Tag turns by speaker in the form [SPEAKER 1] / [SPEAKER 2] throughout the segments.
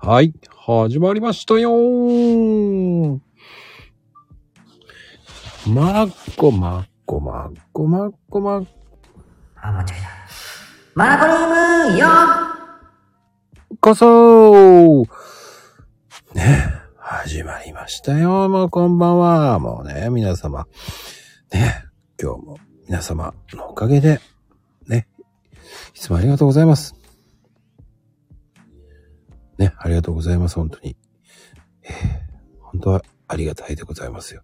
[SPEAKER 1] はい、始まりましたよーまっこまっこまっこまっこまっ
[SPEAKER 2] あ、間違えた。マラコリームよ
[SPEAKER 1] こそね、始まりましたよ。もうこんばんは。もうね、皆様。ね、今日も皆様のおかげで、ね、いつもありがとうございます。ね、ありがとうございます、本当に。えー本当はありがたいでございますよ。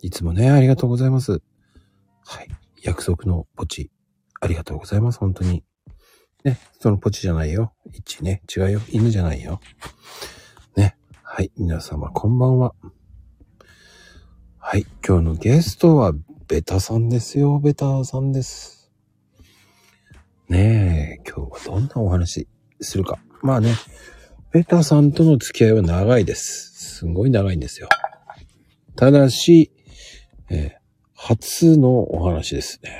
[SPEAKER 1] いつもね、ありがとうございます。はい。約束のポチ、ありがとうございます、本当に。ね、そのポチじゃないよ。一ね、違うよ。犬じゃないよ。ね、はい、皆様、こんばんは。はい、今日のゲストは、ベタさんですよ、ベタさんです。ねえ、今日はどんなお話するか。まあね、ベタさんとの付き合いは長いです。すごい長いんですよ。ただし、えー初のお話ですね。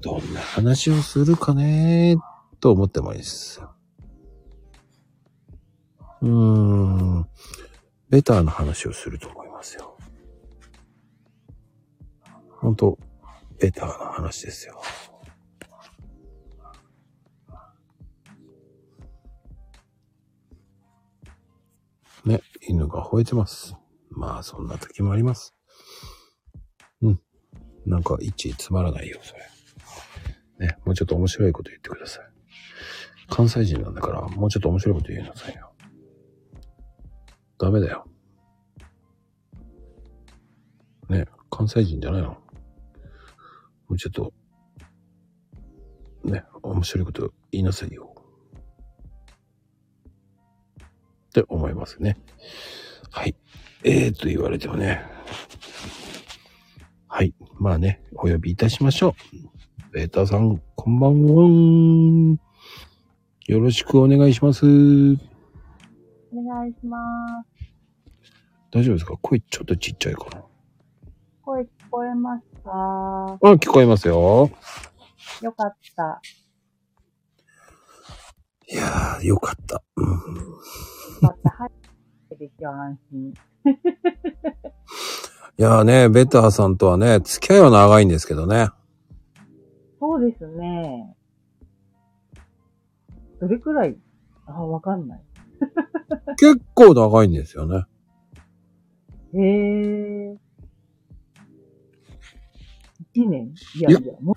[SPEAKER 1] どんな話をするかね、と思ってもいいです。うーん、ベターの話をすると思いますよ。ほんと、ベターな話ですよ。ね、犬が吠えてます。まあ、そんな時もあります。うん。なんか、いちつまらないよ、それ。ね、もうちょっと面白いこと言ってください。関西人なんだから、もうちょっと面白いこと言いなさいよ。ダメだよ。ね、関西人じゃないの。もうちょっと、ね、面白いこと言いなさいよ。って思いますね。はい。えーと言われてもね。はい。まあね、お呼びいたしましょう。ベータさん、こんばんは。よろしくお願いします。
[SPEAKER 3] お願いします。
[SPEAKER 1] 大丈夫ですか声ちょっとちっちゃいかな。
[SPEAKER 3] 声聞こえますか
[SPEAKER 1] あ、聞こえますよ。
[SPEAKER 3] よかった。
[SPEAKER 1] いやー、よかった。うん
[SPEAKER 3] よかった。入ってできよ、安心。
[SPEAKER 1] いやーね、ベータさんとはね、付き合いは長いんですけどね。
[SPEAKER 3] そうですね。どれくらいあ、わかんない。
[SPEAKER 1] 結構長いんですよね。
[SPEAKER 3] へえ。一年いやいや、も
[SPEAKER 1] も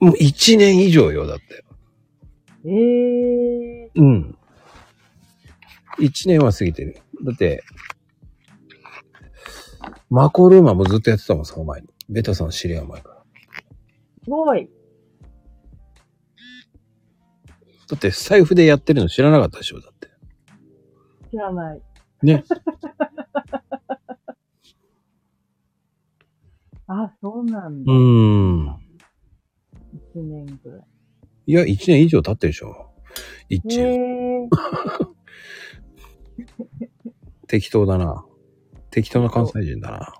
[SPEAKER 1] う1年以上よ、だって。
[SPEAKER 3] う、へえ。
[SPEAKER 1] うん。一年は過ぎてる。だって、マコルーマもずっとやってたもん、その前に。ベタさん知り合う前から。
[SPEAKER 3] すごい。
[SPEAKER 1] だって、財布でやってるの知らなかったでしょ、だって。
[SPEAKER 3] 知らない。
[SPEAKER 1] ね。
[SPEAKER 3] あ、そうなん
[SPEAKER 1] うー
[SPEAKER 3] だ。
[SPEAKER 1] ん。
[SPEAKER 3] 一年くらい。
[SPEAKER 1] いや、一年以上経ってるでしょ。一
[SPEAKER 3] へ
[SPEAKER 1] 年。
[SPEAKER 3] え。
[SPEAKER 1] 適当だな。適当な関西人だ な。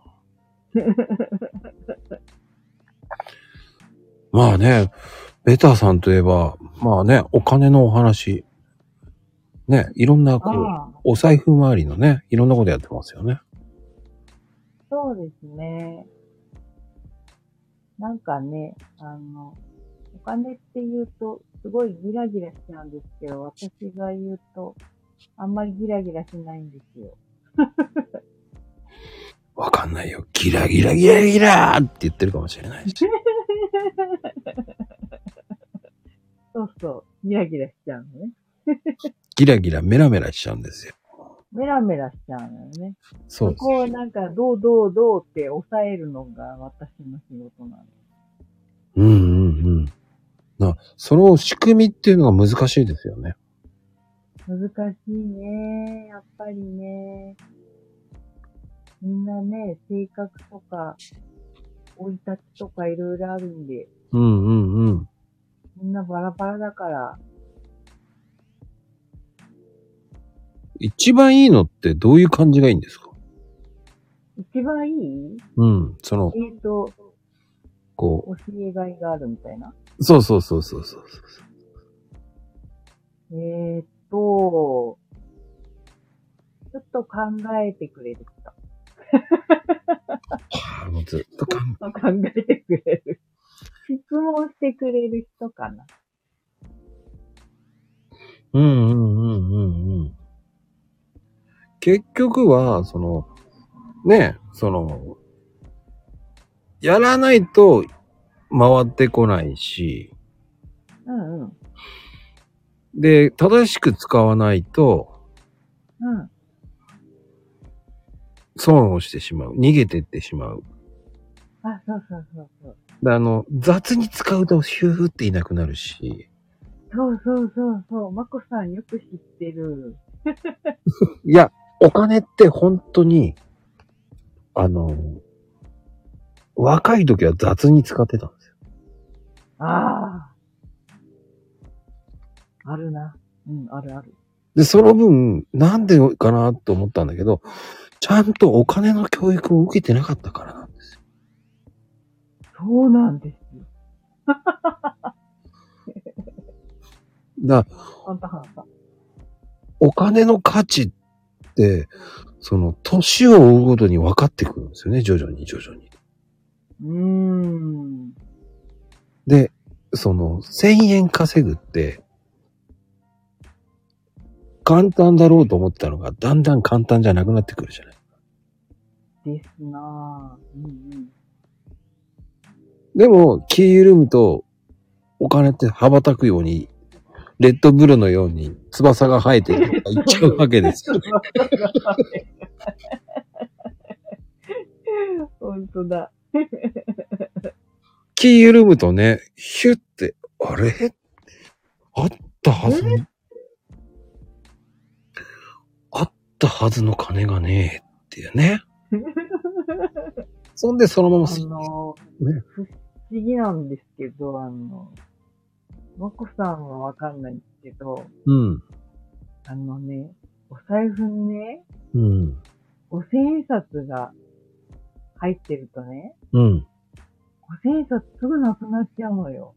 [SPEAKER 1] まあね、ベタさんといえば、まあね、お金のお話。ね、いろんな、こう、
[SPEAKER 3] ああ、
[SPEAKER 1] お財布周りのね、いろんなことやってますよね。
[SPEAKER 3] そうですね。なんかね、あの、お金って言うと、すごいギラギラしちゃうんですけど、私が言うと、あんまりギラギラしないんですよ。
[SPEAKER 1] わかんないよ。ギラギラギラギラーって言ってるかもしれないし。
[SPEAKER 3] そうそう、ギラギラしちゃうのね。
[SPEAKER 1] ギラギラメラメラしちゃうんですよ。
[SPEAKER 3] メラメラしちゃうのよね。
[SPEAKER 1] そ
[SPEAKER 3] そうこをなんか、どうどうどうって抑えるのが私の仕事なの。
[SPEAKER 1] うんうんうん。な、その仕組みっていうのが難しいですよね。
[SPEAKER 3] 難しいね。やっぱりね。みんなね、性格とか、生い立ちとかいろいろあるんで、
[SPEAKER 1] うんうんうん。
[SPEAKER 3] みんなバラバラだから、
[SPEAKER 1] 一番いいのってどういう感じがいいんですか
[SPEAKER 3] 一番いい
[SPEAKER 1] うん。その、
[SPEAKER 3] えっ、と、
[SPEAKER 1] こ
[SPEAKER 3] 教えがいがあるみたいな。
[SPEAKER 1] う。そうそうそうそうそうそう。
[SPEAKER 3] えーっと、ちょっと考えてくれる人。
[SPEAKER 1] はあ、もうずっとかん、
[SPEAKER 3] 考えてくれる。質問してくれる人かな。
[SPEAKER 1] うんうんうんうんうん。結局は、その、ね、その、やらないと回ってこないし、
[SPEAKER 3] うんうん。
[SPEAKER 1] で、正しく使わないと
[SPEAKER 3] うん。
[SPEAKER 1] 損をしてしまう。逃げてってしまう。
[SPEAKER 3] あ、そうそうそうそう。
[SPEAKER 1] であの、雑に使うとヒューっていなくなるし、
[SPEAKER 3] そうそうそうそう。まこさんよく知ってる。
[SPEAKER 1] いや、お金って本当に、あの、若い時は雑に使ってたんですよ。
[SPEAKER 3] ああ。あるな。うん、あるある。
[SPEAKER 1] で、その分、なんでかなと思ったんだけど、ちゃんとお金の教育を受けてなかったからなんですよ。
[SPEAKER 3] そうなんですよ。
[SPEAKER 1] だから
[SPEAKER 3] あんたはんた。
[SPEAKER 1] お金の価値って、その、年を追うごとに分かってくるんですよね、徐々に徐々に。
[SPEAKER 3] うーん。
[SPEAKER 1] で、その、1000円稼ぐって、簡単だろうと思ってたのが、だんだん簡単じゃなくなってくるじゃない。
[SPEAKER 3] ですなぁ。うん
[SPEAKER 1] でも、気緩むと、お金って羽ばたくように、レッドブルのように翼が生えていっちゃうわけですよ。
[SPEAKER 3] うん。ほんとだ。
[SPEAKER 1] 気緩むとね、ヒュって、あれあったはずの、あったはずの金がねえっていうね。そんでそのまま
[SPEAKER 3] あの、
[SPEAKER 1] ね
[SPEAKER 3] 不思議なんですけど、あの、まこさんはわかんないんですけど、
[SPEAKER 1] うん。
[SPEAKER 3] あのね、お財布にね、
[SPEAKER 1] うん。
[SPEAKER 3] 五千円札が入ってるとね、
[SPEAKER 1] うん。
[SPEAKER 3] 五千円札すぐなくなっちゃうのよ。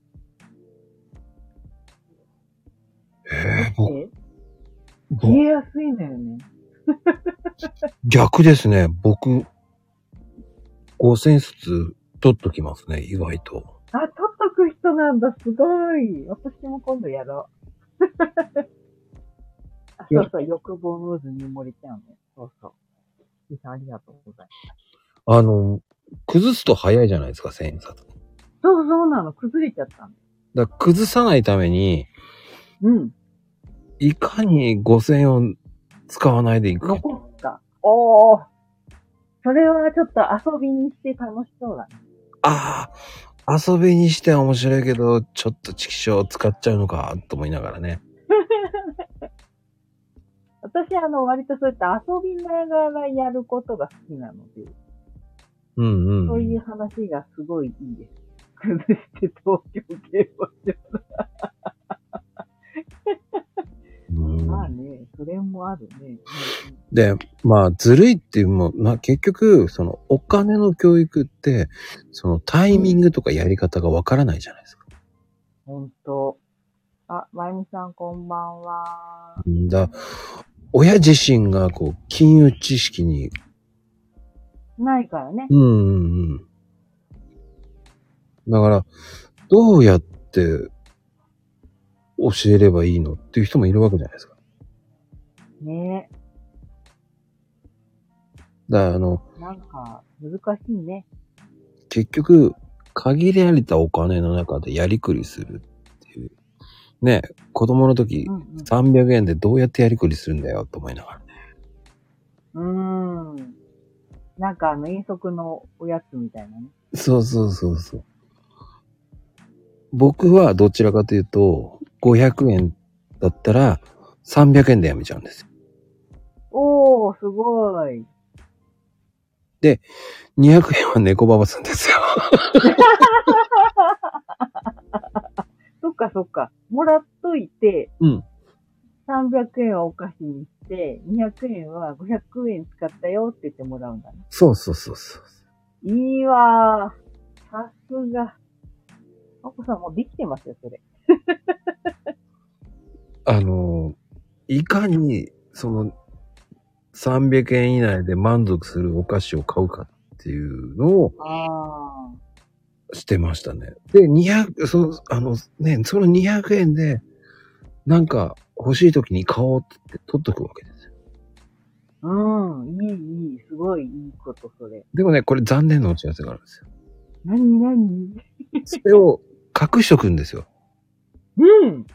[SPEAKER 1] えー
[SPEAKER 3] え
[SPEAKER 1] ぼ
[SPEAKER 3] 消えやすいのよね。
[SPEAKER 1] 逆ですね。僕、五千冊取っときますね、意外と。
[SPEAKER 3] あ、取っとく人なんだ、すごい。私も今度やろ う。あそうそう、欲望の渦に埋もれちゃうね。そうそう。ゆうさんありがとうございます。
[SPEAKER 1] あの、崩すと早いじゃないですか、千円札。
[SPEAKER 3] そうそうなの、崩れちゃったの。
[SPEAKER 1] だから崩さないために、
[SPEAKER 3] うん。
[SPEAKER 1] いかに五千円を使わないでいくか。
[SPEAKER 3] 残った。おお。それはちょっと遊びにして楽しそうだね。
[SPEAKER 1] ああ、遊びにしては面白いけど、ちょっとチキショー使っちゃうのか、と思いながらね。
[SPEAKER 3] 私、あの、割とそういった遊びながらやることが好きなので、
[SPEAKER 1] うんうん。
[SPEAKER 3] そういう話がすごいいいです。 崩して東京競馬場。
[SPEAKER 1] うん
[SPEAKER 3] まあね、それもあるね。
[SPEAKER 1] で、まあ、ずるいっていうもん、まあ、結局、その、お金の教育って、その、タイミングとかやり方がわからないじゃないですか。
[SPEAKER 3] ほんと。あ、まゆみさんこんばんは。
[SPEAKER 1] んだ、親自身が、こう、金融知識に、
[SPEAKER 3] ないからね。
[SPEAKER 1] うん、うん、うん。だから、どうやって、教えればいいのっていう人もいるわけじゃないですか。
[SPEAKER 3] ね
[SPEAKER 1] だから、あの、
[SPEAKER 3] なんか、難しいね。
[SPEAKER 1] 結局、限られたお金の中でやりくりするっていう。ね、子供の時、
[SPEAKER 3] うん
[SPEAKER 1] 300円でどうやってやりくりするんだよと思いながらね。
[SPEAKER 3] うん。うーん。なんかあの、遠足のおやつみたいなね。
[SPEAKER 1] そうそうそうそう。僕はどちらかというと、500円だったら300円でやめちゃうんですよ。
[SPEAKER 3] おー、すごい。
[SPEAKER 1] 200円は猫ババすんですよ。
[SPEAKER 3] そっかそっか。もらっといて、
[SPEAKER 1] うん。
[SPEAKER 3] 300円はお菓子にして、200円は500円使ったよって言ってもらうんだね。
[SPEAKER 1] そうそうそうそう。
[SPEAKER 3] いいわー。さすが。あこさんもうできてますよ、それ。
[SPEAKER 1] あのいかに、その、300円以内で満足するお菓子を買うかっていうのを
[SPEAKER 3] あ
[SPEAKER 1] してましたね。で、200、その、あの、ね、その200円で、なんか欲しい時に買おうって言って取っとくわけですよ。
[SPEAKER 3] あ。うん。いい、いい。すごいいいこと、それ。
[SPEAKER 1] でもね、これ残念なお知らせがあるんですよ。
[SPEAKER 3] なになに
[SPEAKER 1] それを隠しとくんですよ。
[SPEAKER 3] うん。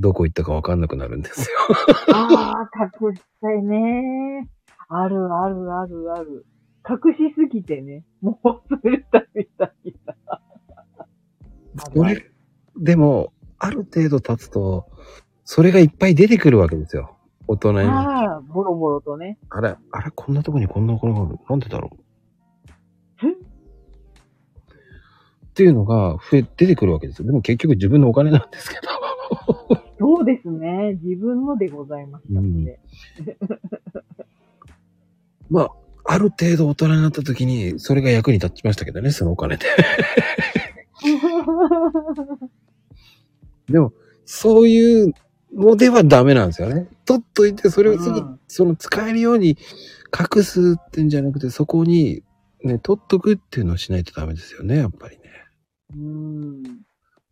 [SPEAKER 1] どこ行ったかわかんなくなるんですよ。
[SPEAKER 3] ああ、隠したいね。あるあるあるある。隠しすぎてね。もう忘れたみたいな。ある
[SPEAKER 1] それ、でも、ある程度経つと、それがいっぱい出てくるわけですよ。大人になって
[SPEAKER 3] ああ、ボロボロとね。
[SPEAKER 1] あれ、あれ、こんなとこにこんなお金がある。なんでだろう。
[SPEAKER 3] え
[SPEAKER 1] っていうのが増え、出てくるわけですよ。でも結局自分のお金なんですけど。
[SPEAKER 3] そうですね。自分のでございましたので。
[SPEAKER 1] まあ、ある程度大人になった時に、それが役に立ちましたけどね、そのお金で。でも、そういうのではダメなんですよね。取っといて、それをすぐ、
[SPEAKER 3] うん
[SPEAKER 1] その使えるように隠すってんじゃなくて、そこに、ね、取っとくっていうのをしないとダメですよね、やっぱりね。
[SPEAKER 3] うん。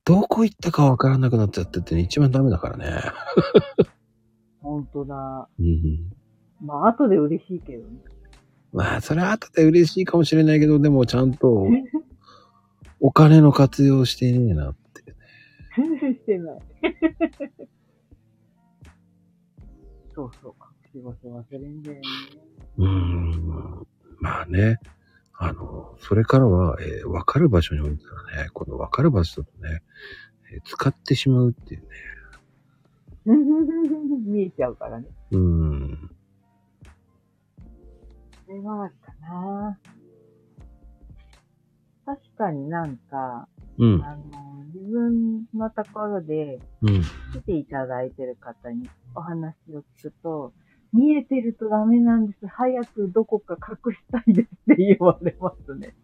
[SPEAKER 1] どこ行ったかわからなくなっちゃってって、ね、一番ダメだからね。
[SPEAKER 3] 本当だ。
[SPEAKER 1] うん。
[SPEAKER 3] まあ、後で嬉しいけどね。
[SPEAKER 1] まあ、それは後で嬉しいかもしれないけど、でもちゃん と、お金の活用してねえなっていうね。
[SPEAKER 3] してない。そうそう。隠し場所忘れんだよね。
[SPEAKER 1] うん。まあね。あの、それからは、えー、分かる場所に置いたらね、この分かる場所だとね、えー使ってしまうっていうね。
[SPEAKER 3] 見えちゃうからね。
[SPEAKER 1] うん。
[SPEAKER 3] それはあるかな。確かになんか、
[SPEAKER 1] うん。
[SPEAKER 3] あの、自分のところで
[SPEAKER 1] うん。
[SPEAKER 3] 来ていただいてる方にお話を聞くと、見えてるとダメなんです。早くどこか隠したいですって言われますね。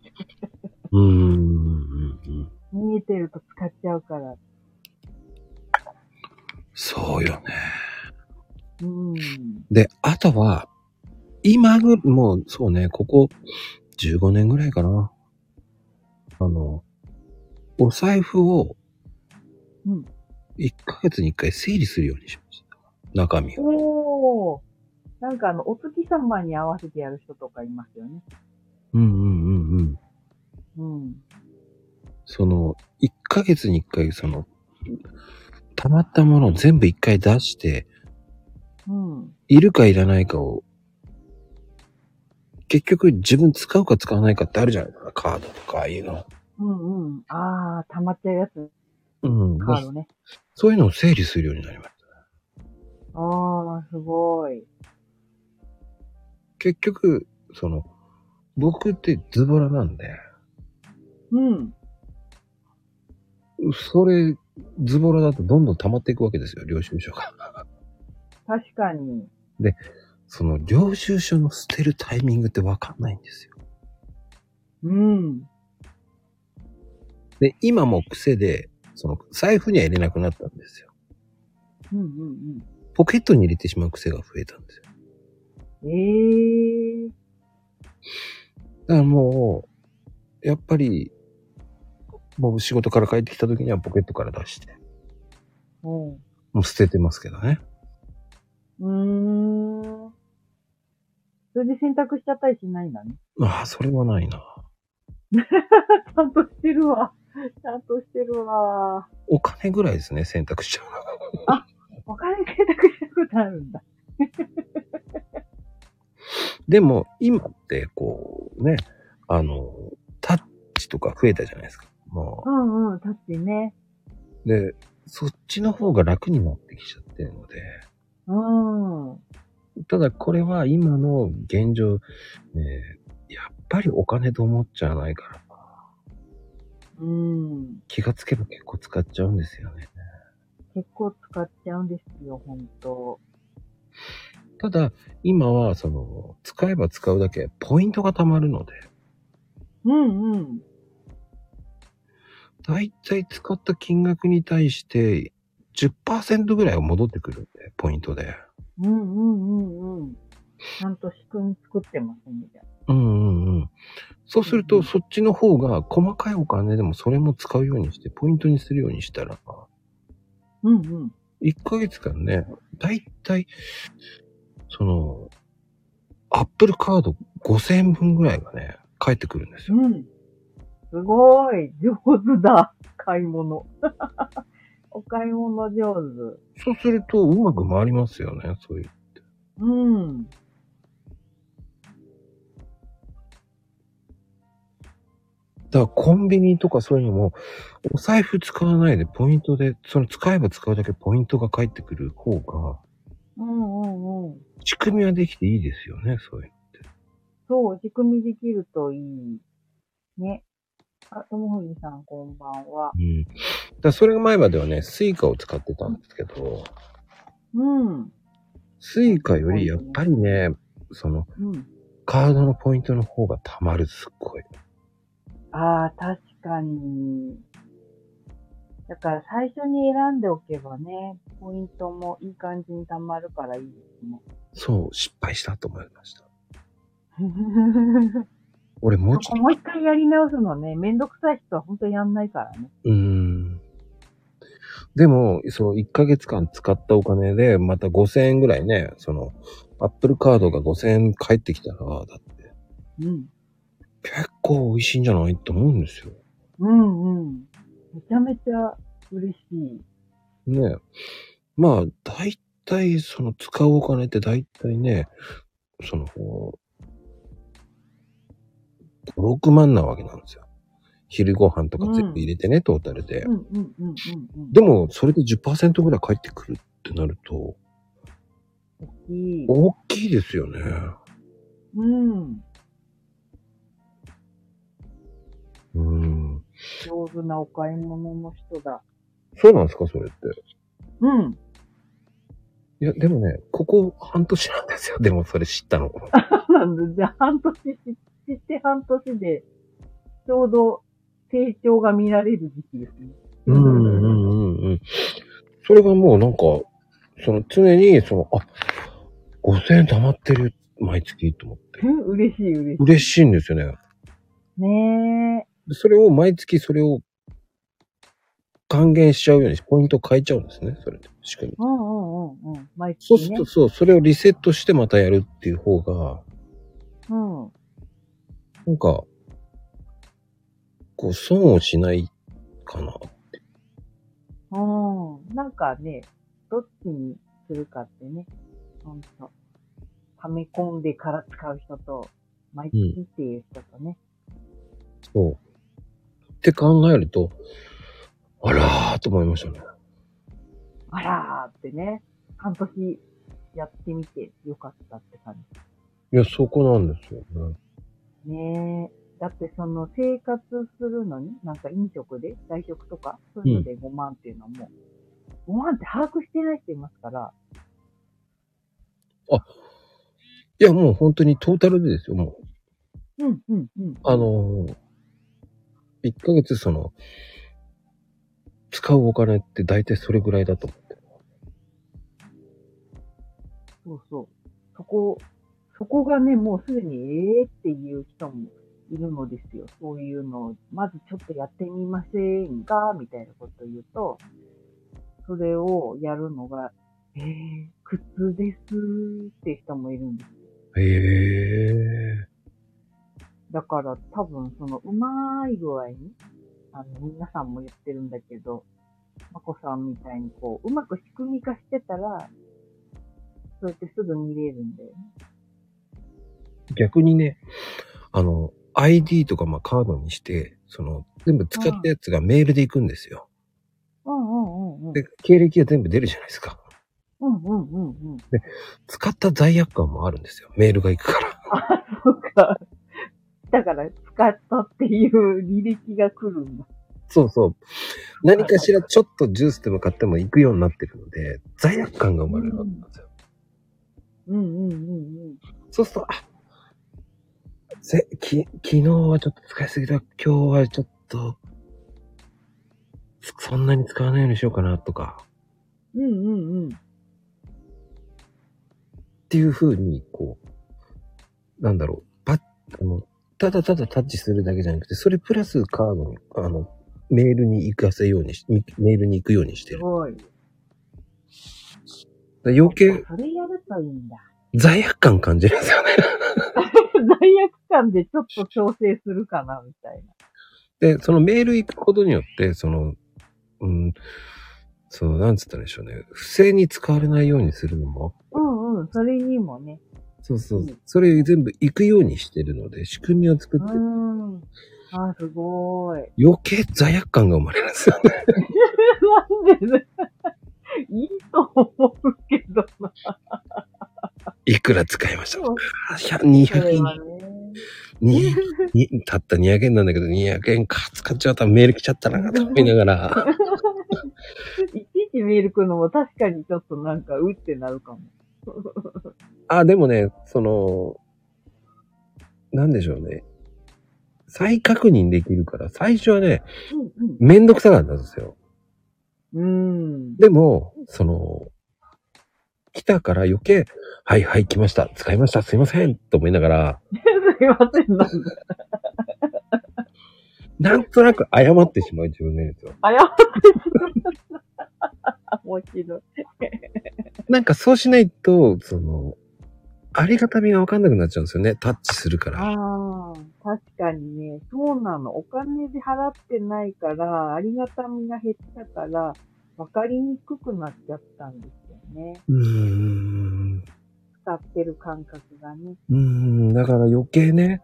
[SPEAKER 1] うん。うん。
[SPEAKER 3] 見えてると使っちゃうから。
[SPEAKER 1] そうよね。
[SPEAKER 3] うん。
[SPEAKER 1] で、あとは、今ぐ、もう、そうね、ここ、15年ぐらいかな。あの、お財布を、
[SPEAKER 3] うん
[SPEAKER 1] 1ヶ月に1回整理するようにしました。中身を。
[SPEAKER 3] おー。なんかあの、お月様に合わせてやる人とかいますよね。
[SPEAKER 1] うんうんうんうん。
[SPEAKER 3] うん。
[SPEAKER 1] その、1ヶ月に1回、その、溜まったものを全部1回出して、
[SPEAKER 3] うん。
[SPEAKER 1] いるかいらないかを、結局自分使うか使わないかってあるじゃないかな。カードとか、ああいうの。
[SPEAKER 3] うんうん。あー、溜まっちゃうやつ、
[SPEAKER 1] うん。
[SPEAKER 3] カードね。
[SPEAKER 1] そういうのを整理するようになりました。
[SPEAKER 3] あー、すごい。
[SPEAKER 1] 結局、その、僕ってズボラなんで、
[SPEAKER 3] うん。
[SPEAKER 1] それ、ズボラだとどんどん溜まっていくわけですよ、領収書が。
[SPEAKER 3] 確かに。
[SPEAKER 1] その、領収書の捨てるタイミングってわかんないんですよ。
[SPEAKER 3] うん。
[SPEAKER 1] で、今も癖で、その、財布には入れなくなったんですよ。
[SPEAKER 3] うんうん
[SPEAKER 1] ポケットに入れてしまう癖が増えたんですよ。
[SPEAKER 3] うん。ええー。
[SPEAKER 1] だからもう、やっぱり、もう仕事から帰ってきた時にはポケットから出して、
[SPEAKER 3] うん。
[SPEAKER 1] もう捨ててますけどね。
[SPEAKER 3] うーん。それで選択しちゃったりしないんだね。
[SPEAKER 1] ああ、それはないな。
[SPEAKER 3] ちゃんとしてるわ。ちゃんとしてるわ。
[SPEAKER 1] お金ぐらいですね、選択しちゃうのは。
[SPEAKER 3] お金選択したことあるんだ。
[SPEAKER 1] でも、今って、こう、ね、あの、タッチとか増えたじゃないですか。も
[SPEAKER 3] うんうん、だってね。
[SPEAKER 1] う、で、そっちの方が楽になってきちゃってるので、
[SPEAKER 3] うん。
[SPEAKER 1] ただこれは今の現状、ね、やっぱりお金と思っちゃわないから、
[SPEAKER 3] うん。
[SPEAKER 1] 気がつけば結構使っちゃうんですよね。
[SPEAKER 3] 結構使っちゃうんですよ、ほんと。
[SPEAKER 1] ただ、今は、その、使えば使うだけ、ポイントが貯まるので、
[SPEAKER 3] うんうん。
[SPEAKER 1] だいたい使った金額に対して、 10%ぐらいは戻ってくるんで、ポイントで。
[SPEAKER 3] うんうんうんうん。ちゃんと仕組み作ってますね、じゃあ
[SPEAKER 1] うんうんうん。そうする
[SPEAKER 3] う
[SPEAKER 1] と、
[SPEAKER 3] ん
[SPEAKER 1] そっちの方が細かいお金でもそれも使うようにして、ポイントにするようにしたら、
[SPEAKER 3] うんうん。
[SPEAKER 1] 1ヶ月間ね、だいたい、その、アップルカード5000円分ぐらいがね、返ってくるんですよ。
[SPEAKER 3] うん。すごい。上手だ。買い物。 お買い物上手。
[SPEAKER 1] そうすると、うまく回りますよね、そういう。
[SPEAKER 3] うん。
[SPEAKER 1] だからコンビニとかそういうのも、お財布使わないでポイントで、その使えば使うだけポイントが返ってくる方が、
[SPEAKER 3] うんうんうん。
[SPEAKER 1] 仕組みはできていいですよね、そういう。
[SPEAKER 3] そう、仕組みできるといい。ね。あ、ともふみさん、こんばんは。
[SPEAKER 1] うん。だからそれが前まではね、スイカを使ってたんですけど、
[SPEAKER 3] うん。
[SPEAKER 1] スイカよりやっぱりね、その、
[SPEAKER 3] うん。
[SPEAKER 1] カードのポイントの方が貯まる、すっごい。
[SPEAKER 3] ああ、確かに。だから最初に選んでおけばね、ポイントもいい感じに貯まるからいいですね。
[SPEAKER 1] そう、失敗したと思いました。俺もうち
[SPEAKER 3] こ
[SPEAKER 1] ょっ
[SPEAKER 3] こもう一回やり直すのね、めんどくさい人は本当やんないからね。
[SPEAKER 1] と、うーん。でも、そう、1ヶ月間使ったお金で、また5000円ぐらいね、その、アップルカードが5000円返ってきたら、だって、
[SPEAKER 3] うん。
[SPEAKER 1] 結構美味しいんじゃないと思うんですよ。
[SPEAKER 3] うんうん。めちゃめちゃ嬉しい。
[SPEAKER 1] ねまあ、大体、その、使うお金って大体ね、その、5、6万なわけなんですよ。昼ご飯とか全部入れてね、トータルで
[SPEAKER 3] う。んうんうんうんうん。
[SPEAKER 1] でも、それで10%ぐらい返ってくるってなると、
[SPEAKER 3] 大きい。
[SPEAKER 1] 大きいですよね。
[SPEAKER 3] うん。
[SPEAKER 1] うん。
[SPEAKER 3] 上手なお買い物の人だ。
[SPEAKER 1] そうなんですか、それって。
[SPEAKER 3] うん。
[SPEAKER 1] いや、でもね、ここ半年なんですよ。でも、それ知ったの。
[SPEAKER 3] そうなんだ。じゃあ半年し、知って半年で、ちょうど成長が見られる時期ですね。
[SPEAKER 1] うんうんうんうん。それがもうなんか、その常に、その、あ、5000円貯まってる、毎月と思って。
[SPEAKER 3] うん嬉しい嬉し
[SPEAKER 1] 嬉しいんですよね。
[SPEAKER 3] い。ねえ。
[SPEAKER 1] でそれを毎月それを還元しちゃうように、ポイント変えちゃうんですね、それで。仕組み。
[SPEAKER 3] うんうんうんうん。毎
[SPEAKER 1] そう
[SPEAKER 3] 月
[SPEAKER 1] する
[SPEAKER 3] ね
[SPEAKER 1] と、。そう、それをリセットしてまたやるっていう方が、
[SPEAKER 3] うん。
[SPEAKER 1] なんか、こう、損をしないかな。
[SPEAKER 3] うん。なんかね、どっちにするかってね、ほんと。はめ込んでから使う人と、毎月っていう人とね。
[SPEAKER 1] そう。って考えると、あらーと思いましたね。
[SPEAKER 3] あらーってね、半年やってみてよかったって感じ。
[SPEAKER 1] いや、そこなんですよね。
[SPEAKER 3] ねえ。だってその生活するのに、なんか飲食で、外食とか、そういうので5万っていうのはもう、5万って把握してない人いますから、
[SPEAKER 1] いや、もう本当にトータルでですよ、もう。
[SPEAKER 3] うんうんうん。
[SPEAKER 1] あのー、1ヶ月その、使うお金って大体それぐらいだと思って。
[SPEAKER 3] そうそう。そこ、そこがね、もうすでにええっていう人もいるのですよ。そういうのを、まずちょっとやってみませんかみたいなことを言うと、それをやるのが、ええ苦痛ですって人もいるんです。
[SPEAKER 1] へ
[SPEAKER 3] だから多分そのうまい具合に、あの皆さんも言ってるんだけど、まこさんみたいにこう、うまく仕組み化してたら、そうやってすぐ見れるんだよね。
[SPEAKER 1] ー。逆にね、あの、ID とかまあカードにして、その、全部使ったやつがメールで行くんですよ。
[SPEAKER 3] うんうんうんうん。
[SPEAKER 1] で、経歴が全部出るじゃないですか。
[SPEAKER 3] うんうんうんうん。
[SPEAKER 1] 使った罪悪感もあるんですよ。メールが行くから。
[SPEAKER 3] そうか。だから、使ったっていう履歴が来るんだ。
[SPEAKER 1] そうそう。何かしらちょっとジュースでも買っても行くようになってるので、罪悪感が生まれるわけなんですよ。
[SPEAKER 3] うんうんうんうん。
[SPEAKER 1] そうすると、あ、せ、き、昨日はちょっと使いすぎた。今日はちょっと、そそんなに使わないようにしようかなとか。
[SPEAKER 3] うんうんうん。
[SPEAKER 1] っていう風に、こう、なんだろう、パッ、あの、ただただタッチするだけじゃなくて、それプラスカードに、あの、メールに行かせようにし、にメールに行くようにして
[SPEAKER 3] す
[SPEAKER 1] る。
[SPEAKER 3] ごい。
[SPEAKER 1] だから余計
[SPEAKER 3] それやるといいんだ。
[SPEAKER 1] 罪悪感感じるんですよね。
[SPEAKER 3] 罪悪感でちょっと調整するかな、みたいな。
[SPEAKER 1] で、そのメール行くことによって、その、うん、その、なんつったらいいんでしょうね。不正に使われないようにするのも、
[SPEAKER 3] うんうん、それにもね。。
[SPEAKER 1] そうそううんそれ全部行くようにしてるので、仕組みを作
[SPEAKER 3] う
[SPEAKER 1] って、
[SPEAKER 3] ん。あー、すごい。
[SPEAKER 1] 余計罪悪感が生まれるんですよね。
[SPEAKER 3] なんでね、いいと思うけどな。
[SPEAKER 1] いくら使いました
[SPEAKER 3] そう
[SPEAKER 1] あひゃ ?200 円
[SPEAKER 3] ね。
[SPEAKER 1] に、にたった200円なんだけど、200円か、使っちゃったメール来ちゃったな、と思いながら。
[SPEAKER 3] いちいちメール来るのも確かにちょっとなんか、うってなるかも。
[SPEAKER 1] あ、でもね、その、なんでしょうね。再確認できるから、最初はね、めんどくさかったんですよ。
[SPEAKER 3] うんうん。うん。
[SPEAKER 1] でも、その、来たから余計、はいはい来ました、使いました、すいません、と思いながら、
[SPEAKER 3] すいません、なんだ。
[SPEAKER 1] なんとなく謝ってしまう自分がいるんですよ。
[SPEAKER 3] 謝ってしまった。面白い。
[SPEAKER 1] なんかそうしないと、その、ありがたみがわかんなくなっちゃうんですよね。タッチするから。
[SPEAKER 3] ああ、確かにね、そうなの。お金で払ってないから、ありがたみが減ったから、わかりにくくなっちゃったんですよね。
[SPEAKER 1] うーん。
[SPEAKER 3] 使ってる感覚がね。
[SPEAKER 1] うーん。だから余計ね、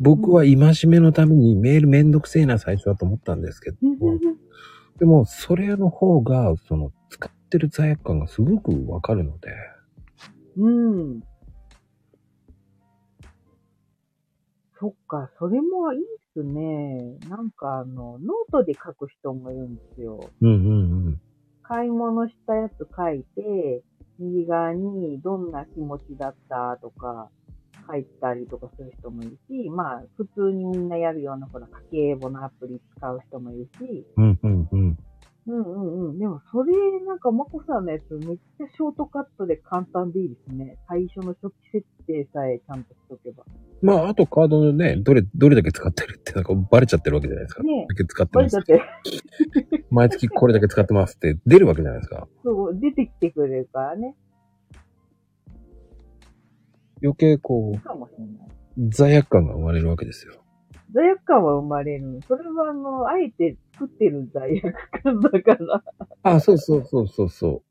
[SPEAKER 1] 僕は戒めのためにメールめんどくせえな最初はと思ったんですけど、でもそれの方が、その、使ってる罪悪感がすごくわかるので、
[SPEAKER 3] うん。そっか、それもいいっすね。なんかあの、ノートで書く人もいるんですよ。
[SPEAKER 1] うんうんうん。
[SPEAKER 3] 買い物したやつ書いて、右側にどんな気持ちだったとか書いたりとかする人もいるし、まあ普通にみんなやるようなほら家計簿のアプリ使う人もいるし、
[SPEAKER 1] うんうんうん。
[SPEAKER 3] うんうんうん。でもそれなんかまこさんのやつめっちゃショートカットで簡単でいいですね。最初の初期設定さえちゃんとしとけば。
[SPEAKER 1] まあ、あとカードのね、どれ、どれだけ使ってるってなんかバレちゃってるわけじゃないですか。
[SPEAKER 3] ね
[SPEAKER 1] だけ使って
[SPEAKER 3] バ
[SPEAKER 1] ま
[SPEAKER 3] レち
[SPEAKER 1] す
[SPEAKER 3] ゃっ。て、
[SPEAKER 1] 毎月これだけ使ってますって出るわけじゃないですか。
[SPEAKER 3] そう、出てきてくれるからね。
[SPEAKER 1] 余計こう、
[SPEAKER 3] かもしれない。
[SPEAKER 1] 罪悪感が生まれるわけですよ。
[SPEAKER 3] 罪悪感は生まれる。それはあの、あえて作ってる罪悪感だから。
[SPEAKER 1] あ、そうそうそうそうそ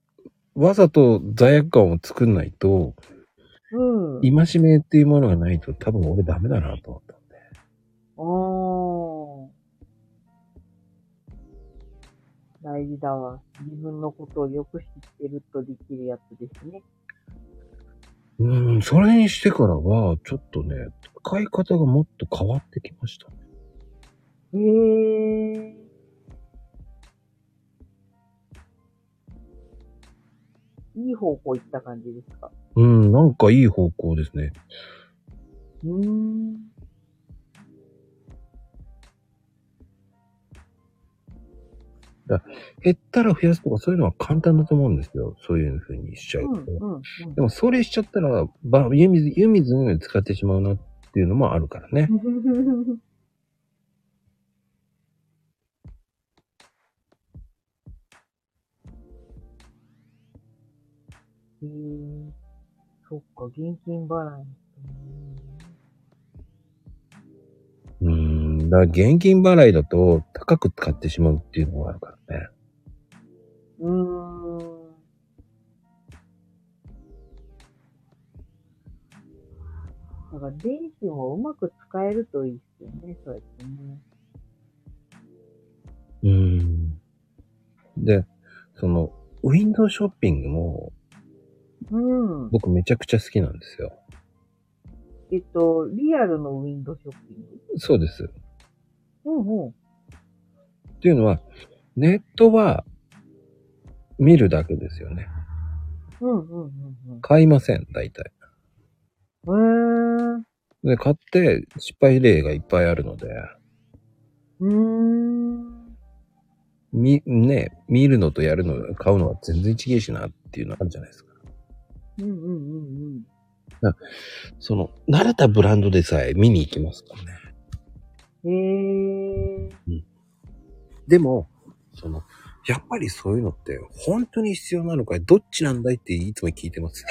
[SPEAKER 1] う。わざと罪悪感を作んないと、
[SPEAKER 3] うん。
[SPEAKER 1] 戒めっていうものがないと多分俺ダメだなと思ったんで。
[SPEAKER 3] おー。大事だわ。自分のことをよく知ってるとできるやつですね。
[SPEAKER 1] うん、それにしてからは、ちょっとね、使い方がもっと変わってきましたね。
[SPEAKER 3] へえ。いい方向行った感じですか
[SPEAKER 1] うん、なんかいい方向ですね。
[SPEAKER 3] うーん。
[SPEAKER 1] 減ったら増やすとかそういうのは簡単だと思うんですよ。そういう風にしちゃ
[SPEAKER 3] う、
[SPEAKER 1] うんと。
[SPEAKER 3] うん、 うん。
[SPEAKER 1] でもそれしちゃったら、ば湯水、湯水のように使ってしまうなっていうのもあるからね。
[SPEAKER 3] へえ、そっか、現金払い。
[SPEAKER 1] うーん、だから現金払いだと高く使ってしまうっていうのがあるからね。
[SPEAKER 3] うーん。だから電子もうまく使えるといいですよね、そうやってね。
[SPEAKER 1] うーん。で、その、ウィンドウショッピングも
[SPEAKER 3] うん。
[SPEAKER 1] 僕めちゃくちゃ好きなんですよ。
[SPEAKER 3] えっと、リアルのウィンドウショッピング。
[SPEAKER 1] そうです。
[SPEAKER 3] うんうん。
[SPEAKER 1] っていうのは、ネットは見るだけですよね。
[SPEAKER 3] うんうんうん
[SPEAKER 1] 買いません、大体。
[SPEAKER 3] うん。へえ。
[SPEAKER 1] で、買って失敗例がいっぱいあるので。
[SPEAKER 3] うーん。
[SPEAKER 1] み、ね、見るのとやるの、買うのは全然違えしなっていうのあるじゃないですか。
[SPEAKER 3] うんうんうんうん。
[SPEAKER 1] その、慣れたブランドでさえ見に行きますからね。
[SPEAKER 3] へえ。
[SPEAKER 1] でも、その、やっぱりそういうのって本当に必要なのかいどっちなんだいっていつも聞いてます ね。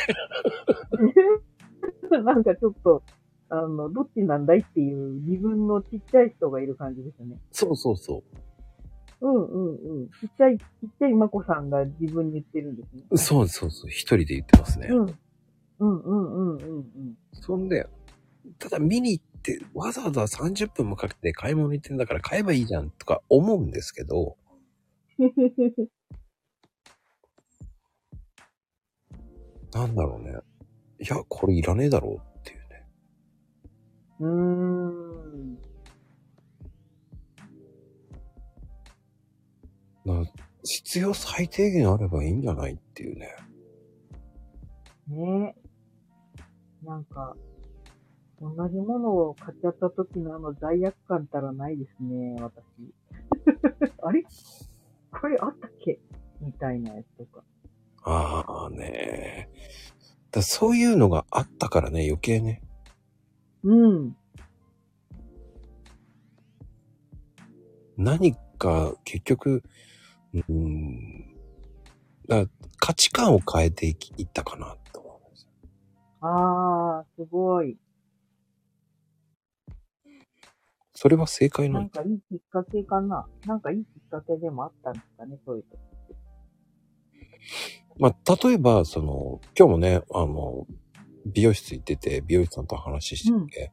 [SPEAKER 3] なんかちょっと、あの、どっちなんだいっていう自分のちっちゃい人がいる感じでしたね。
[SPEAKER 1] そうそうそ
[SPEAKER 3] うんうんうん。ちっちゃい、ちっちゃいまこさんが自分に言ってるんですね。
[SPEAKER 1] う。そうそうそう。一人で言ってますね。
[SPEAKER 3] うん。うんうんうんうんうん。
[SPEAKER 1] そんで、ただ見に行って、わざわざ30分もかけて買い物行ってんだから買えばいいじゃんとか思うんですけど、なんだろうね。いや、これいらねえだろうっていうね。
[SPEAKER 3] うーん。
[SPEAKER 1] な必要最低限あればいいんじゃないっていうね。
[SPEAKER 3] ねえ。なんか、同じものを買っちゃった時のあの罪悪感たらないですね、私。 あれこれあったっけみたいなやつとか。
[SPEAKER 1] ああねだそういうのがあったからね、余計ね。
[SPEAKER 3] うん。
[SPEAKER 1] 何か結局、うん、だ価値観を変えていきいったかなと思うんですよ。
[SPEAKER 3] あー、すごい。
[SPEAKER 1] それは正解な
[SPEAKER 3] な
[SPEAKER 1] の
[SPEAKER 3] んかいいきっかけかな。なんかいいきっかけでもあったんですかね、そういうと。
[SPEAKER 1] まあ、例えば、その、今日もね、あの、美容室行ってて、美容師さんと話してて、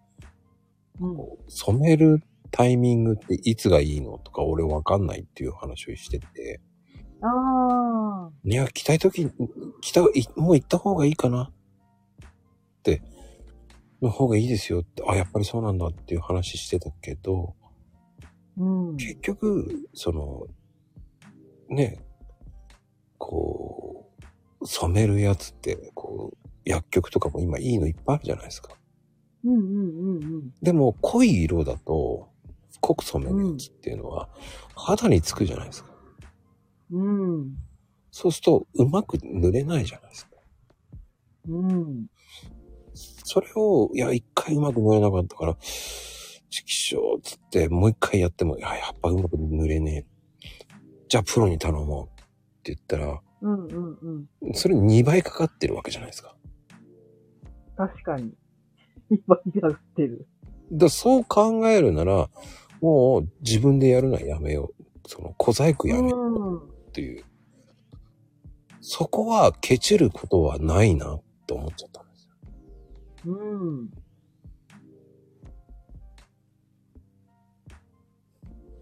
[SPEAKER 3] うん。
[SPEAKER 1] 染めるタイミングっていつがいいのとか、俺わかんないっていう話をしてて、
[SPEAKER 3] あ
[SPEAKER 1] いや、着たい時に、着た、いもう行った方がいいかなって、の方がいいですよって、あ、やっぱりそうなんだっていう話してたけど、
[SPEAKER 3] ー。うん。
[SPEAKER 1] 結局、その、ね、こう、染めるやつって、こう、薬局とかも今いいのいっぱいあるじゃないですか。
[SPEAKER 3] うんうんうん
[SPEAKER 1] でも、濃い色だと、濃く染めるやつっていうのは、肌につくじゃないですか。
[SPEAKER 3] うん。うん。
[SPEAKER 1] そうすると、うまく塗れないじゃないですか。
[SPEAKER 3] うん。
[SPEAKER 1] それを、いや、一回うまく塗れなかったから、色晶つって、もう一回やっても、いや、やっぱうまく塗れねえ。じゃあ、プロに頼もうって言ったら、
[SPEAKER 3] うんうんうん。
[SPEAKER 1] それ2倍かかってるわけじゃないですか。
[SPEAKER 3] 確かに。 いっぱいやってる。
[SPEAKER 1] だからそう考えるなら、もう自分でやるのはやめよう。その小細工やめよ
[SPEAKER 3] うん。
[SPEAKER 1] うっていう。そこはケチることはないなと思っちゃったんですよ。
[SPEAKER 3] うん。
[SPEAKER 1] だか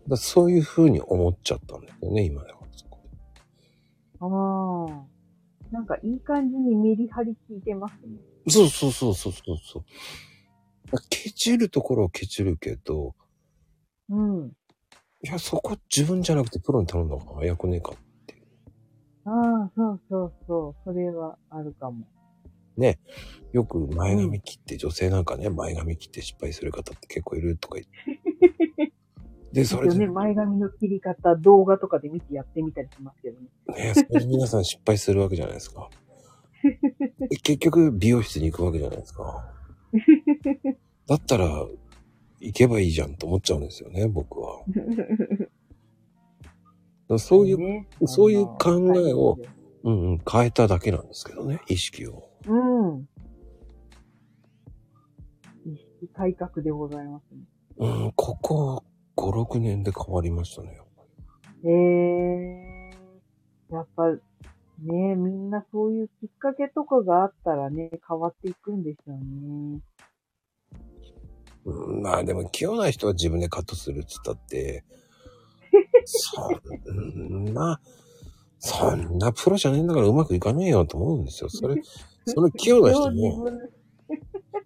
[SPEAKER 1] らそういうふうに思っちゃったんですよね、今では。
[SPEAKER 3] ああ。なんかいい感じにメリハリ効いてますね。
[SPEAKER 1] そうそうそうそうそうそう。だからケチるところをケチるけど、
[SPEAKER 3] うん。
[SPEAKER 1] いや、そこ自分じゃなくてプロに頼んだ方が早くねえか。
[SPEAKER 3] ああ、そうそうそう。それはあるかも。
[SPEAKER 1] よく前髪切って、女性なんかね、前髪切って失敗する方って結構いるとか言っ て。で、
[SPEAKER 3] です
[SPEAKER 1] そ
[SPEAKER 3] よ
[SPEAKER 1] れで
[SPEAKER 3] ね。
[SPEAKER 1] ね、
[SPEAKER 3] 前髪の切り方、動画とかで見てやってみたりしますけどね。
[SPEAKER 1] それで皆さん失敗するわけじゃないですか。で結局、美容室に行くわけじゃないですか。だったら、行けばいいじゃんと思っちゃうんですよね、僕は。だからそういう、
[SPEAKER 3] ね
[SPEAKER 1] そういう考えを。
[SPEAKER 3] あ
[SPEAKER 1] うんうん、変えただけなんですけどね、意識を。
[SPEAKER 3] のうん。意識改革でございますね。
[SPEAKER 1] うん、ここ5、6年で変わりましたね。
[SPEAKER 3] へえー、やっぱ、ねみんなそういうきっかけとかがあったらね、変わっていくんですよね。
[SPEAKER 1] うん、まあでも器用な人は自分でカットするっつったって、そんな、そんなプロじゃねえんだからうまくいかねえよと思うんですよ。それ、その器用な 人も、
[SPEAKER 3] 自分で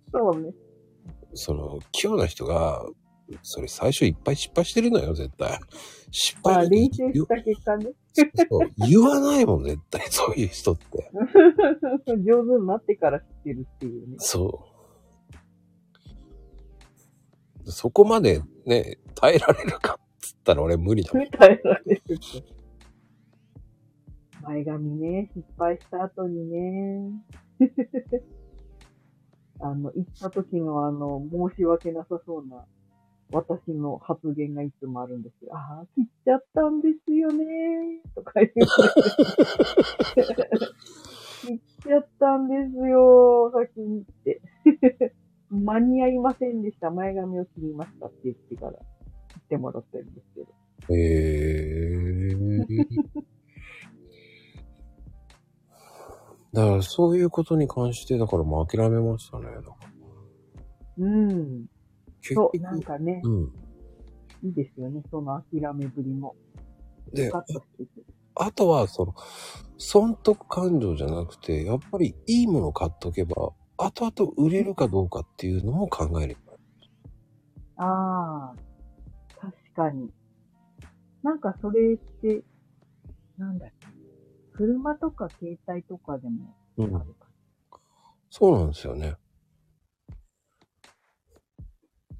[SPEAKER 3] そうね。
[SPEAKER 1] その器用な人が、それ最初いっぱい失敗してるのよ、絶対。失
[SPEAKER 3] まあ、
[SPEAKER 1] 敗
[SPEAKER 3] 練
[SPEAKER 1] 言
[SPEAKER 3] 習した結果ね、
[SPEAKER 1] そう言わないもん、絶対、そういう人って。
[SPEAKER 3] 上手になってから知ってるっていうね。
[SPEAKER 1] そう。そこまでね、耐えられるかっつっったら俺無理だもん
[SPEAKER 3] み。たいなね。前髪ね、失敗した後にね。 あの、行った時のあの、申し訳なさそうな、私の発言がいつもあるんですよ。ああ、切っちゃったんですよねとか言って。切っちゃったんですよ先にって。 間に合いませんでした。前髪を切りましたって言ってから、切ってもらってるんですけど。
[SPEAKER 1] へえー。だからそういうことに関して、だからもう諦めましたね。だから
[SPEAKER 3] うん。
[SPEAKER 1] 結
[SPEAKER 3] そう、なんかね、
[SPEAKER 1] うん。
[SPEAKER 3] いいですよね、その諦めぶりも。
[SPEAKER 1] で
[SPEAKER 3] カッとしてて
[SPEAKER 1] あとは、その、損得感情じゃなくて、やっぱりいいものを買っとけば、後々売れるかどうかっていうのも考える。
[SPEAKER 3] ああ、確かに。なんかそれって、なんだっけ。車とか携帯とかでも
[SPEAKER 1] う
[SPEAKER 3] あるか
[SPEAKER 1] ん。そうなんですよね。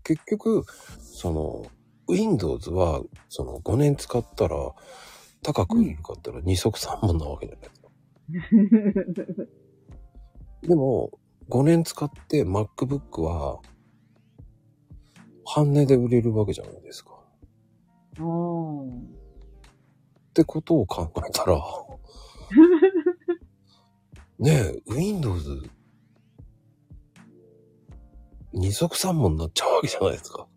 [SPEAKER 1] 結局、その、Windows は、その5年使ったら、高く売れるかって言ったら2足3本なわけじゃないですか。でも、5年使って MacBook は、半値で売れるわけじゃないですか。
[SPEAKER 3] うん。
[SPEAKER 1] ってことを考えたら、ねえ、Windows、二足三本になっちゃうわけじゃないですか。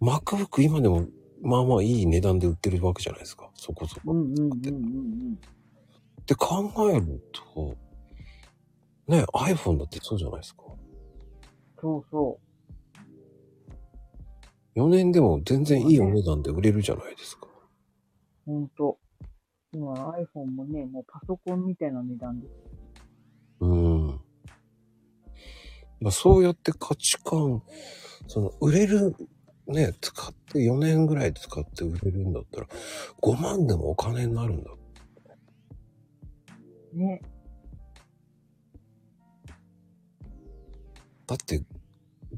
[SPEAKER 1] MacBook 今でも、まあまあいい値段で売ってるわけじゃないですか。そこそこ。
[SPEAKER 3] うんうんうんうんうん。
[SPEAKER 1] って考えると、ねえ、iPhone だってそうじゃないですか。
[SPEAKER 3] そうそ
[SPEAKER 1] 4年でも全然いいお値段で売れるじゃないですか。
[SPEAKER 3] う。ほんと。今 iPhone もね、もうパソコンみたいな値段で。
[SPEAKER 1] うん。まあ、そうやって価値観、その、売れる、ね、使って、4年ぐらい使って売れるんだったら、5万でもお金になるんだ。
[SPEAKER 3] ね。
[SPEAKER 1] だって、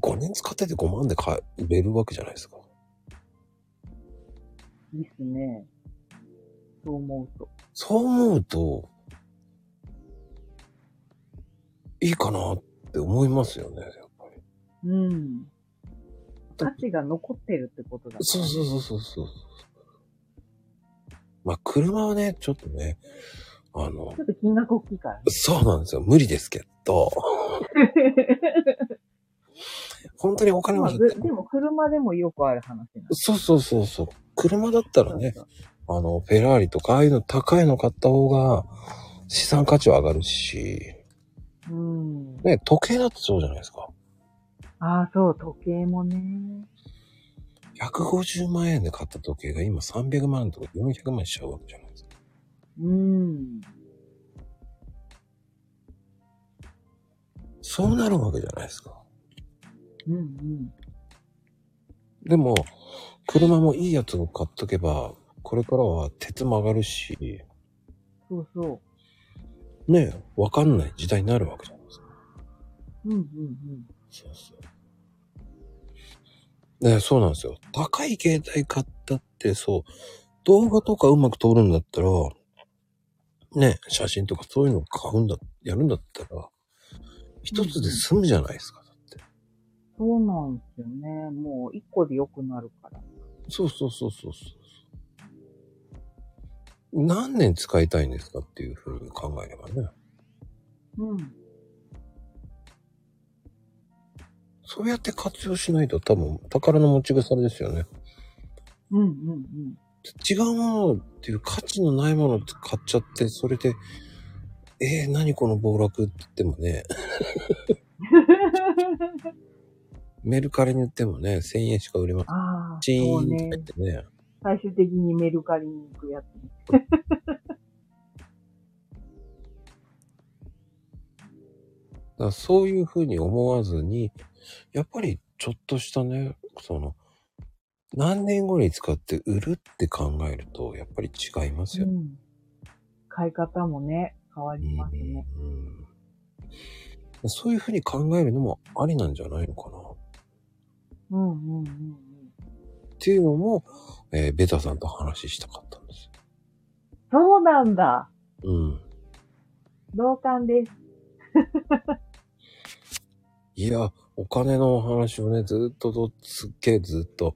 [SPEAKER 1] 5年使ってて5万で買え売れるわけじゃないですか。
[SPEAKER 3] いいっすね。そう思うと。
[SPEAKER 1] そう思うと、いいかなって思いますよね、やっぱり。
[SPEAKER 3] うん。価値が残ってるってことだ。
[SPEAKER 1] そうそうそうそうそう。まあ、車はね、ちょっとね、あの
[SPEAKER 3] ち、ょっと金額大きいからね。
[SPEAKER 1] そうなんですよ。無理ですけど、本当にお金
[SPEAKER 3] ま
[SPEAKER 1] は
[SPEAKER 3] あ、 ででも車でもよくある話なんです。
[SPEAKER 1] そうそうそうそう。車だったらね、あの、フェラーリとか、ああいうの高いの買った方が、資産価値は上がるし、
[SPEAKER 3] うん。
[SPEAKER 1] ね、時計だってそうじゃないですか。
[SPEAKER 3] ああ、そう、時計もね。
[SPEAKER 1] 150万円で買った時計が今300万とか400万しちゃうわけじゃないですか。
[SPEAKER 3] うん。
[SPEAKER 1] そうなるわけじゃないですか。
[SPEAKER 3] うんうん。
[SPEAKER 1] でも、車もいいやつを買っとけば、これからは鉄も上がるし、
[SPEAKER 3] そうそ
[SPEAKER 1] ね、わかんない時代になるわけじゃないですか。
[SPEAKER 3] う。うんうん
[SPEAKER 1] そうそう。ね、そうなんですよ。高い携帯買ったって、そう、動画とかうまく撮るんだったら、ね、写真とかそういうのを買うんだ、やるんだったら、一つで済むじゃないですか、だって。
[SPEAKER 3] うん。そうなんですよね。もう一個で良くなるから。
[SPEAKER 1] そうそうそうそうそう。何年使いたいんですかっていうふうに考えればね。
[SPEAKER 3] うん。
[SPEAKER 1] そうやって活用しないと多分宝の持ち腐れですよね。
[SPEAKER 3] うんうん
[SPEAKER 1] 違うものっていう価値のないものを買っちゃって、それで、えー、何この暴落って言ってもね、
[SPEAKER 3] うん。
[SPEAKER 1] メルカリに売ってもね、1000円しか売れません。
[SPEAKER 3] ああ、
[SPEAKER 1] チ
[SPEAKER 3] そ
[SPEAKER 1] ー
[SPEAKER 3] う
[SPEAKER 1] ンって
[SPEAKER 3] ね
[SPEAKER 1] 入っ。てね。
[SPEAKER 3] 最終的にメルカリに行くやつね。
[SPEAKER 1] だからそういうふうに思わずに、やっぱりちょっとしたね、その、何年後に使って売るって考えると、やっぱり違いますよ
[SPEAKER 3] う。ん。買い方もね、変わりますね。
[SPEAKER 1] うんそういうふうに考えるのもありなんじゃないのかなっ
[SPEAKER 3] うんうんうんうん。
[SPEAKER 1] てっていうのも、えーベタさんと話したかったんです。
[SPEAKER 3] そうなんだ。
[SPEAKER 1] うん。
[SPEAKER 3] 同感です。
[SPEAKER 1] いや、お金のお話をね、ずっとど、すっげえずっと、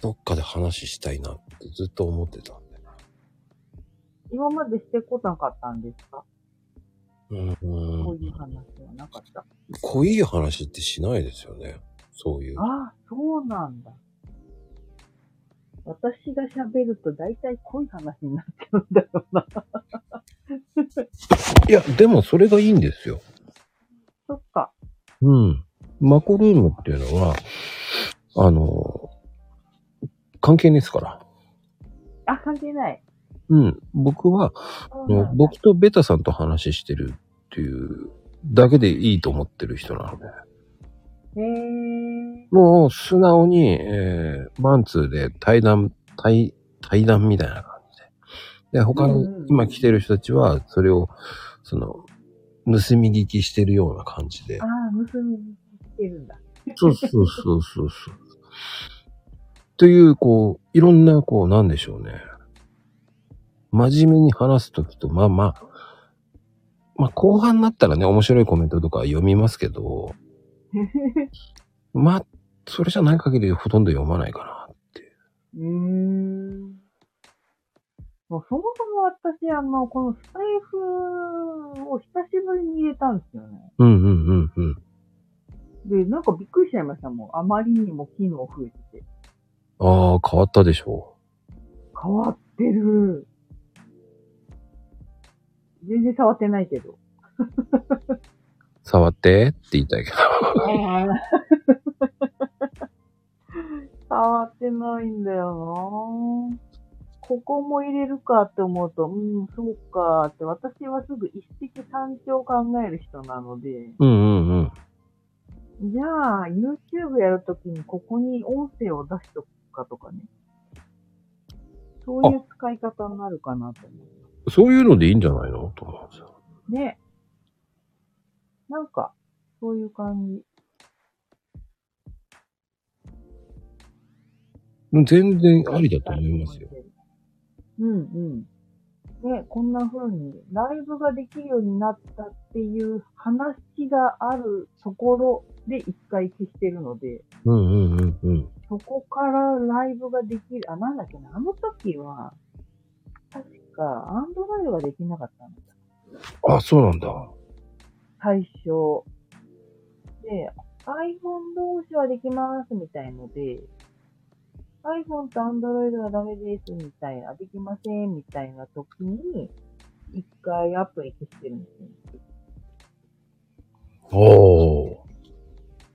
[SPEAKER 1] どっかで話したいなってずっと思ってたんで。
[SPEAKER 3] 今までしてこなかったんですか
[SPEAKER 1] うん
[SPEAKER 3] こういう話はなかった。
[SPEAKER 1] 濃い話ってしないですよね。そういう。
[SPEAKER 3] ああ、そうなんだ。私が喋ると大体濃い話になっちゃうんだろうな。
[SPEAKER 1] いや、でもそれがいいんですよ。
[SPEAKER 3] そっか。
[SPEAKER 1] うん。マコルームっていうのは、あの、関係ないですから。
[SPEAKER 3] あ、関係ない。
[SPEAKER 1] うん。僕は、
[SPEAKER 3] そう
[SPEAKER 1] も
[SPEAKER 3] な
[SPEAKER 1] うん
[SPEAKER 3] だ
[SPEAKER 1] 僕とベタさんと話してるっていうだけでいいと思ってる人なので。
[SPEAKER 3] へえ。
[SPEAKER 1] もう素直に、えー、マンツーで対談、対、対談みたいな感じで。で、他
[SPEAKER 3] う
[SPEAKER 1] に
[SPEAKER 3] んうん
[SPEAKER 1] 今来てる人たちは、それを、その、盗み聞きしてるような感じで
[SPEAKER 3] あ。あ、結びしてるんだ。
[SPEAKER 1] そうそうそうそうそう。という、こう、いろんな、こう、なんでしょうね。真面目に話すときと、まあまあ、まあ後半になったらね、面白いコメントとか読みますけど、まあ、それじゃない限りほとんど読まないかな。
[SPEAKER 3] うーん。もうそもそも私、あの、このスタイフを久しぶりに入れたんですよね。
[SPEAKER 1] うんうんうんうん。
[SPEAKER 3] で、なんかびっくりしちゃいましたもん。あまりにも機能増えてて。
[SPEAKER 1] ああ、変わったでしょ
[SPEAKER 3] 変わってる。全然触ってないけど。
[SPEAKER 1] う。触ってって言いたいけど。
[SPEAKER 3] 触ってないんだよなここも入れるかって思うと、うん、そうかって、私はすぐ一石三鳥考える人なので、
[SPEAKER 1] うんうんうん。
[SPEAKER 3] じゃあ、YouTube やるときにここに音声を出しとくかとかね。そういう使い方になるかなと思
[SPEAKER 1] そういうのでいいんじゃないのと思うんですよ。
[SPEAKER 3] う。ね。なんか、そういう感じ。
[SPEAKER 1] 全然ありだと思いますよ。。
[SPEAKER 3] うんうん。ね、こんな風にライブができるようになったっていう話があるところで一回消してるので、
[SPEAKER 1] うんうんうんうん。
[SPEAKER 3] そこからライブができる、あ、なんだっけな、あの時は、確かアンドロイドができなかったんだ。
[SPEAKER 1] あ、そうなんだ。
[SPEAKER 3] 最初。で、iPhone 同士はできますみたいので、iPhone と Android はダメですみたいな、できませんみたいな時に、一回アプリ消してるんですよ。
[SPEAKER 1] おー。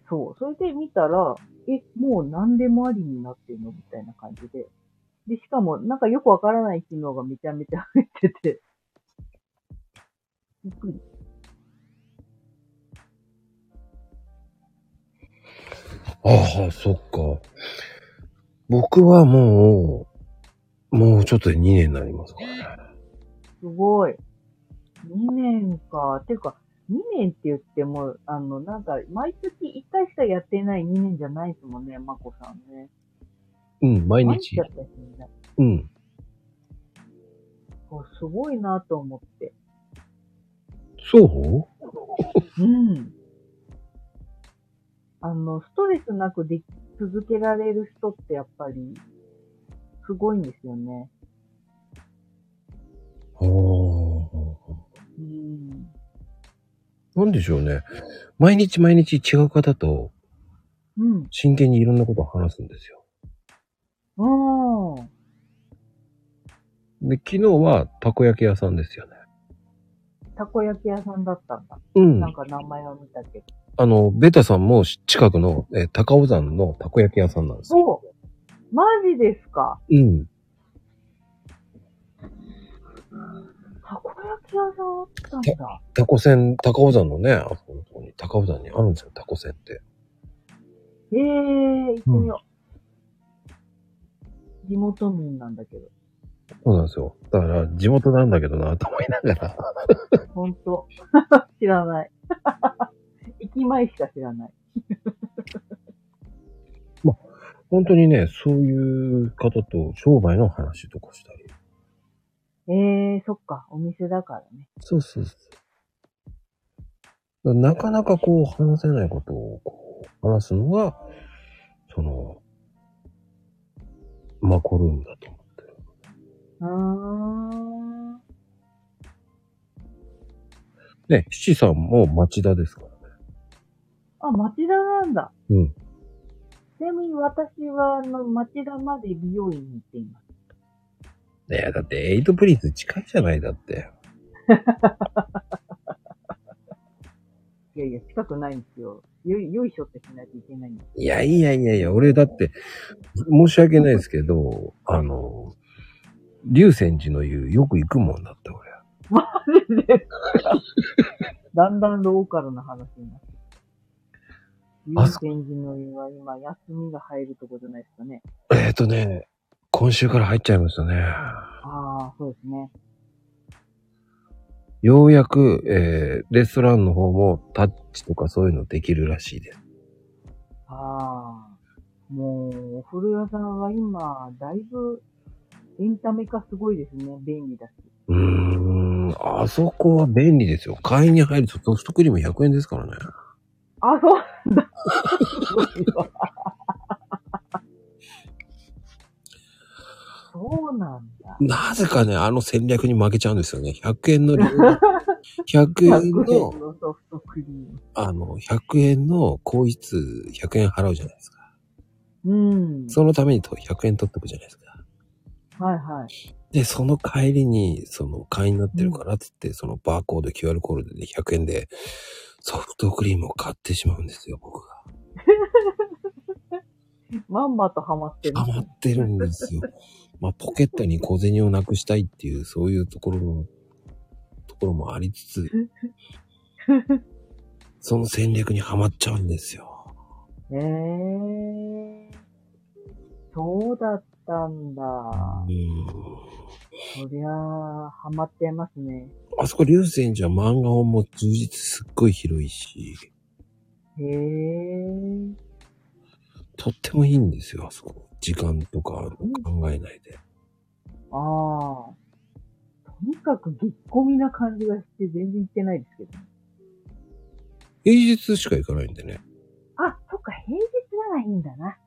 [SPEAKER 3] そう。それで見たら、え、もう何でもありになってるのみたいな感じで。で、しかも、なんかよくわからない機能がめちゃめちゃ入ってて。びっくり。
[SPEAKER 1] ああ、そっか。僕はもう、もうちょっとで2年になりますからね。
[SPEAKER 3] すごい。2年か。ていうか、2年って言っても、あの、なんか、毎月1回しかやってない2年じゃないですもんね、まこさんね。
[SPEAKER 1] うん、毎
[SPEAKER 3] 毎
[SPEAKER 1] 日
[SPEAKER 3] 日や。ったですよね。
[SPEAKER 1] うん。
[SPEAKER 3] こうすごいなと思って。
[SPEAKER 1] そ
[SPEAKER 3] うん。あの、ストレスなくでき続けられる人ってやっぱり、すごいんですよね。
[SPEAKER 1] うあ
[SPEAKER 3] うん。
[SPEAKER 1] あ。なんでしょうね。毎日毎日違う方と
[SPEAKER 3] うん。
[SPEAKER 1] 真剣にいろんなことを話すんですよ。
[SPEAKER 3] ああ。
[SPEAKER 1] で、昨日はたこ焼き屋さんですよね。
[SPEAKER 3] たこ焼き屋さんだったんだ。
[SPEAKER 1] うん
[SPEAKER 3] なん。か名前を見たけど。
[SPEAKER 1] あの、ベタさんも近くの、えー高尾山のたこ焼き屋さんなんですよ。
[SPEAKER 3] そう。マジですか。
[SPEAKER 1] うん。
[SPEAKER 3] たこ焼き屋さんあったんだ。
[SPEAKER 1] たこ船、高尾山のね、あそこのとこに、高尾山にあるんですよ、たこ船って。
[SPEAKER 3] ええー、行ってみよう。地元民なんだけど。
[SPEAKER 1] そうなんですよ。だから、地元なんだけどな、と思いながら。
[SPEAKER 3] ほんと。 知らない。 駅前しか知らない。
[SPEAKER 1] 本当にね、そういう方と商売の話とかしたり。
[SPEAKER 3] えー、そっか、お店だからね。
[SPEAKER 1] そうそうそう。なかなかこう話せないことをこう話すのが、その、マコルームだと思ってる。
[SPEAKER 3] うーん。
[SPEAKER 1] ね、七さんも町田ですからね。
[SPEAKER 3] あ、町田なんだ。
[SPEAKER 1] うん。
[SPEAKER 3] ちなみに私は、あの、町田まで美容院に行っています。
[SPEAKER 1] ねえだってエイトプリンス近いじゃないだって。
[SPEAKER 3] いやいや、近くないんですよ。よい、よいしょってしないといけないんです。
[SPEAKER 1] いやいやいやいや、俺だって、申し訳ないですけど、あの、竜泉寺の湯よく行くもんだって俺。
[SPEAKER 3] だんだんローカルな話になって。
[SPEAKER 1] あ
[SPEAKER 3] 優
[SPEAKER 1] そ
[SPEAKER 3] 先寺の湯は今、休みが入るとこじゃないですかね。
[SPEAKER 1] えっ、ー、とね、今週から入っちゃいましたね。
[SPEAKER 3] ああ、そうですね。
[SPEAKER 1] ようやく、えー、レストランの方もタッチとかそういうのできるらしいです。
[SPEAKER 3] ああ、もう、お風呂屋さんは今、だいぶ、エンタメ化すごいですね。便利だし。
[SPEAKER 1] うーん、あそこは便利ですよ。会員に入るとソフトクリーム100円ですからね。
[SPEAKER 3] あ、そう なんだ。すごいわ。そうなんだ。
[SPEAKER 1] なぜかね、あの戦略に負けちゃうんですよね。100円の料理、100円
[SPEAKER 3] 100
[SPEAKER 1] の
[SPEAKER 3] 円、のソフトクリーム。
[SPEAKER 1] あの、100円の硬質100円払うじゃないですか。
[SPEAKER 3] うん。
[SPEAKER 1] そのためにと100円取っとくじゃないですか。
[SPEAKER 3] はいはい。
[SPEAKER 1] で、その帰りに、その会員になってるからっつって、そのバーコード、QR コードで100円でソフトクリームを買ってしまうんですよ、僕が。
[SPEAKER 3] まんまとハマってる。
[SPEAKER 1] 余ってるんですよ。 まあ、ポケットに小銭をなくしたいっていう、そういうところの、ところもありつ つ、その戦略にはまっちゃうんですよ。
[SPEAKER 3] ええー。そうだったんだ。
[SPEAKER 1] うん。
[SPEAKER 3] そりゃあ、ハマってますね。
[SPEAKER 1] あそこ、流星寺は漫画本も充実すっごい広いし、
[SPEAKER 3] へえー。
[SPEAKER 1] とってもいいんですよ、あそこ。時間とか考えないで。
[SPEAKER 3] ああ。とにかくぎっこみな感じがして全然行ってないですけどね。
[SPEAKER 1] 平日しか行かないんでね。
[SPEAKER 3] あ、そっか、平日ならいいんだな。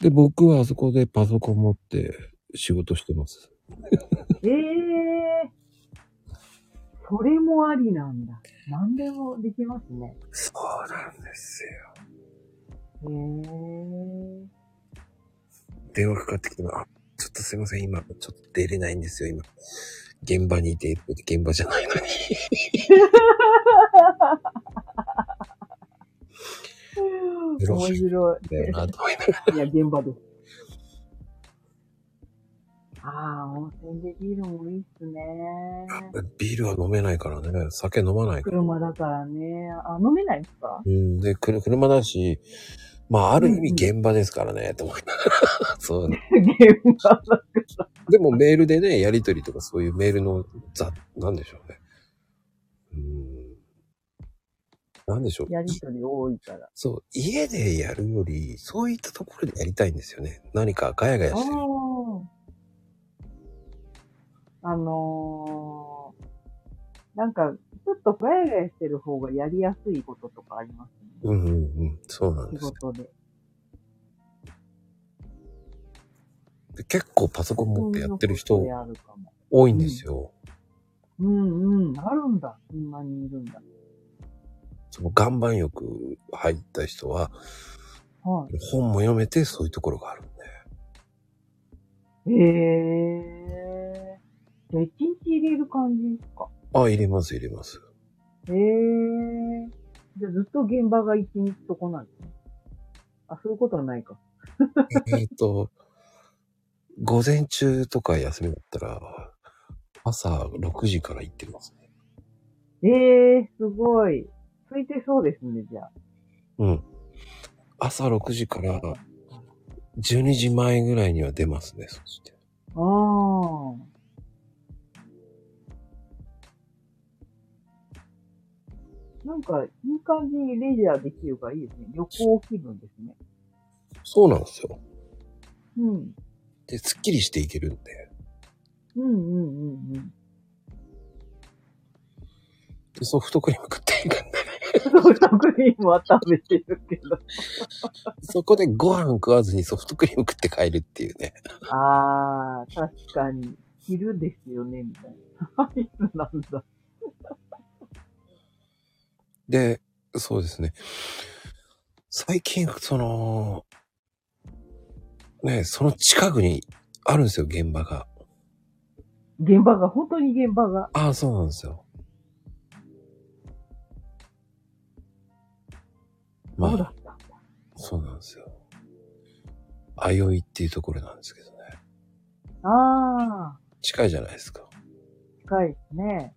[SPEAKER 1] で、僕はあそこでパソコン持って仕事してます。
[SPEAKER 3] ええそれもありなんだ。何でもできますね。
[SPEAKER 1] そうなんですよ。
[SPEAKER 3] へえー。
[SPEAKER 1] 電話かかってきても、あ、ちょっとすいません、今、ちょっと出れないんですよ、今。現場にいて、現場じゃないのに。白い
[SPEAKER 3] 面白い。
[SPEAKER 1] だよな、と思いながら。
[SPEAKER 3] いや、現場です。ああ、温泉でビールもいいっすね。
[SPEAKER 1] ビールは飲めないからね、酒飲まないから。
[SPEAKER 3] 車だからね。あ、飲めないんですか
[SPEAKER 1] うん、で、くる車だし、まあ、ある意味
[SPEAKER 3] うんう
[SPEAKER 1] 現場ですからね、と思いながら。 そうね。
[SPEAKER 3] 現場だ
[SPEAKER 1] でもメールでね、やりとりとかそういうメールのざ、なんでしょうね。うーん。なんでしょう。
[SPEAKER 3] やりとり多いから。
[SPEAKER 1] そう、家でやるより、そういったところでやりたいんですよね。何かガヤガヤ
[SPEAKER 3] あ
[SPEAKER 1] してる。
[SPEAKER 3] あ。あのー、なんか、ちょっとガヤガヤしてる方がやりやすいこととかありますね。
[SPEAKER 1] うんうんうん。そうなん
[SPEAKER 3] 仕
[SPEAKER 1] ですよ。
[SPEAKER 3] 事で。
[SPEAKER 1] で結構パソコン持ってやってる
[SPEAKER 3] そ
[SPEAKER 1] 人
[SPEAKER 3] ういうことであるかも。
[SPEAKER 1] 多いんですよ。
[SPEAKER 3] うんうん、あるんだ。そんなにいるんだ。
[SPEAKER 1] その岩盤浴入った人は、
[SPEAKER 3] は
[SPEAKER 1] 本も読めてそういうところがあるんで。
[SPEAKER 3] い。へえ。じゃあ、一日入れる感じですか
[SPEAKER 1] あ、入れます入れます。
[SPEAKER 3] へえ。じゃあ、ずっと現場が一日そこなんですね。あ、そういうことはないか。
[SPEAKER 1] えっと、午前中とか休みだったら、朝6時から行ってますね。
[SPEAKER 3] ええ、すごい。ついてそうですね、じゃあ。
[SPEAKER 1] うん。朝6時から12時前ぐらいには出ますね、そして。
[SPEAKER 3] ああ。なんか、いい感じにレジャーできるからいいですね。旅行気分ですね。
[SPEAKER 1] そうなんですよ。
[SPEAKER 3] うん。
[SPEAKER 1] で、スッキリしていけるんで。
[SPEAKER 3] うんうんうん うん。
[SPEAKER 1] でソフトクリーム食っていくんで。
[SPEAKER 3] ソフトクリームは食べてるけど。
[SPEAKER 1] そこでご飯食わずにソフトクリーム食って帰るっていうね。
[SPEAKER 3] あー、確かに。昼ですよね、みたいな。いつなん だ。
[SPEAKER 1] で、そうですね。最近、その、ね、その近くにあるんですよ、現場が。
[SPEAKER 3] 現場が、本当に現場が。
[SPEAKER 1] ああ、そうなんですよ。ま
[SPEAKER 3] そうだ
[SPEAKER 1] あ、
[SPEAKER 3] った。
[SPEAKER 1] そうなんですよ。あよいっていうところなんですけどね。
[SPEAKER 3] あ
[SPEAKER 1] 近いじゃないですか。だか
[SPEAKER 3] ー、近いですね。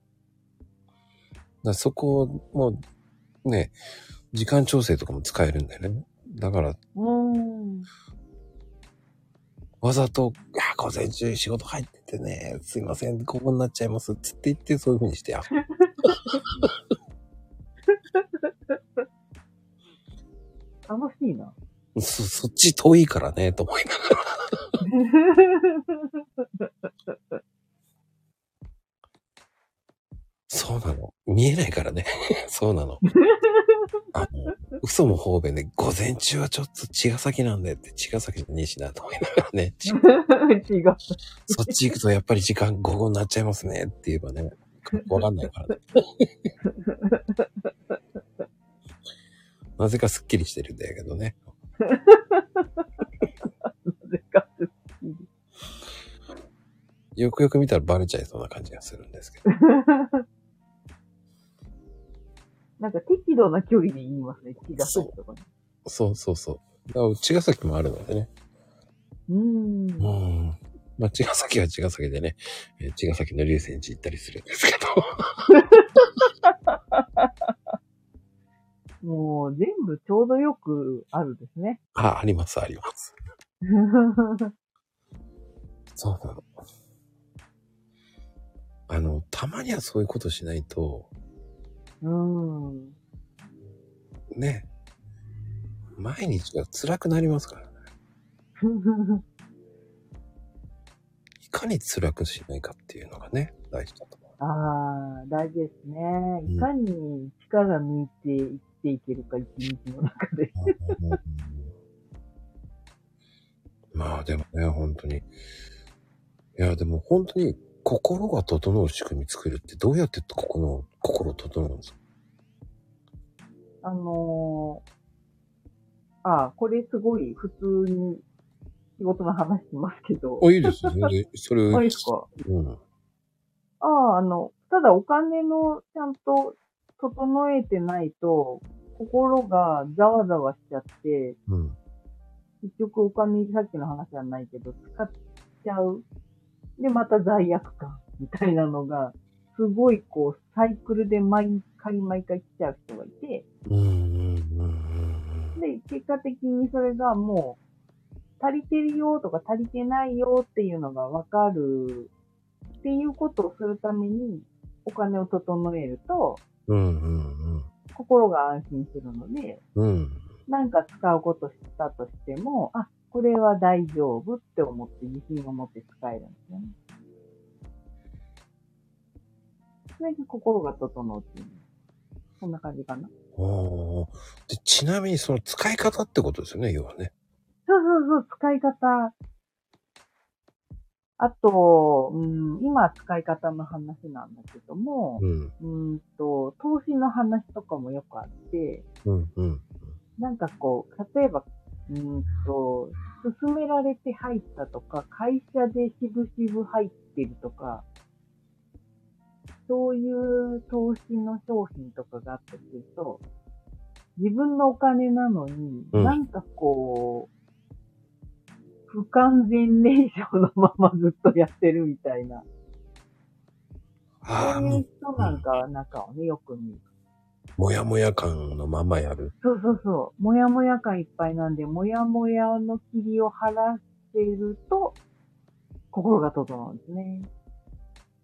[SPEAKER 1] らそこも、ね、時間調整とかも使えるんだよね。だから、
[SPEAKER 3] うーん。
[SPEAKER 1] わざと、いや、午前中仕事入っててね、すいません、午後になっちゃいます、つって言って、そういう風にして、あ
[SPEAKER 3] 楽しいな。
[SPEAKER 1] そ、そっち遠いからね、と思いながら。そうなの。見えないからね。 そうなの。あの、嘘も方便で、午前中はちょっと茅ヶ崎なんでって、茅ヶ崎じゃねえしな、と思いながらね。ち
[SPEAKER 3] 違う。
[SPEAKER 1] そっち行くとやっぱり時間午後になっちゃいますねって言えばね、わかんないからね。なぜかスッキリしてるんだけどね。
[SPEAKER 3] でかく
[SPEAKER 1] よくよく見たらバレちゃいそうな感じがするんですけど。
[SPEAKER 3] なんか適度な距離で言いますね、気がするとかね。
[SPEAKER 1] そうそうそう。だから茅ヶ崎もあるのでね。
[SPEAKER 3] うーん。
[SPEAKER 1] う
[SPEAKER 3] は
[SPEAKER 1] ん。まあ、茅ヶ崎は茅ヶ崎でね、えー茅ヶ崎の流泉寺行ったりするんですけど。
[SPEAKER 3] いもう全部ちょうどよくあるですね。
[SPEAKER 1] あ、あります、あります。そうなの。あの、たまにはそういうことしないと、
[SPEAKER 3] うーん。
[SPEAKER 1] ね、毎日が辛くなりますからね。いかに辛くしないかっていうのがね、大事だと思う。
[SPEAKER 3] ああ、大事ですね。いかに力抜いて生きていけるか、一日の中で。
[SPEAKER 1] まあでもね、本当に。いや、でも本当に心が整う仕組み作るってどうやってここの心整うんですか
[SPEAKER 3] あのー、ああ、これすごい普通に仕事の話しますけど。
[SPEAKER 1] あ、いいですね。全然それ、
[SPEAKER 3] あいいですか
[SPEAKER 1] うん。
[SPEAKER 3] ああ、あの、ただお金のちゃんと整えてないと、心がざわざわしちゃって、
[SPEAKER 1] うん。
[SPEAKER 3] 結局お金、さっきの話じゃないけど、使っちゃう。で、また罪悪感みたいなのが、すごいこう、サイクルで毎回毎回来ちゃう人がいて、
[SPEAKER 1] うんうんうんうん
[SPEAKER 3] で、結果的にそれがもう、足りてるよとか足りてないよっていうのがわかるっていうことをするために、お金を整えると、
[SPEAKER 1] うん。うんうん
[SPEAKER 3] 心が安心するので、
[SPEAKER 1] うん。うん。
[SPEAKER 3] なんか使うことしたとしても、あ、これは大丈夫って思って自信を持って使えるんですよね。それで心が整うっていう。そんな感じかな。
[SPEAKER 1] おーでちなみにその使い方ってことですよね、要はね。
[SPEAKER 3] そうそうそう、使い方。あと、うん、今使い方の話なんだけども、
[SPEAKER 1] うん。
[SPEAKER 3] うんと、投資の話とかもよくあって、
[SPEAKER 1] うんうん。
[SPEAKER 3] なんかこう、例えば、うーんと、勧められて入ったとか、会社でしぶしぶ入ってるとか、そういう投資の商品とかがあったりすると、自分のお金なのに、
[SPEAKER 1] うん
[SPEAKER 3] なんかこう、不完全燃焼のままずっとやってるみたいな、
[SPEAKER 1] ああ、
[SPEAKER 3] そう
[SPEAKER 1] も
[SPEAKER 3] いうう、人なんかは中をね、よく見る。
[SPEAKER 1] もやもや感のままやる。
[SPEAKER 3] そうそうそう。もやもや感いっぱいなんで、もやもやの霧を晴らしていると、心が整うんですね。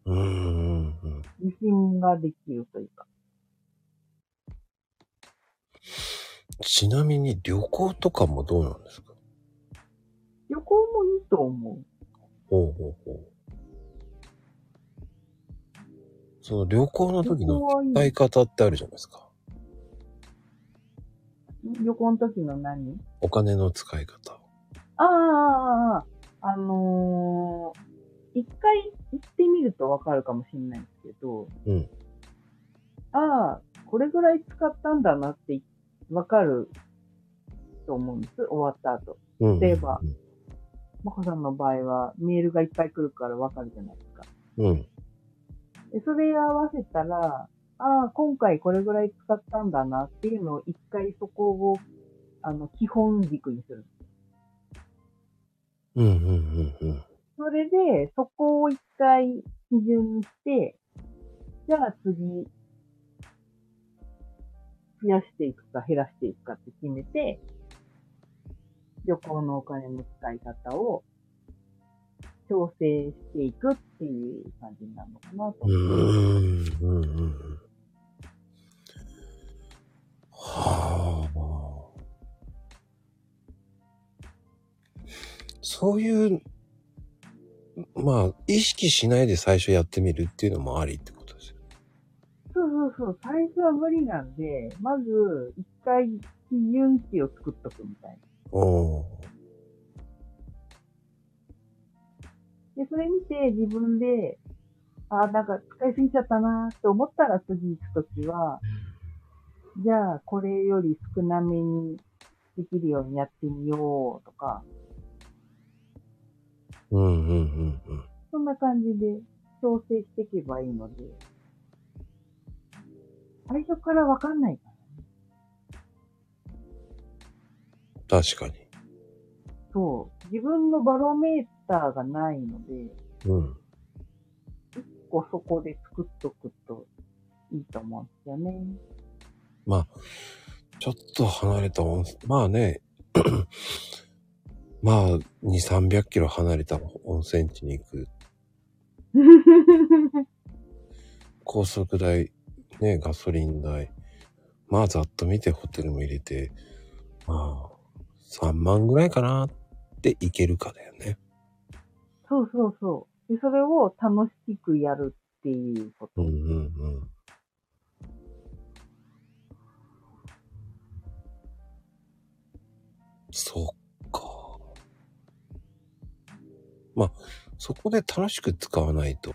[SPEAKER 1] うんうんうん。
[SPEAKER 3] 自信ができるというか。
[SPEAKER 1] ちなみに旅行とかもどうなんですか
[SPEAKER 3] 旅行もいいと思う。
[SPEAKER 1] ほうほうほう。その旅行の時
[SPEAKER 3] 旅行は
[SPEAKER 1] の
[SPEAKER 3] いい
[SPEAKER 1] 使い方ってあるじゃないですか。
[SPEAKER 3] 旅行の時の何
[SPEAKER 1] お金の使い方。
[SPEAKER 3] ああ、あのー、一回行ってみるとわかるかもしれないんですけど、
[SPEAKER 1] うん
[SPEAKER 3] ああ、これぐらい使ったんだなってわかると思うんです、終わった後。
[SPEAKER 1] うんうん。
[SPEAKER 3] 例えばまこさんの場合はメールがいっぱい来るからわかるじゃないですか。
[SPEAKER 1] うん。
[SPEAKER 3] でそれ合わせたら、ああ、今回これぐらい使ったんだなっていうのを一回そこを、あの、基本軸にする。
[SPEAKER 1] うんうんうんうん。
[SPEAKER 3] それで、そこを一回基準にして、じゃあ次、増やしていくか減らしていくかって決めて、旅行のお金の使い方を調整していくっていう感じになるのかなと
[SPEAKER 1] う。ーん。うんうんうん。はあ。そういう、まあ、意識しないで最初やってみるっていうのもありってことですよ。
[SPEAKER 3] そうそうそう、最初は無理なんで、まず一回基準値を作っとくみたいな。
[SPEAKER 1] おー
[SPEAKER 3] で、それ見て自分で、あーなんか使いすぎちゃったなーと思ったら次行くときは、じゃあこれより少なめにできるようにやってみようとか、
[SPEAKER 1] うんうんうんうん。
[SPEAKER 3] そんな感じで調整していけばいいので、最初からわかんないから。
[SPEAKER 1] 確かに。
[SPEAKER 3] そう。自分のバロメーターがないので、
[SPEAKER 1] うん。
[SPEAKER 3] こうそこで作っとくといいと思うんですよね。
[SPEAKER 1] まあ、ちょっと離れた温泉、まあね、 まあ、2、300キロ離れた温泉地に行く、高速代、ね、ガソリン代、まあ、ざっと見てホテルも入れて、まあ、3万ぐらいかなって行けるかだよね。
[SPEAKER 3] そうそうそう。で、それを楽しくやるっていうこ
[SPEAKER 1] う
[SPEAKER 3] と。
[SPEAKER 1] んうんうん。そっか。まあ、そこで楽しく使わないと、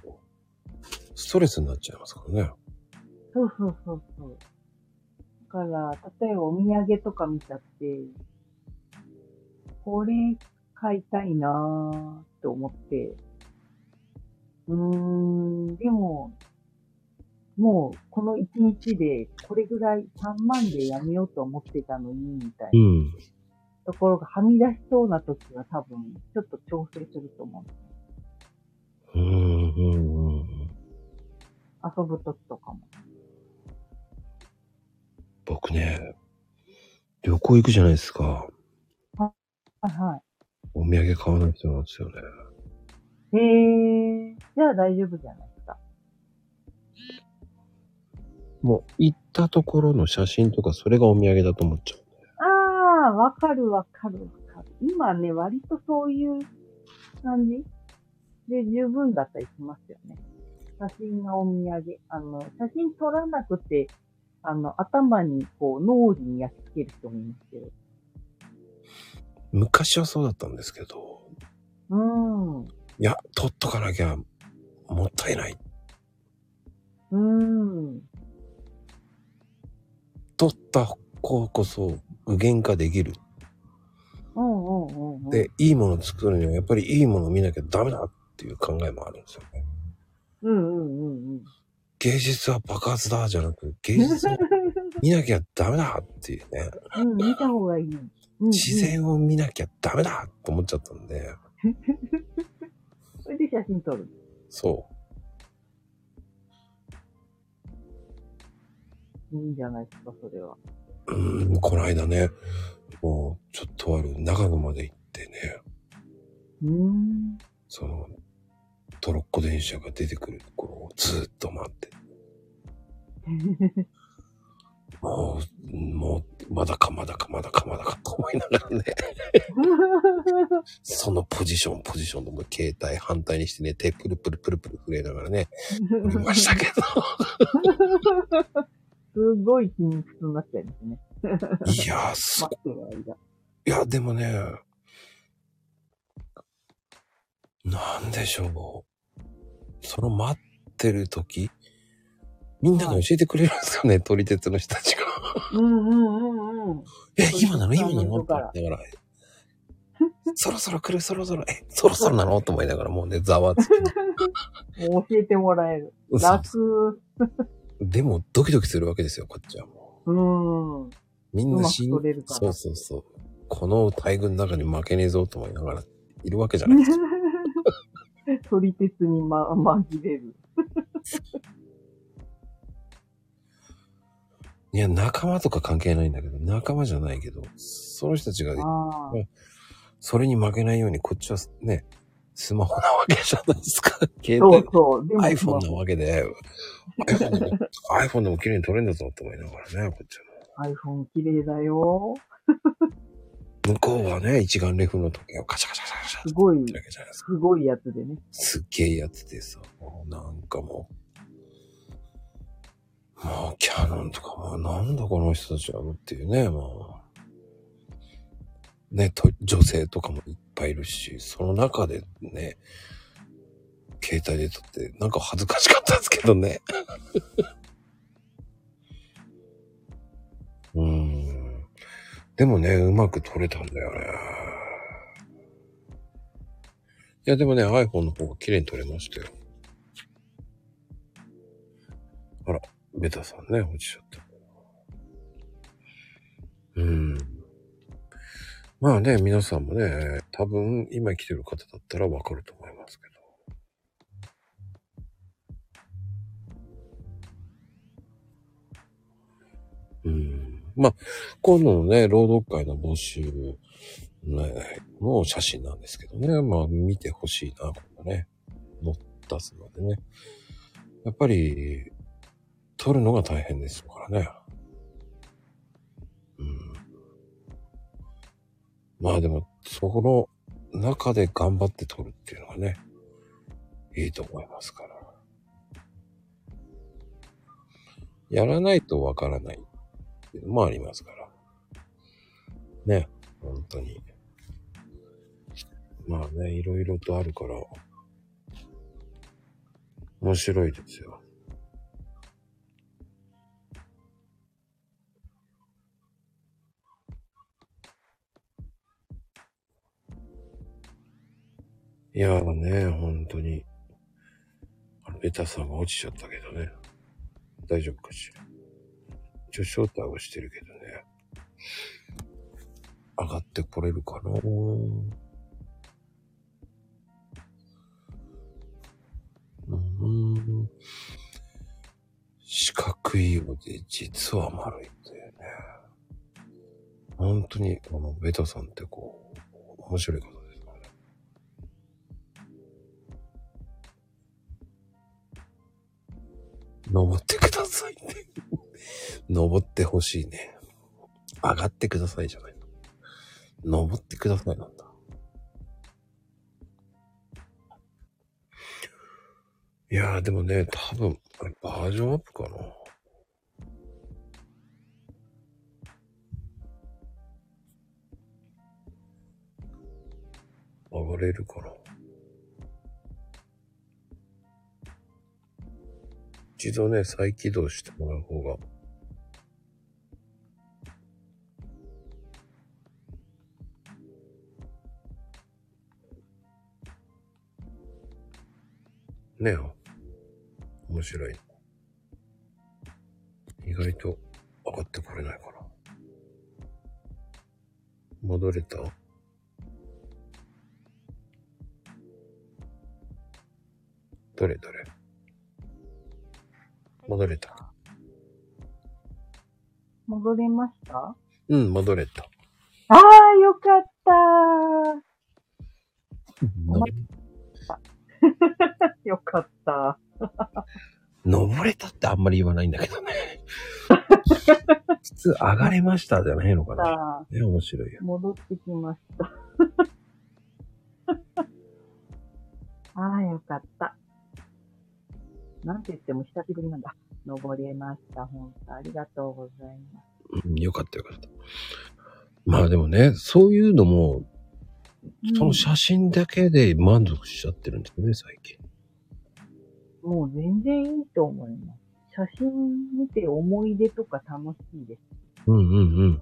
[SPEAKER 1] ストレスになっちゃいますからね。。
[SPEAKER 3] そうそうそうそう。だから、例えばお土産とか見ちゃって、これ買いたいなーって思って、うーん、でも、もうこの1日でこれぐらい3万でやめようと思ってたのに、みたいなんところがはみ出しそうな時は多分ちょっと調整すると思う。
[SPEAKER 1] うんうんうんうん。
[SPEAKER 3] 遊ぶ時とかも。
[SPEAKER 1] 僕ね、旅行行くじゃないですか。
[SPEAKER 3] はいはい。
[SPEAKER 1] お土産買わない人なんですよね。
[SPEAKER 3] へえ、じゃあ大丈夫じゃないですか。
[SPEAKER 1] もう、行ったところの写真とか、それがお土産だと思っちゃう。
[SPEAKER 3] ああ、わかるわかるわかる。今ね、割とそういう感じで十分だったりしますよね。写真がお土産。あの、写真撮らなくて、あの、頭にこう、脳裏に焼き付ける人もいますけど。
[SPEAKER 1] 昔はそうだったんですけど、
[SPEAKER 3] うん。う
[SPEAKER 1] いや、取っとかなきゃ、もったいない。
[SPEAKER 3] ん。
[SPEAKER 1] 取った子こそ、具現化できる。
[SPEAKER 3] うんうんうん、うん。
[SPEAKER 1] で、いいもの作るには、やっぱりいいもの見なきゃダメだっていう考えもあるんですよね。
[SPEAKER 3] うんうんうんうん。
[SPEAKER 1] 芸術は爆発だ、じゃなく、芸術を見なきゃダメだっていうね。
[SPEAKER 3] うん、見た方がいい。うんうん
[SPEAKER 1] 自然を見なきゃダメだと思っちゃったんで、
[SPEAKER 3] それで写真撮る。
[SPEAKER 1] そう。
[SPEAKER 3] いいんじゃないですか、それは。
[SPEAKER 1] うん、この間ね、もう、ちょっとある長野まで行ってね、
[SPEAKER 3] うーん。
[SPEAKER 1] その、トロッコ電車が出てくるところをずーっと待って、もう、もう、まだかまだかまだかまだかと思いながらね、そのポジション、ポジションでもう携帯反対にしてね、手プルプルプルプル震えながらね、おりましたけ
[SPEAKER 3] すごい筋肉痛になっちゃいますね。
[SPEAKER 1] ど。いやー、す
[SPEAKER 3] 待ってる
[SPEAKER 1] い
[SPEAKER 3] 間。
[SPEAKER 1] や、でもね、なんでしょう。その待ってる時、みんなが教えてくれるんですよね、撮り鉄の人たちが。
[SPEAKER 3] うんうんうんうん。
[SPEAKER 1] え、
[SPEAKER 3] そう
[SPEAKER 1] 今なの今なの
[SPEAKER 3] そう
[SPEAKER 1] って言いながら、え そろそろ来る、そろそろ、え、そろそろなのと思いながら、もうね、ざ わつき。
[SPEAKER 3] もう教えてもらえる。
[SPEAKER 1] 嘘
[SPEAKER 3] 楽。
[SPEAKER 1] でも、ドキドキするわけですよ、こっちはも
[SPEAKER 3] うん。
[SPEAKER 1] う。みん
[SPEAKER 3] う
[SPEAKER 1] な
[SPEAKER 3] まく
[SPEAKER 1] しん
[SPEAKER 3] 撮れるかな
[SPEAKER 1] そうそうそう。この大群の中に負けねえぞと思いながら、いるわけじゃないですか。
[SPEAKER 3] 撮り鉄に、ま、紛れる。
[SPEAKER 1] いや、仲間とか関係ないんだけど、仲間じゃないけど、その人たちが、
[SPEAKER 3] ああ。
[SPEAKER 1] それに負けないように、こっちはね、スマホなわけじゃないですか。携
[SPEAKER 3] そ
[SPEAKER 1] 帯
[SPEAKER 3] う、そう。で
[SPEAKER 1] iPhone なわけで、iPhone でも iPhone でも綺麗に撮れんだぞと思いながらね、こっちは。
[SPEAKER 3] iPhone 綺麗だよ。
[SPEAKER 1] 向こうはね、一眼レフの時計をカシャカシャカシャカシャって
[SPEAKER 3] すごい
[SPEAKER 1] やってるわけじゃないですか。
[SPEAKER 3] すごいやつでね。
[SPEAKER 1] すっげえやつでさ、もうなんかもう、もうキャノンとかもうなんだこの人たちはっていうね、もう。ね、と女性とかもいっぱいいるし、その中でね、携帯で撮って、なんか恥ずかしかったですけどね。 うーん。でもね、うまく撮れたんだよね。いや、でもね、iPhone の方が綺麗に撮れましたよ。あら、ベタさんね、落ちちゃった。うん。まあね、皆さんもね、多分今来てる方だったらわかると思いますけど。うん。まあ、今度のね、朗読会の募集ね、の写真なんですけどね。まあ、見てほしいな、これね。乗ったすまでね。やっぱり、撮るのが大変ですからね。うん。まあでも、そこの中で頑張って撮るっていうのがね、いいと思いますから。やらないとわからないっていうのもありますから。ね、本当に。まあね、いろいろとあるから、面白いですよ。いやーね、本当に。あれ、ベタさんが落ちちゃったけどね。大丈夫かしら。一応招待をしてるけどね。上がってこれるかなうん。四角いようで実は丸いっていうね。本当に、このベタさんってこう、面白い方ですからね。登ってくださいね。登ってほしいね。上がってくださいじゃない。登ってくださいなんだ。いやーでもね、多分、あれバージョンアップかな。上がれるかな。一度ね、再起動してもらう方がねえ、面白い。意外と上がってこれないかな。戻れたどれどれ戻れた。
[SPEAKER 3] 戻れました
[SPEAKER 1] うん、戻れた。
[SPEAKER 3] ああ、よかったよかった。
[SPEAKER 1] 登れたってあんまり言わないんだけどね。普通、上がれましたじゃないのかな。
[SPEAKER 3] さあ、
[SPEAKER 1] ね、面白いよ。
[SPEAKER 3] 戻ってきました。 ああ、よかった。なんて言っても久しぶりなんだ。登れました。本当ありがとうございます。
[SPEAKER 1] うん、よかったよかった。まあでもね、そういうのも、その写真だけで満足しちゃってるんですよね、最近。
[SPEAKER 3] うんもう全然いいと思います。写真見て思い出とか楽しいです。
[SPEAKER 1] うんうんうん。
[SPEAKER 3] うん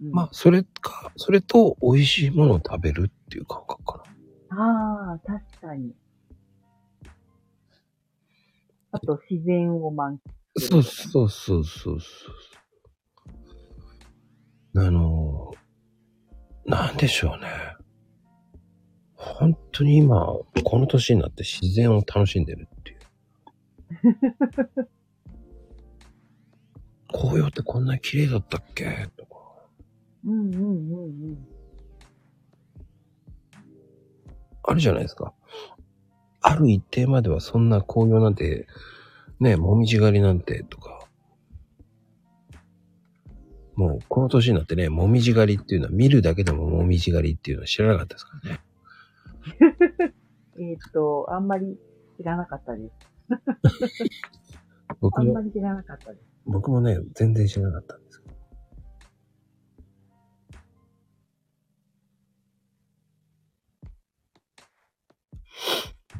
[SPEAKER 3] うん。
[SPEAKER 1] まあ、それか、それと美味しいものを食べるっていう感覚か
[SPEAKER 3] ああ、確かに。あと、自然を満
[SPEAKER 1] な。
[SPEAKER 3] 喫
[SPEAKER 1] そうそうそうそうそう。あの、なんでしょうね。本当に今、この年になって自然を楽しんでるって いう。紅葉ってこんなに綺麗だったっけとか。
[SPEAKER 3] うんうんうんうん。
[SPEAKER 1] あるじゃないですか。ある一定まではそんな紅葉なんて、ね、もみじ狩りなんてとか。もう、この年になってね、もみじ狩りっていうのは見るだけでももみじ狩りっていうのは知らなかったですからね。
[SPEAKER 3] えっ、と、あんまり知らなかったです。
[SPEAKER 1] 僕
[SPEAKER 3] あん
[SPEAKER 1] も、
[SPEAKER 3] まり知らなかったです。
[SPEAKER 1] 僕もね、全然知らなかったんですけど。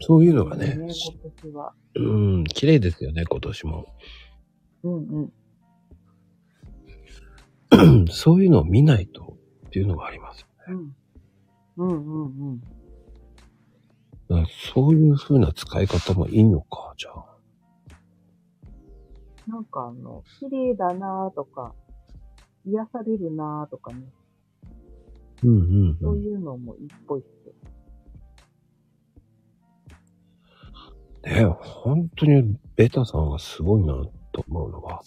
[SPEAKER 1] そういうのがね、
[SPEAKER 3] ね、今年は。
[SPEAKER 1] うん、綺麗ですよね、今年も。
[SPEAKER 3] うんうん。
[SPEAKER 1] うんそういうのを見ないとっていうのがあります。
[SPEAKER 3] うん。うんうんうん。
[SPEAKER 1] だからそういう風な使い方もいいのか、じゃあ。
[SPEAKER 3] なんかあの、綺麗だなーとか、癒されるなーとかね、
[SPEAKER 1] うんうん、
[SPEAKER 3] そういうのもいいっぽいっすよ。
[SPEAKER 1] ね本当にベタさんがすごいなと思うのは、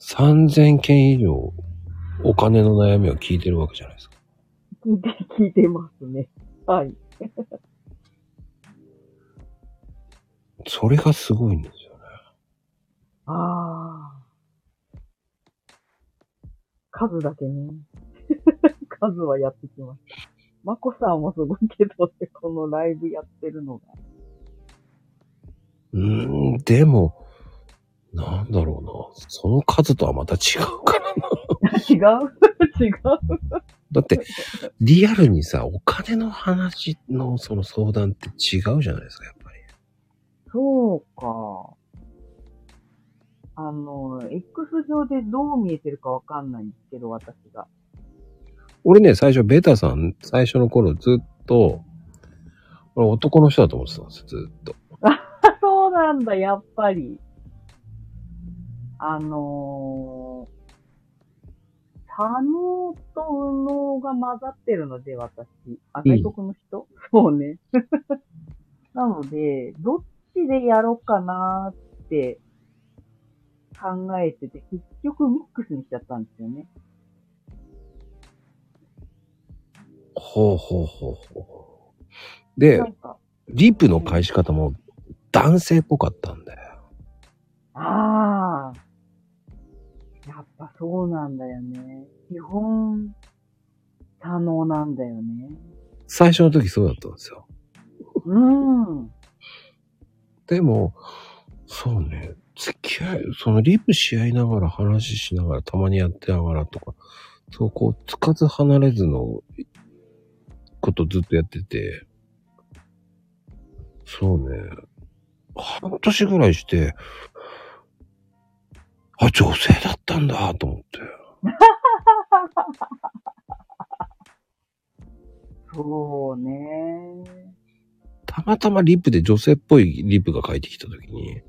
[SPEAKER 1] 3000件以上お金の悩みを聞いてるわけじゃないですか。
[SPEAKER 3] 聞いて、聞いてますね。はい。
[SPEAKER 1] それがすごいんですよね。
[SPEAKER 3] ああ。数だけね。 数はやってきました。まこさんもすごいけどね、このライブやってるのが。
[SPEAKER 1] うーん、でも、なんだろうな。その数とはまた違うからな。
[SPEAKER 3] 違う 違う
[SPEAKER 1] だって、リアルにさ、お金の話のその相談って違うじゃないですか、やっぱり。
[SPEAKER 3] そうか。あの、X 上でどう見えてるかわかんないんですけど、私が。
[SPEAKER 1] 俺ね、最初、ベータさん、最初の頃ずっと、俺男の人だと思ってたんですよ、ずっと。
[SPEAKER 3] あ そうなんだ、やっぱり。あのー、左脳と右脳が混ざってるので、私。あ、
[SPEAKER 1] うん
[SPEAKER 3] 外国の人、そうね。 なので、どっちでやろうかなーって考えてて、結局ミックスにしちゃったんですよね。
[SPEAKER 1] ほうほうほうほうほう。で
[SPEAKER 3] な、んか、
[SPEAKER 1] リップの返し方も男性っぽかったんだよ。
[SPEAKER 3] ああ。やっぱそうなんだよね。基本、左脳なんだよね。
[SPEAKER 1] 最初の時そうだったんですよ。
[SPEAKER 3] うん。
[SPEAKER 1] でも、そうね、付き合い、そのリップし合いながら話ししながら、たまにやってながらとか、そうこう、つかず離れずのことずっとやってて、そうね、半年ぐらいして、あ、女性だったんだと思って。
[SPEAKER 3] そうね。
[SPEAKER 1] たまたまリップで女性っぽいリップが返ってきた時に、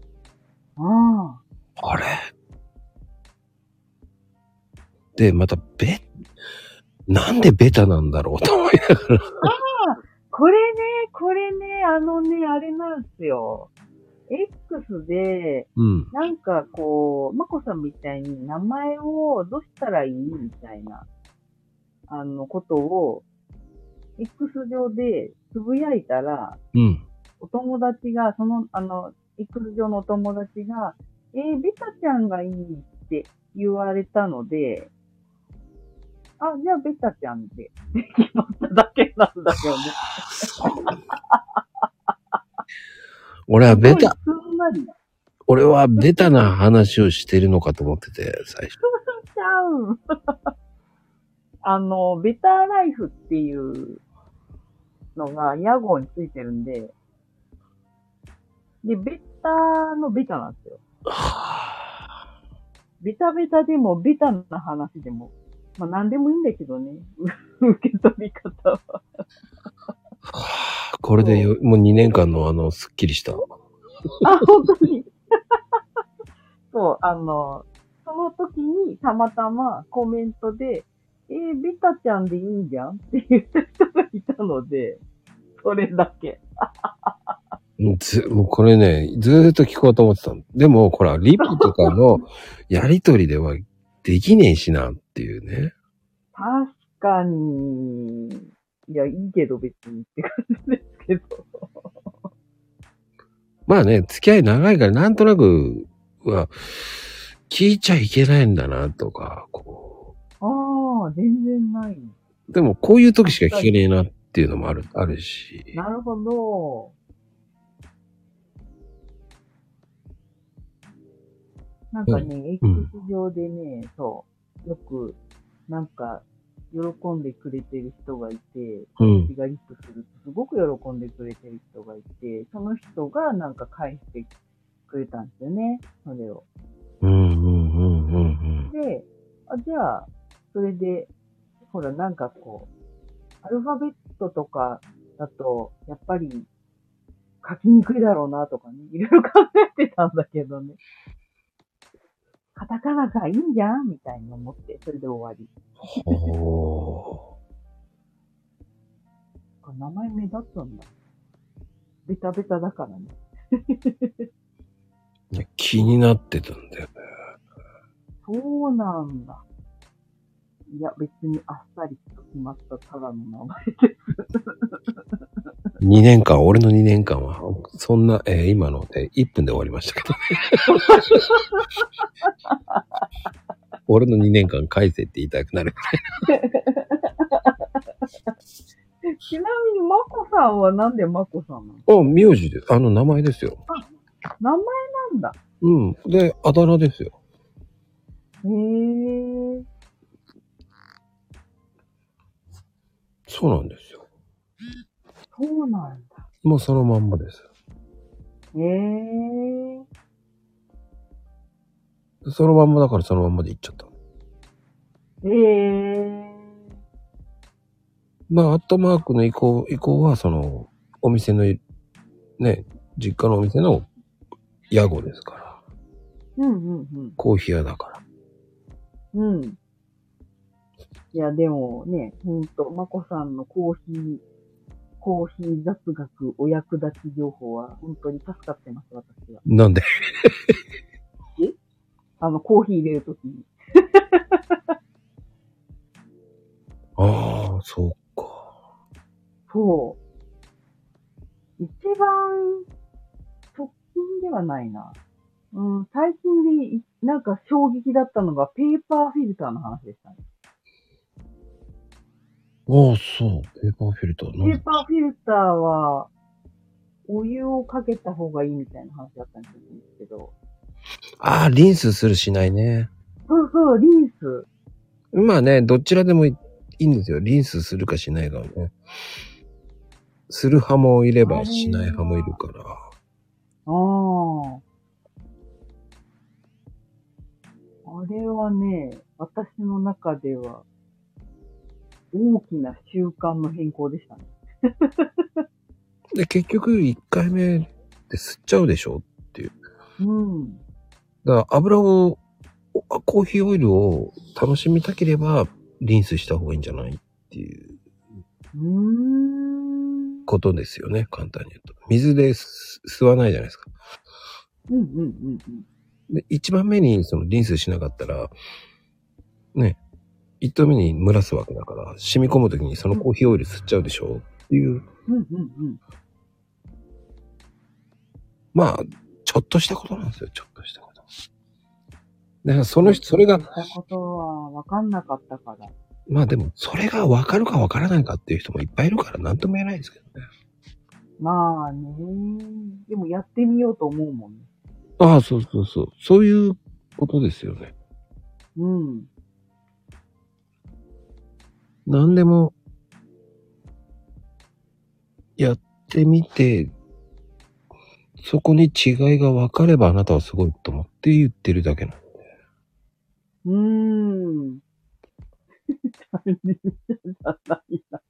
[SPEAKER 3] あ
[SPEAKER 1] あれで、また、べ、なんでベタなんだろうと思いながら。
[SPEAKER 3] あ。これね、これね、あのね、あれなんですよ。X で、
[SPEAKER 1] うん。
[SPEAKER 3] なんかこう、まこさんみたいに名前をどうしたらいいみたいな、あの、ことを、X 上でつぶやいたら、
[SPEAKER 1] うん。
[SPEAKER 3] お友達が、その、あの、陸上のお友達が、えー、ベタちゃんがいいって言われたので、あ、じゃあベタちゃんで、決まっただけなんだよね。
[SPEAKER 1] 俺は ベタ、
[SPEAKER 3] すごいすんなり。
[SPEAKER 1] 俺はベタな話をしてるのかと思ってて、最初。
[SPEAKER 3] ちゃう。 あの、ベターライフっていうのが屋号についてるんで、で、ベターのベタなんですよ。ベタベタでも、ベタな話でも、まあ何でもいいんだけどね。 受け取り方は。
[SPEAKER 1] これでよもう2年間のあの、すっきりした。
[SPEAKER 3] あ、本当に。 そう、あの、その時にたまたまコメントで、えー、ベタちゃんでいいんじゃんって言った人がいたので、それだけ。
[SPEAKER 1] ず、もうこれね、ずーっと聞こうと思ってたの。でも、ほら、リプとかのやりとりではできねえしなっていうね。
[SPEAKER 3] 確かに、いや、いいけど別にって感じですけど。
[SPEAKER 1] まあね、付き合い長いから、なんとなくは、聞いちゃいけないんだなとか、こ
[SPEAKER 3] ああ、全然ない。
[SPEAKER 1] う。でも、こういう時しか聞けねえなっていうのもある、あるし。
[SPEAKER 3] なるほど。なんかね、
[SPEAKER 1] うん
[SPEAKER 3] X 上でね、そう、よく、なんか、喜んでくれてる人がいて、
[SPEAKER 1] うん。
[SPEAKER 3] 私がリップするとすごく喜んでくれてる人がいて、その人がなんか返してくれたんですよね、それを。
[SPEAKER 1] うん、うん、うん、うん、
[SPEAKER 3] で、あじゃあ、それで、ほら、なんかこう、アルファベットとかだと、やっぱり、書きにくいだろうなとかね、いろい ろ考えてたんだけどね。カタカナがいいんじゃんみたいに思って、それで終わり。
[SPEAKER 1] うん。お
[SPEAKER 3] これ名前目立つんだ。ベタベタだからね。
[SPEAKER 1] ーいや気になってたんだよね。
[SPEAKER 3] そうなんだ。いや、別にあっさりと決まったただの名前。
[SPEAKER 1] 2年間、俺の2年間は、そんな、えー今ので1分で終わりましたけど。俺の2年間返せって言いたくなる。
[SPEAKER 3] ちなみに、まこさんはなんでまこさんなの
[SPEAKER 1] あ、名字です。あの、名前ですよ。
[SPEAKER 3] 名前なんだ。
[SPEAKER 1] うん。で、あだ名ですよ。
[SPEAKER 3] へえ。
[SPEAKER 1] そうなんですよ。
[SPEAKER 3] そうなんだ。
[SPEAKER 1] もうそのまんまです。
[SPEAKER 3] へえ。
[SPEAKER 1] そのまんまだからそのまんまで言っちゃった。
[SPEAKER 3] へえ。
[SPEAKER 1] まあ、アットマークの移行、移行は、その、お店の、ね、実家のお店の屋号ですから。
[SPEAKER 3] うんうん
[SPEAKER 1] コーヒー屋だから。
[SPEAKER 3] うん。うん。いや、でもね、ほんと、まこさんのコーヒー、コーヒー雑学お役立ち情報は本当に助かってます、私は。
[SPEAKER 1] なんで
[SPEAKER 3] あの、コーヒー入れるときに。
[SPEAKER 1] ああ、そうか。
[SPEAKER 3] そう。一番、直近ではないな。うん、最近でい、なんか衝撃だったのが、ペーパーフィルターの話でしたね。
[SPEAKER 1] ああ、そう。ペーパーフィルター。
[SPEAKER 3] ペ
[SPEAKER 1] なん
[SPEAKER 3] ー
[SPEAKER 1] で
[SPEAKER 3] パーフィルターは、お湯をかけた方がいいみたいな話だったんですけど。
[SPEAKER 1] ああ、リンスするしないね。
[SPEAKER 3] そうそう、リンス。
[SPEAKER 1] まあね、どちらでもいいんですよ。リンスするかしないかはね。する派もいれば、しない派もいるから。
[SPEAKER 3] ああ。あれはね、私の中では、大きな習慣の変更でしたね。
[SPEAKER 1] で、結局、1回目で吸っちゃうでしょ
[SPEAKER 3] うん。
[SPEAKER 1] だから油を、おあコーヒーオイルを楽しみたければ、リンスした方がいいんじゃないっていう
[SPEAKER 3] うーん。
[SPEAKER 1] ことですよね、簡単に言うと。水です吸わないじゃないですか。
[SPEAKER 3] うんうんうんうん。
[SPEAKER 1] で、一番目にそのリンスしなかったら、ね、一頭目に蒸らすわけだから、染み込むときにそのコーヒーオイル吸っちゃうでしょっていう、
[SPEAKER 3] うんうんうん。
[SPEAKER 1] まあ、ちょっとしたことなんですよ、ちょっとしたこと。だからその人、それが、
[SPEAKER 3] したことは分かんなかったから。
[SPEAKER 1] まあでも、それがわかるかわからないかっていう人もいっぱいいるから、なんとも言えないんですけどね。
[SPEAKER 3] まあね。でもやってみようと思うもんね。
[SPEAKER 1] ああ、そうそうそう。そういうことですよね。
[SPEAKER 3] うん。
[SPEAKER 1] 何でも、やってみて、そこに違いが分かればあなたはすごいと思って言ってるだけなの。
[SPEAKER 3] うーん。 大変じゃないな。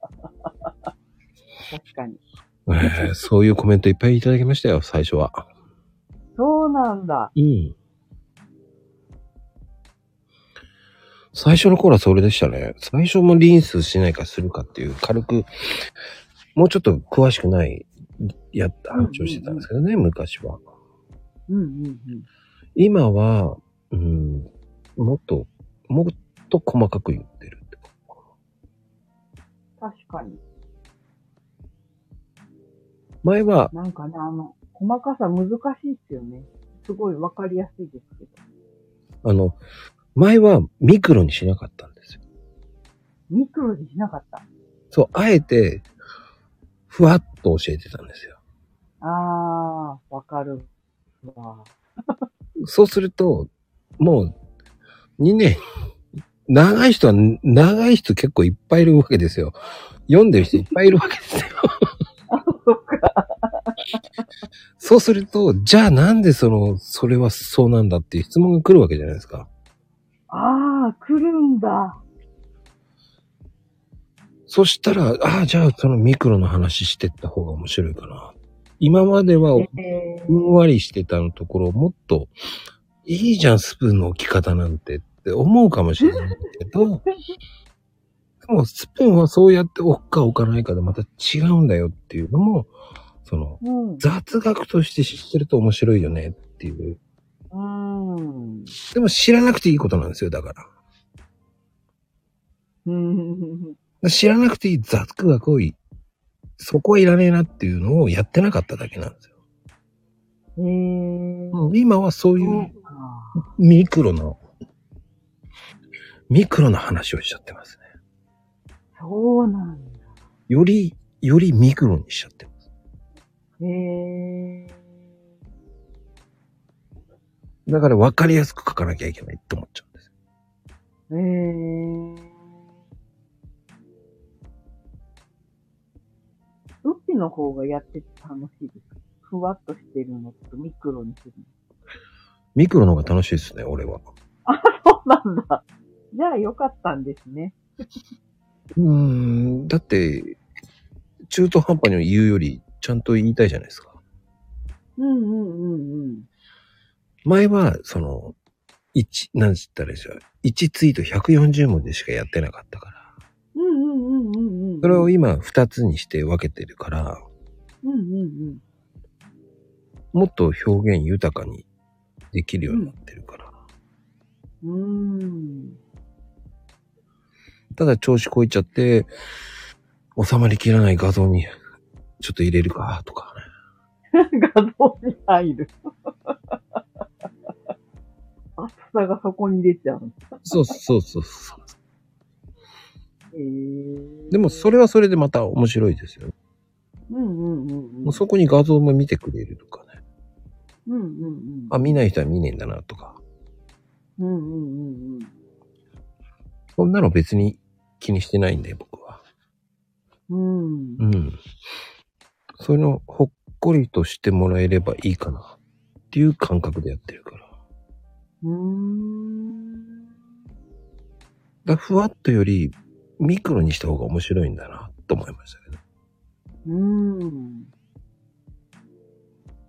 [SPEAKER 3] 確かに。
[SPEAKER 1] ええそういうコメントいっぱいいただきましたよ、最初は。
[SPEAKER 3] そうなんだ。
[SPEAKER 1] うん。最初の頃はそれでしたね。最初もリンスしないかするかっていう、軽く、もうちょっと詳しくない、や、話をしてたんですけどね、昔は。
[SPEAKER 3] うんうん
[SPEAKER 1] 今は、うん、もっと、もっと細かく言ってるってこ
[SPEAKER 3] うん。確かに。
[SPEAKER 1] と前は、
[SPEAKER 3] なんかね、あの、細かさ難しいっすよね。すごいわかりやすいですけど。
[SPEAKER 1] あの、前はミクロにしなかったんですよ。
[SPEAKER 3] ミクロにしなかった。
[SPEAKER 1] そう、あえて、ふわっと教えてたんですよ。
[SPEAKER 3] あー、わかるわ。
[SPEAKER 1] そうすると、もう、2年、長い人は、長い人結構いっぱいいるわけですよ。読んでる人いっぱいいるわけですよ。そうすると、じゃあなんでその、それはそうなんだっていう質問が来るわけじゃないですか。
[SPEAKER 3] あー、来るんだ。
[SPEAKER 1] そしたら、ああ、じゃあそのミクロの話してった方が面白いかな。今までは
[SPEAKER 3] え
[SPEAKER 1] ふんわりしてたのところ、もっと、いいじゃん、スプーンの置き方なんてって思うかもしれないけど、でも、スプーンはそうやって置くか置かないかでまた違うんだよっていうのも、その、
[SPEAKER 3] ー、うん。
[SPEAKER 1] 雑学として知ってると面白いよねっていう。
[SPEAKER 3] うーん。
[SPEAKER 1] でも知らなくていいことなんですよ、だから。
[SPEAKER 3] うん。
[SPEAKER 1] 知らなくていい雑学をい、そこはいらねえなっていうのをやってなかっただけなんですよ。
[SPEAKER 3] えー。
[SPEAKER 1] うん今はそういう
[SPEAKER 3] そうか
[SPEAKER 1] ミクロの、ミクロの話をしちゃってますね。
[SPEAKER 3] そうなんだ。
[SPEAKER 1] より、よりミクロにしちゃってます。
[SPEAKER 3] へえ。
[SPEAKER 1] だから分かりやすく書かなきゃいけないって思っちゃうんですよ。
[SPEAKER 3] へえ。どっちの方がやってて楽しいですかふわっとしてるのとミクロにする
[SPEAKER 1] ミクロの方が楽しいですね、俺は。
[SPEAKER 3] の。 そうなんだ。じゃあよかったんですね。
[SPEAKER 1] うーん、だって、中途半端に言うより、ちゃんと言いたいじゃないですか。
[SPEAKER 3] うんうんうんうん。
[SPEAKER 1] 前は、その、1、なんつったらいいですよ。1ツイート140文でしかやってなかったから。
[SPEAKER 3] うんうんうんうんうん。
[SPEAKER 1] それを今2つにして分けてるから、
[SPEAKER 3] うんうん
[SPEAKER 1] もっと表現豊かにできるようになってるから。
[SPEAKER 3] うん。うーん。
[SPEAKER 1] ただ調子こいちゃって、収まりきらない画像に、ちょっと入れるか、とかね。
[SPEAKER 3] 画像に入 る。厚さがそこに出ちゃう。
[SPEAKER 1] そうそうそうそう。
[SPEAKER 3] へえ。
[SPEAKER 1] でもそれはそれでまた面白いですよ。
[SPEAKER 3] うんうんうんう
[SPEAKER 1] も
[SPEAKER 3] ん。
[SPEAKER 1] うそこに画像も見てくれるとかね。
[SPEAKER 3] うんうんうん。
[SPEAKER 1] あ、見ない人は見ねえんだな、とか。
[SPEAKER 3] うんうんうんうん。
[SPEAKER 1] そんなの別に気にしてないんで、僕は。
[SPEAKER 3] うん。
[SPEAKER 1] うん。そういうの、ほっこりとしてもらえればいいかな、っていう感覚でやってるから。だか
[SPEAKER 3] うん。
[SPEAKER 1] らふわっとより、ミクロにした方が面白いんだな、と思いましたけど。
[SPEAKER 3] うん。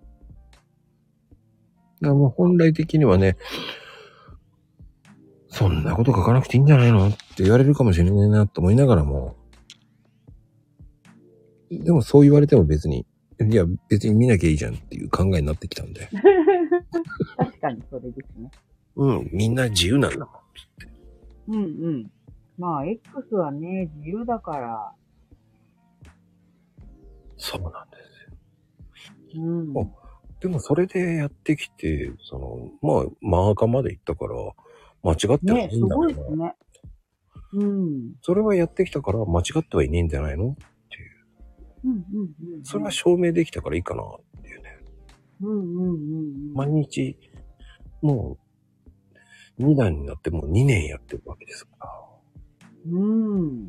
[SPEAKER 1] だからもう本来的にはね、そんなこと書かなくていいんじゃないのって言われるかもしれないなと思いながらも、でもそう言われても別に、いや別に見なきゃいいじゃんっていう考えになってきたんで、
[SPEAKER 3] 確かにそれですね。
[SPEAKER 1] うん、みんな自由なんだもん。
[SPEAKER 3] うんうん。まあ、X はね、自由だから。
[SPEAKER 1] そうなんですよ。
[SPEAKER 3] うん。
[SPEAKER 1] おでもそれでやってきて、その、まあ、漫画家まで行ったから、間違ってはな
[SPEAKER 3] ね、
[SPEAKER 1] い
[SPEAKER 3] す
[SPEAKER 1] んだ
[SPEAKER 3] ご
[SPEAKER 1] ろ
[SPEAKER 3] いうで
[SPEAKER 1] な
[SPEAKER 3] すね。うん。
[SPEAKER 1] それはやってきたから間違ってはいねえんじゃないの
[SPEAKER 3] うんうんうんうん。
[SPEAKER 1] それは証明できたからいいかなっていうね。
[SPEAKER 3] うんうんうんうん。
[SPEAKER 1] 毎日、もう、2段になってもう2年やってるわけですから。
[SPEAKER 3] うん。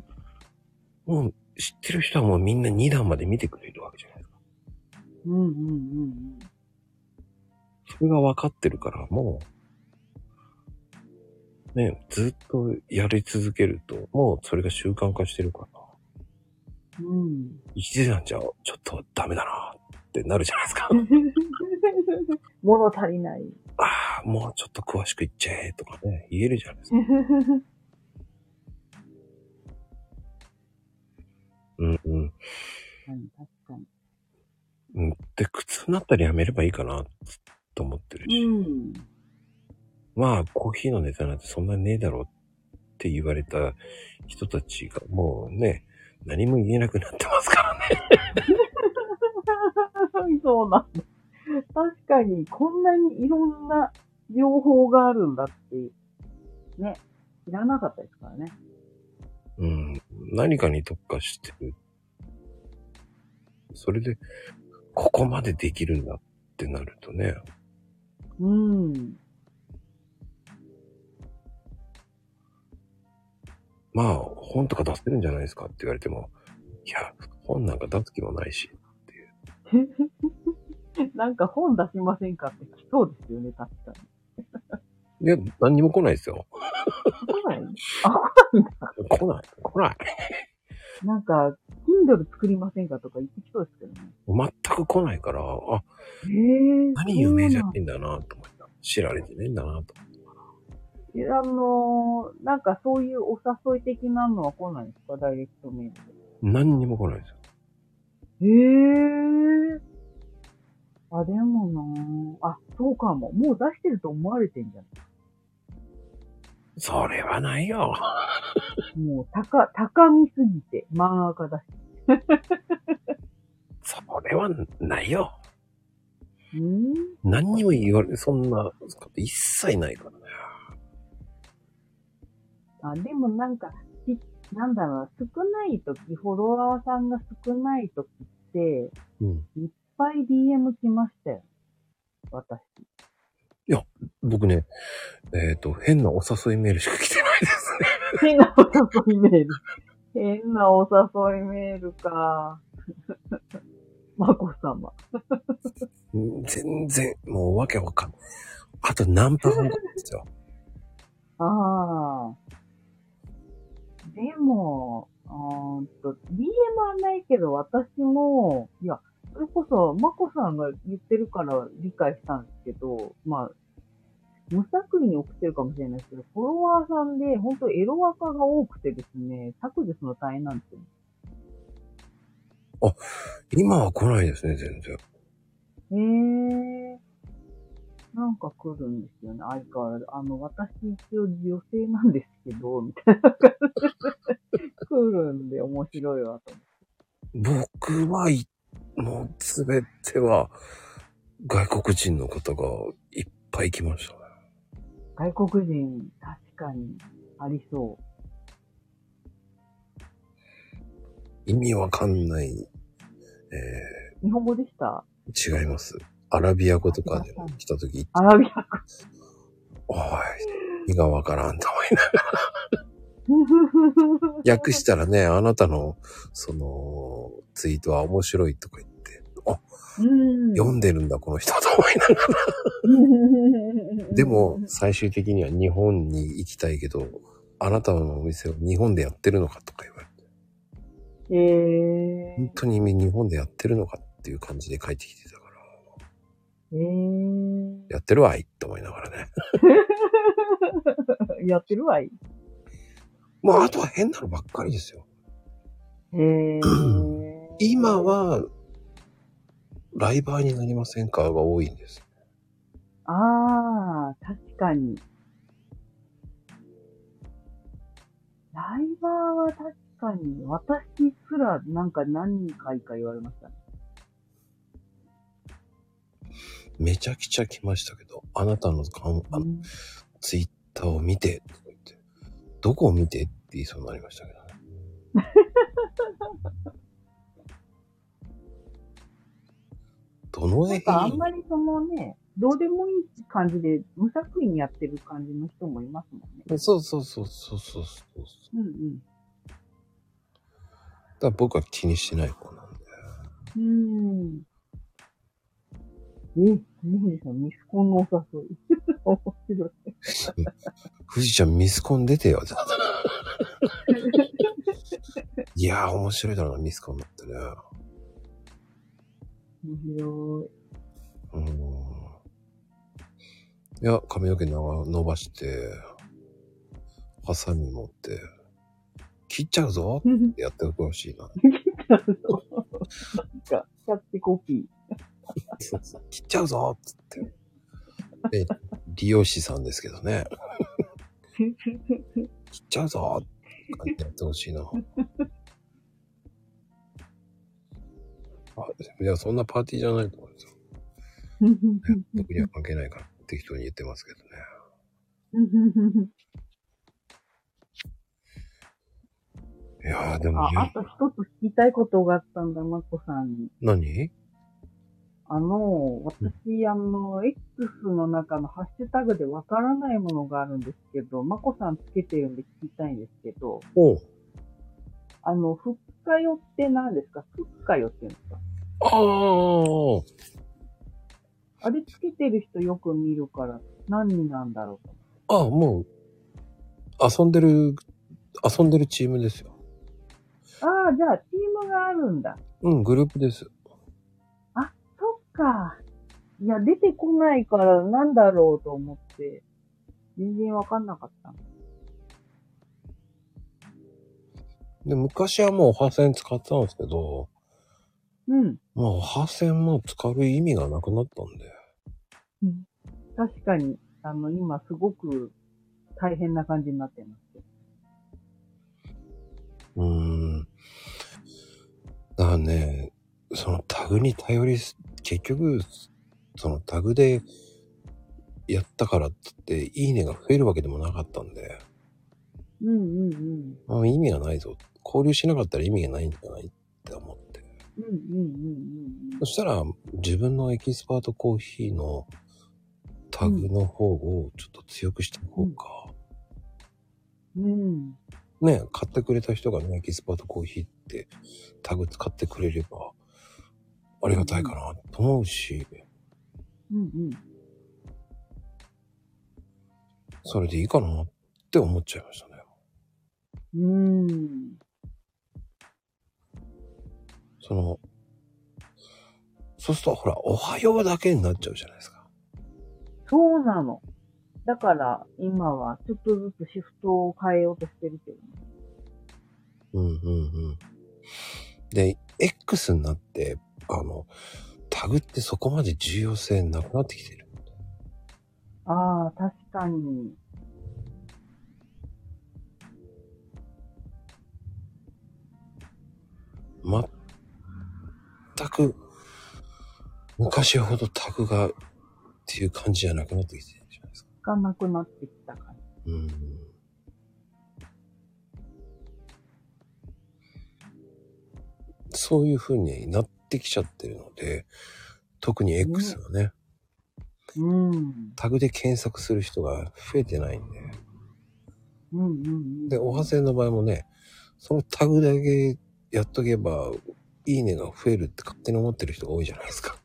[SPEAKER 1] もう知ってる人はもうみんな2段まで見てくれるわけじゃないですか。
[SPEAKER 3] うんうんうん
[SPEAKER 1] それが分かってるからもう、ね、ずっとやり続けると、もうそれが習慣化してるから、
[SPEAKER 3] うん。うん。
[SPEAKER 1] 1段じゃちょっとダメだなってなるじゃないですか。
[SPEAKER 3] 物足りない。
[SPEAKER 1] ああ、もうちょっと詳しく言っちゃえとかね、言えるじゃないですか。うんうん。
[SPEAKER 3] うん確か
[SPEAKER 1] うん、で、苦痛になったらやめればいいかな、と思ってる
[SPEAKER 3] に。
[SPEAKER 1] し。
[SPEAKER 3] うん。
[SPEAKER 1] まあ、コーヒーのネタなんてそんなねえだろって言われた人たちが、もうね、何も言えなくなってますから ね。
[SPEAKER 3] そうなんだ。確かに、こんなにいろんな情報があるんだって、ね、知らなかったですからね。
[SPEAKER 1] うん。何かに特化してる。それで、ここまでできるんだってなるとね、
[SPEAKER 3] うん。
[SPEAKER 1] まあ、本とか出せるんじゃないですかって言われても、いや、本なんか出す気もないし、
[SPEAKER 3] なんか本出しませんかって来そうですよね、確かに。
[SPEAKER 1] いや、何にも来ないですよ。
[SPEAKER 3] 来ない
[SPEAKER 1] 来ない。来ない。
[SPEAKER 3] なんか、Kindle 作りませんかとか言ってきそうですけどね。
[SPEAKER 1] 全く来ないから、あ、
[SPEAKER 3] へえ。
[SPEAKER 1] 何有名じゃ
[SPEAKER 3] そうなん
[SPEAKER 1] ねえんだなと思った。知られてねえんだなと。
[SPEAKER 3] え、あのーなんかそういうお誘い的なのは来ないですかダイレクトメール
[SPEAKER 1] 何にも来ないですよ。
[SPEAKER 3] で。へえ。あ、でもなーあ、そうかも。もう出してると思われてんじゃ
[SPEAKER 1] それはないよ。
[SPEAKER 3] ん。もう、高、高みすぎて、漫画家だし。
[SPEAKER 1] それはないよ。
[SPEAKER 3] うん
[SPEAKER 1] 何にも言われ、そんなこと一切ないからね。
[SPEAKER 3] あ、でもなんか、しなんだろうな、少ないとき、フォロワーさんが少ないときって、いっ
[SPEAKER 1] うん。
[SPEAKER 3] ぱい DM 来ましたよ。私。
[SPEAKER 1] 僕ね、えっ、と、変なお誘いメールしか来てないですね。
[SPEAKER 3] 変なお誘いメール。 変なお誘いメールか。 まこさま。
[SPEAKER 1] うん全然、もうわけわかんない。あと何分後ですよ。
[SPEAKER 3] ああ。でも、うーんと、DM はないけど、私も、いや、それこそ、まこさんが言ってるから理解したんですけど、まあ、無作為に送ってるかもしれないですけど、フォロワーさんで、本当エロアカが多くてですね、削除するの大変なんですよ。
[SPEAKER 1] 今は来ないですね、全然。
[SPEAKER 3] へえ。なんか来るんですよね、相変わらず。あの、私一応女性なんですけど、みたいな感じで来るんで面白いわと
[SPEAKER 1] 僕はい、もうすべては、外国人の方がいっぱい来ましたね。
[SPEAKER 3] 思って。外国人、確かに、ありそ
[SPEAKER 1] 意味わかんない、え
[SPEAKER 3] う。日本語でした
[SPEAKER 1] ー、違います。アラビア語とかでも来たとき、
[SPEAKER 3] アラビア。
[SPEAKER 1] おい、意味がわからんと思いながら、訳したらね、あなたの、その、ツイートは面白いとか言って、
[SPEAKER 3] うん。
[SPEAKER 1] 読んでるんだ、この人と思いながら。でも、最終的には日本に行きたいけど、あなたのお店を日本でやってるのかとか言われて。
[SPEAKER 3] えー、
[SPEAKER 1] 本当に日本でやってるのかっていう感じで帰ってきてたから、
[SPEAKER 3] えー、
[SPEAKER 1] やってるわいって思いながらね。
[SPEAKER 3] やってるわい。
[SPEAKER 1] もうあとは変なのばっかりですよ。
[SPEAKER 3] えー、
[SPEAKER 1] 今は、ライバーになりませんかが多いんです。
[SPEAKER 3] ああ、確かに。ライバーは確かに、私すらなんか何回か言われましたね。
[SPEAKER 1] めちゃくちゃ来ましたけど、あなたのかんあの
[SPEAKER 3] うん
[SPEAKER 1] ツイッターを見て、とか言って、どこを見てって言いそうになりましたけどね。どの
[SPEAKER 3] な
[SPEAKER 1] 絵
[SPEAKER 3] んかあんまりそのね、どうでもいい感じで無作為にやってる感じの人もいますもんね。
[SPEAKER 1] そうそうそうそうそうそう。だか
[SPEAKER 3] うんうん。
[SPEAKER 1] ら僕は気にしてない子なんで。
[SPEAKER 3] うーん。え、藤井さん、ミスコンのお誘い。面白い。
[SPEAKER 1] 富士ちゃんミスコン出てよ。いやー面白いだろうな、ミスコンだってね。
[SPEAKER 3] 面白い。
[SPEAKER 1] うん。いや、髪の毛長伸ばして、ハサミ持って、切っちゃうぞってやってほしいな。
[SPEAKER 3] なんか、キャッチコピ
[SPEAKER 1] 切っちゃうぞっつって。で、理容師さんですけどね。
[SPEAKER 3] ー。
[SPEAKER 1] 切っちゃうぞって感じでやってほしいな。あ、いや、そんなパーティーじゃないと思うんですよ。僕には関係ないから適当に言ってますけどね。いやーでも
[SPEAKER 3] あ、あ
[SPEAKER 1] ね、
[SPEAKER 3] と一つ聞きたいことがあったんだ、まこさんに。
[SPEAKER 1] 何
[SPEAKER 3] あの、私、あの、X の中のハッシュタグでわからないものがあるんですけど、まこさんつけてるんで聞きたいんですけど、
[SPEAKER 1] おう
[SPEAKER 3] あの、ふっかよって何ですかふっかよって言うんですか
[SPEAKER 1] ああ
[SPEAKER 3] あれつけてる人よく見るから、何なんだろう
[SPEAKER 1] あ、もう、遊んでる、遊んでるチームですよ。
[SPEAKER 3] と。ああ、じゃあ、チームがあるんだ。
[SPEAKER 1] うん、グループです。
[SPEAKER 3] そっか。いや、出てこないからなんだろうと思って、全然わかんなかった。
[SPEAKER 1] で、昔はもう破線使ってたんですけど、
[SPEAKER 3] うん。
[SPEAKER 1] もう破線も使う意味がなくなったんで。
[SPEAKER 3] 確かに、あの、今すごく大変な感じになってます。
[SPEAKER 1] うーん。だからね、そのタグに頼りす、結局、そのタグでやったからっつって、いいねが増えるわけでもなかったんで、
[SPEAKER 3] うんうんうん。
[SPEAKER 1] あ意味がないぞ。交流しなかったら意味がないんじゃないって思って。
[SPEAKER 3] うんうんうんうん
[SPEAKER 1] そしたら、自分のエキスパートコーヒーのタグの方をちょっと強くしていこうか。
[SPEAKER 3] うん。うん。
[SPEAKER 1] ね、買ってくれた人がね、エキスパートコーヒーってタグ使ってくれれば、ありがたいかなと思うし、
[SPEAKER 3] うんうん。
[SPEAKER 1] それでいいかなって思っちゃいましたね。
[SPEAKER 3] うーん。
[SPEAKER 1] その、そうするとほら、おはようだけになっちゃうじゃないですか。
[SPEAKER 3] そうなの。だから、今はちょっとずつシフトを変えようとしてるけどね。
[SPEAKER 1] うんうんうん。で、X になって、あの、タグってそこまで重要性なくなってきてる。
[SPEAKER 3] ああ、確かに。
[SPEAKER 1] 全く、昔ほどタグがっていう感じじゃなくなってきてるじゃないですか。
[SPEAKER 3] がなくなってきた感
[SPEAKER 1] うん。そういう風になってきちゃってるので、特に X はね、
[SPEAKER 3] じ。うん。
[SPEAKER 1] タグで検索する人が増えてないんで。
[SPEAKER 3] うんうんうん。
[SPEAKER 1] で、おはせの場合もね、そのタグだけやっとけば、いいねが増えるって勝手に思ってる人が多いじゃないですか。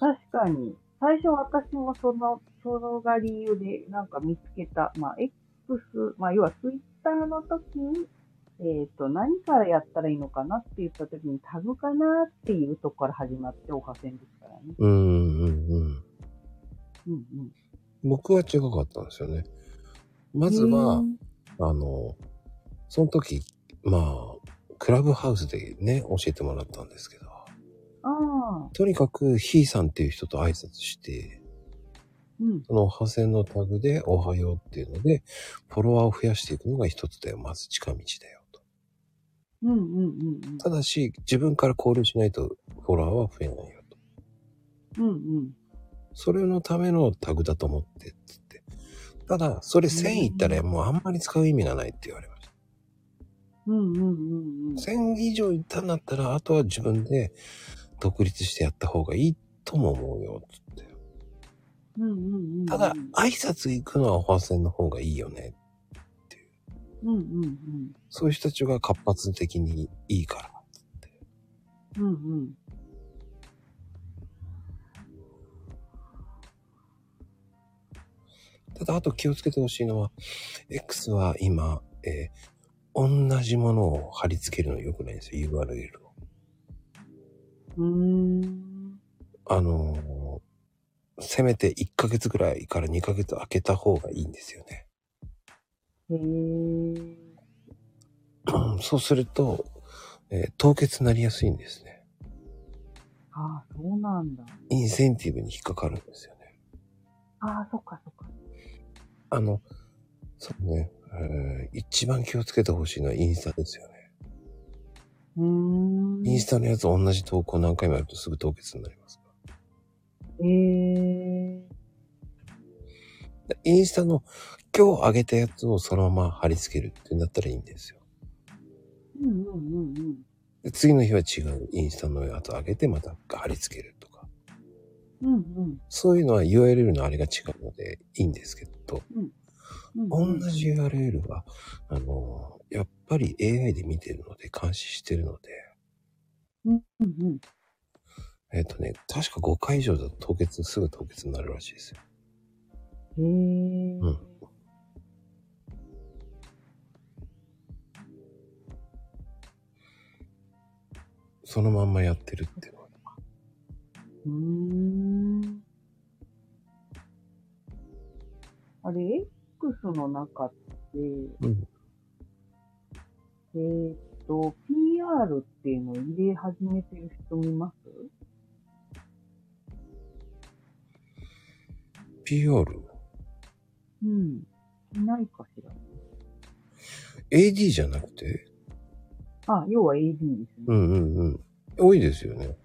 [SPEAKER 3] 確かに。最初私もその、そのが理由でなんか見つけた。まあ、X、まあ、要は Twitter の時に、えっ、と、何からやったらいいのかなって言った時にタグかなっていうとこから始まっておはせんですからね。
[SPEAKER 1] うんうんうん。
[SPEAKER 3] うんうん。
[SPEAKER 1] 僕は違かったんですよね。まずは、
[SPEAKER 3] うん
[SPEAKER 1] あの、その時、まあ、クラブハウスでね、教えてもらったんですけど、
[SPEAKER 3] ああ、
[SPEAKER 1] とにかく、ひーさんっていう人と挨拶して、
[SPEAKER 3] うん。
[SPEAKER 1] その派生のタグで、おはようっていうので、フォロワーを増やしていくのが一つだよ。まず近道だよ。と
[SPEAKER 3] うんうんうんうん。
[SPEAKER 1] ただし、自分から交流しないと、フォロワーは増えないよ。と
[SPEAKER 3] うんうん。
[SPEAKER 1] それのためのタグだと思って、つって。ただ、それ1000いったら
[SPEAKER 3] うん
[SPEAKER 1] もうあんまり使う意味がないって言われました。
[SPEAKER 3] うんうんうんうん。
[SPEAKER 1] 1000以上いったんだったら、あとは自分で独立してやった方がいいとも思うよ、つって。
[SPEAKER 3] うんうんうんうん。
[SPEAKER 1] ただ、挨拶行くのは本線の方がいいよね。
[SPEAKER 3] うんうんうん。
[SPEAKER 1] そういう人たちが活発的にいいから。
[SPEAKER 3] うんうん。
[SPEAKER 1] ただ、あと気をつけてほしいのは、X は今、えー同じものを貼り付けるの良くないんですよ、URL を。
[SPEAKER 3] うーん。
[SPEAKER 1] あのーせめて1ヶ月ぐらいから2ヶ月空けた方がいいんですよね。
[SPEAKER 3] へえ。
[SPEAKER 1] うんそうすると、えー凍結になりやすいんですね。
[SPEAKER 3] ああ、そうなんだ。
[SPEAKER 1] インセンティブに引っかかるんですよね。
[SPEAKER 3] ああ、そっかそっか。
[SPEAKER 1] あの、そうね、えー一番気をつけてほしいのはインスタですよね。
[SPEAKER 3] うーん。
[SPEAKER 1] インスタのやつ同じ投稿何回もやるとすぐ凍結になります。
[SPEAKER 3] へえ。
[SPEAKER 1] でインスタの今日上げたやつをそのまま貼り付けるってなったらいいんですよ。
[SPEAKER 3] うんうんうんうん。
[SPEAKER 1] で次の日は違うインスタのやつ上げてまた貼り付けるとか。
[SPEAKER 3] うんうん
[SPEAKER 1] そういうのは URL のあれが違うのでいいんですけど、
[SPEAKER 3] うんう
[SPEAKER 1] 同
[SPEAKER 3] ん。
[SPEAKER 1] じ URL は、あの、やっぱり AI で見てるので、監視してるので、
[SPEAKER 3] うんうんうん。
[SPEAKER 1] えっ、とね、確か5回以上だと凍結、すぐ凍結になるらしいですよ。
[SPEAKER 3] へえ。
[SPEAKER 1] うんそのまんまやってるっていうのは。
[SPEAKER 3] うーん。あれ ?X の中って、
[SPEAKER 1] うん。
[SPEAKER 3] えーっと、PR っていうのを入れ始めてる人見ます
[SPEAKER 1] PR、
[SPEAKER 3] うん。いないかしら。
[SPEAKER 1] AD じゃなくて、
[SPEAKER 3] あ、要は AD ですね。
[SPEAKER 1] うんうんうん。多いですよね。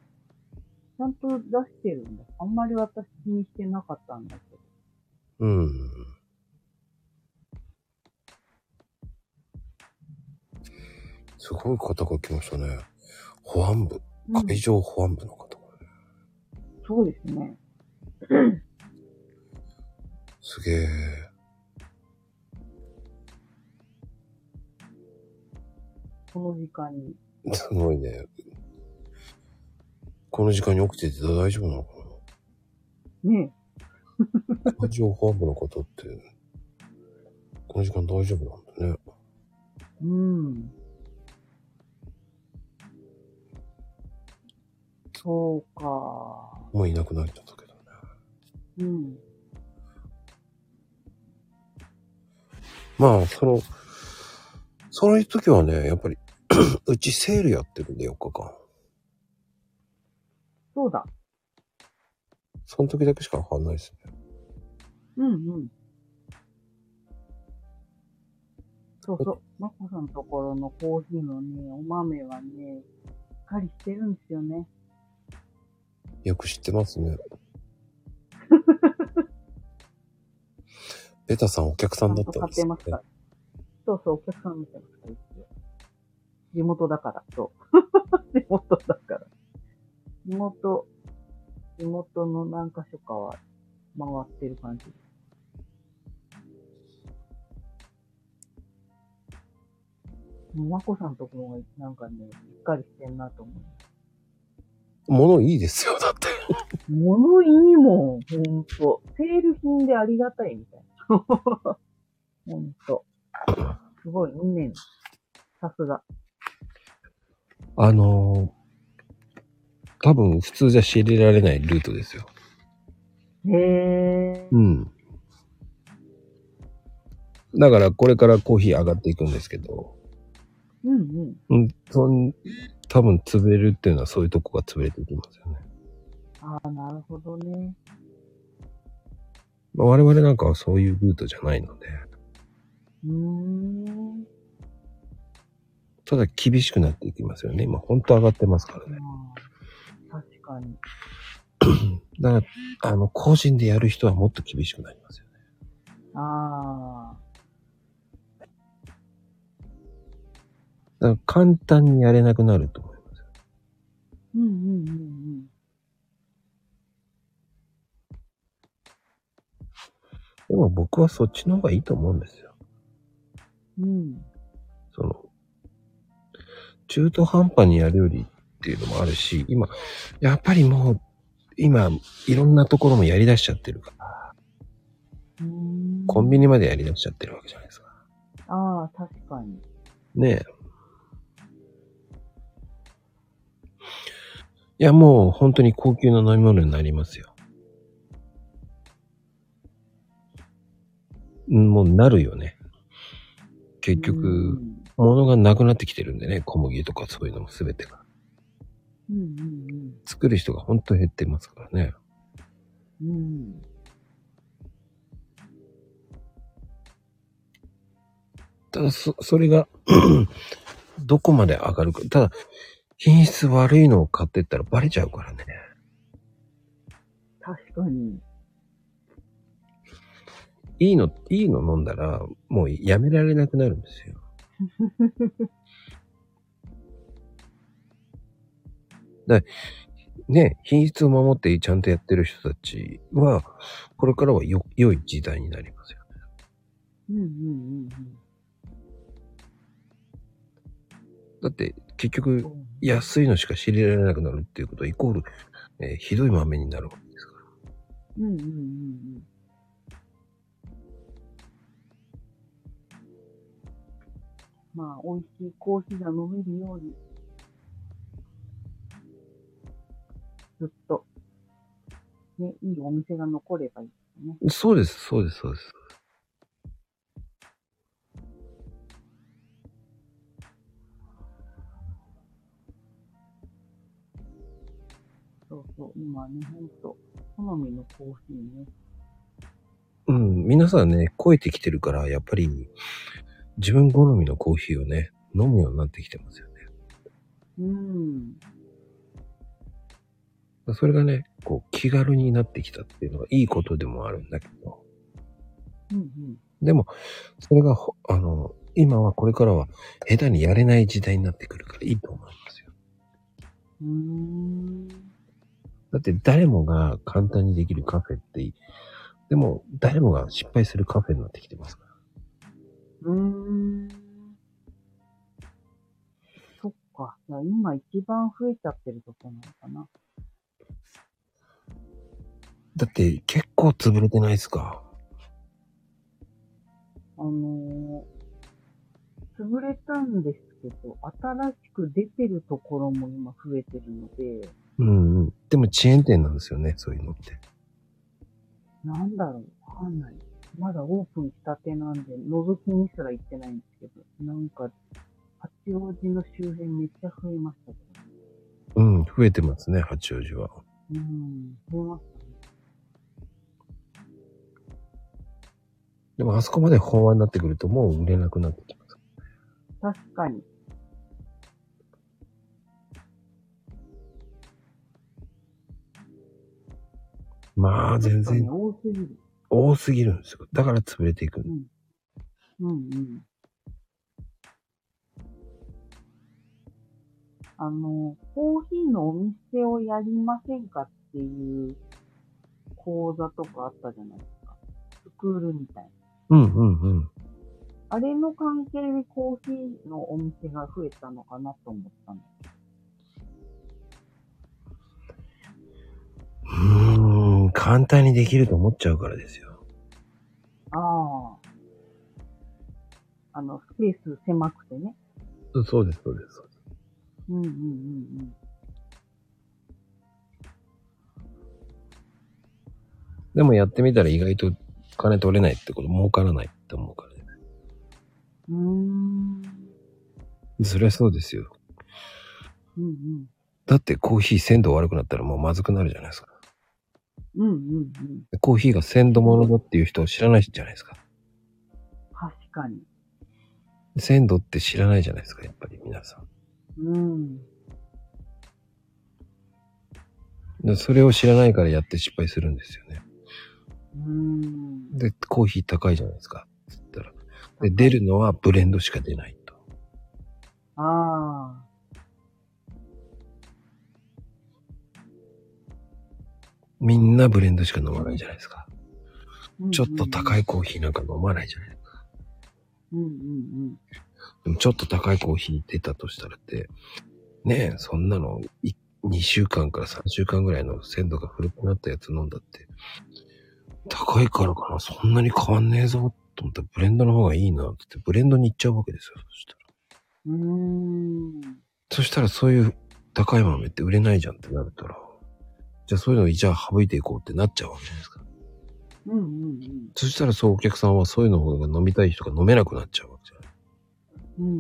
[SPEAKER 3] ちゃんと出してるんだ。あんまり私気にしてなかったんだけど。
[SPEAKER 1] うん。すごい方が来ましたね。保安部、
[SPEAKER 3] うん
[SPEAKER 1] 海上保安部の方がね。
[SPEAKER 3] そうですね。
[SPEAKER 1] すげえ。
[SPEAKER 3] この時間に。
[SPEAKER 1] すごいね。この時間に起きてて大丈夫なのか
[SPEAKER 3] ね
[SPEAKER 1] な海上保安部の方って、この時間大丈夫なんだね。
[SPEAKER 3] え。うん。そうか。
[SPEAKER 1] もういなくなっちゃったけどね。
[SPEAKER 3] うん。
[SPEAKER 1] まあ、その、そういう時はね、やっぱり、 うちセールやってるんで、4日間。
[SPEAKER 3] そうだ。
[SPEAKER 1] その時だけしか貼んないですね。
[SPEAKER 3] うんうん。そうそう。まこさんのところのコーヒーのね、お豆はね、しっかりしてるんですよね。
[SPEAKER 1] よく知ってます ね。ベタさんお客さんだったんです
[SPEAKER 3] ちゃんと買ってますから。そうそう、お客さんみたいな人いて。地元だから、そう。地 元だから。地元、地元の何箇所かは回ってる感じ。もうまこさんとこもなんかね、しっかりしてんなと思
[SPEAKER 1] 物いいですよ、だって。
[SPEAKER 3] う。物いいもん、ほんと。セール品でありがたいみたい な。ほんと。すごい、いいね。さすが。
[SPEAKER 1] あのー多分普通じゃ仕入れられないルートですよ。
[SPEAKER 3] へえ。
[SPEAKER 1] うん。だからこれからコーヒー上がっていくんですけど、
[SPEAKER 3] うんうん。
[SPEAKER 1] うん、そん、多分潰れるっていうのはそういうとこが潰れていきますよね。
[SPEAKER 3] ああ、なるほどね。
[SPEAKER 1] まあ我々なんかはそういうルートじゃないので、
[SPEAKER 3] うーん。
[SPEAKER 1] ただ厳しくなっていきますよね。今本当上がってますからね。
[SPEAKER 3] まあ、確かに。
[SPEAKER 1] だから、あの、個人でやる人はもっと厳しくなりますよね。
[SPEAKER 3] あ
[SPEAKER 1] だから簡単にやれなくなると思いますよ。
[SPEAKER 3] ー。うんうんうん
[SPEAKER 1] でも僕はそっちの方がいいと思うんですよ。
[SPEAKER 3] うん。うん。
[SPEAKER 1] その、中途半端にやるよりっていうのもあるし、今、やっぱりもう、今、いろんなところもやり出しちゃってるから、
[SPEAKER 3] うーん
[SPEAKER 1] コンビニまでやり出しちゃってるわけじゃないですか。
[SPEAKER 3] ああ、確かに。
[SPEAKER 1] ねえ。いや、もう本当に高級な飲み物になりますよ。うんもうなるよね。結
[SPEAKER 3] う
[SPEAKER 1] 局、
[SPEAKER 3] ん
[SPEAKER 1] 物がなくなってきてるんでね、小麦とかそういうのも全てが。
[SPEAKER 3] うんうん
[SPEAKER 1] 作る人が本当減ってますからね。
[SPEAKER 3] うん。うん。
[SPEAKER 1] ただ、そ、それが、 どこまで上がるか。ただ、品質悪いのを買ってったらバレちゃうからね。
[SPEAKER 3] 確かに。
[SPEAKER 1] いいの、いいの飲んだら、もうやめられなくなるんですよ。 だね、品質を守ってちゃんとやってる人たちは、これからはよ、良い時代になりますよ。
[SPEAKER 3] うんうんうん
[SPEAKER 1] だって、結局、
[SPEAKER 3] うん。
[SPEAKER 1] 安いのしか知りられなくなるっていうことは、イコール、えーひどい豆になるわけですから。
[SPEAKER 3] うんうんうんうん。まあ、美味しいコーヒーが飲めるように。ずっと。ね、いいお店が残ればいい。
[SPEAKER 1] そうです、そうです、そうです。
[SPEAKER 3] そうそう。今ね、ほんと、好みのコーヒーね。
[SPEAKER 1] うん、皆さんね、超えてきてるから、やっぱり、自分好みのコーヒーをね、飲むようになってきてますよね。
[SPEAKER 3] うん。
[SPEAKER 1] それがね、こう、気軽になってきたっていうのはいいことでもあるんだけど。
[SPEAKER 3] うんうん。
[SPEAKER 1] でも、それがほ、あの、今はこれからは、下手にやれない時代になってくるからいいと思いますよ。
[SPEAKER 3] うーん。
[SPEAKER 1] だって誰もが簡単にできるカフェっていい、でも誰もが失敗するカフェになってきてますから。
[SPEAKER 3] うーん。そっか。じゃあ今一番増えちゃってるとこなのかな。
[SPEAKER 1] だって結構潰れてないですか
[SPEAKER 3] あのー潰れたんですけど、新しく出てるところも今増えてるので、
[SPEAKER 1] うんうん。でも遅延店なんですよね、そういうのって。
[SPEAKER 3] なんだろう、わかんない。まだオープンしたてなんで、覗きにすら行ってないんですけど、なんか、八王子の周辺めっちゃ増えましたけど。
[SPEAKER 1] うん、増えてますね、八王子は。
[SPEAKER 3] うん、増えまし
[SPEAKER 1] でもあそこまで飽和になってくるともう売れなくなってきます。
[SPEAKER 3] た。確かに。
[SPEAKER 1] まあ、全
[SPEAKER 3] 確か
[SPEAKER 1] 然
[SPEAKER 3] に多すぎる。
[SPEAKER 1] 多すぎるんですよ。だから潰れていくんです
[SPEAKER 3] うんうん。あの、コーヒーのお店をやりませんかっていう講座とかあったじゃないですか。スクールみたいな。
[SPEAKER 1] うんうんうん。
[SPEAKER 3] あれの関係でコーヒーのお店が増えたのかなと思ったの。
[SPEAKER 1] うーん、簡単にできると思っちゃうからですよ。
[SPEAKER 3] ああ。あの、スペース狭くてね。
[SPEAKER 1] そうです、そうです。
[SPEAKER 3] うんうんうんうん。
[SPEAKER 1] でもやってみたら意外と金取れないってこと、儲からないって思うからね。
[SPEAKER 3] うーん。
[SPEAKER 1] そりゃそうですよ。
[SPEAKER 3] うんうん。
[SPEAKER 1] だってコーヒー鮮度悪くなったらもうまずくなるじゃないですか。
[SPEAKER 3] うんうんうん。
[SPEAKER 1] コーヒーが鮮度ものだっていう人を知らないじゃないですか。
[SPEAKER 3] 確かに。
[SPEAKER 1] 鮮度って知らないじゃないですか、やっぱり皆さん。
[SPEAKER 3] うん。
[SPEAKER 1] でそれを知らないからやって失敗するんですよね。
[SPEAKER 3] うーん。
[SPEAKER 1] で、コーヒー高いじゃないですか。つったら。で、出るのはブレンドしか出ないと。
[SPEAKER 3] ああ。
[SPEAKER 1] みんなブレンドしか飲まないじゃないですか。ちょっと
[SPEAKER 3] い。
[SPEAKER 1] 高いコーヒーなんか飲まないじゃないですか。
[SPEAKER 3] うんうん
[SPEAKER 1] でもちょっと高いコーヒー出たとしたらって、ねえ、そんなの、い2週間から3週間ぐらいの鮮度が古くなったやつ飲んだって、高いからかな、そんなに変わんねえぞ、と思ったらブレンドの方がいいな、って言ってブレンドに行っちゃうわけですよ、そしたら。
[SPEAKER 3] うん。うーん。
[SPEAKER 1] そしたらそういう高い豆って売れないじゃんってなるから、じゃあそういうのをじゃあ省いていこうってなっちゃうわけじゃないですか。
[SPEAKER 3] うんうん
[SPEAKER 1] そしたらそうお客さんはそういうの方が飲みたい人が飲めなくなっちゃうわけじゃない。
[SPEAKER 3] うん。うんう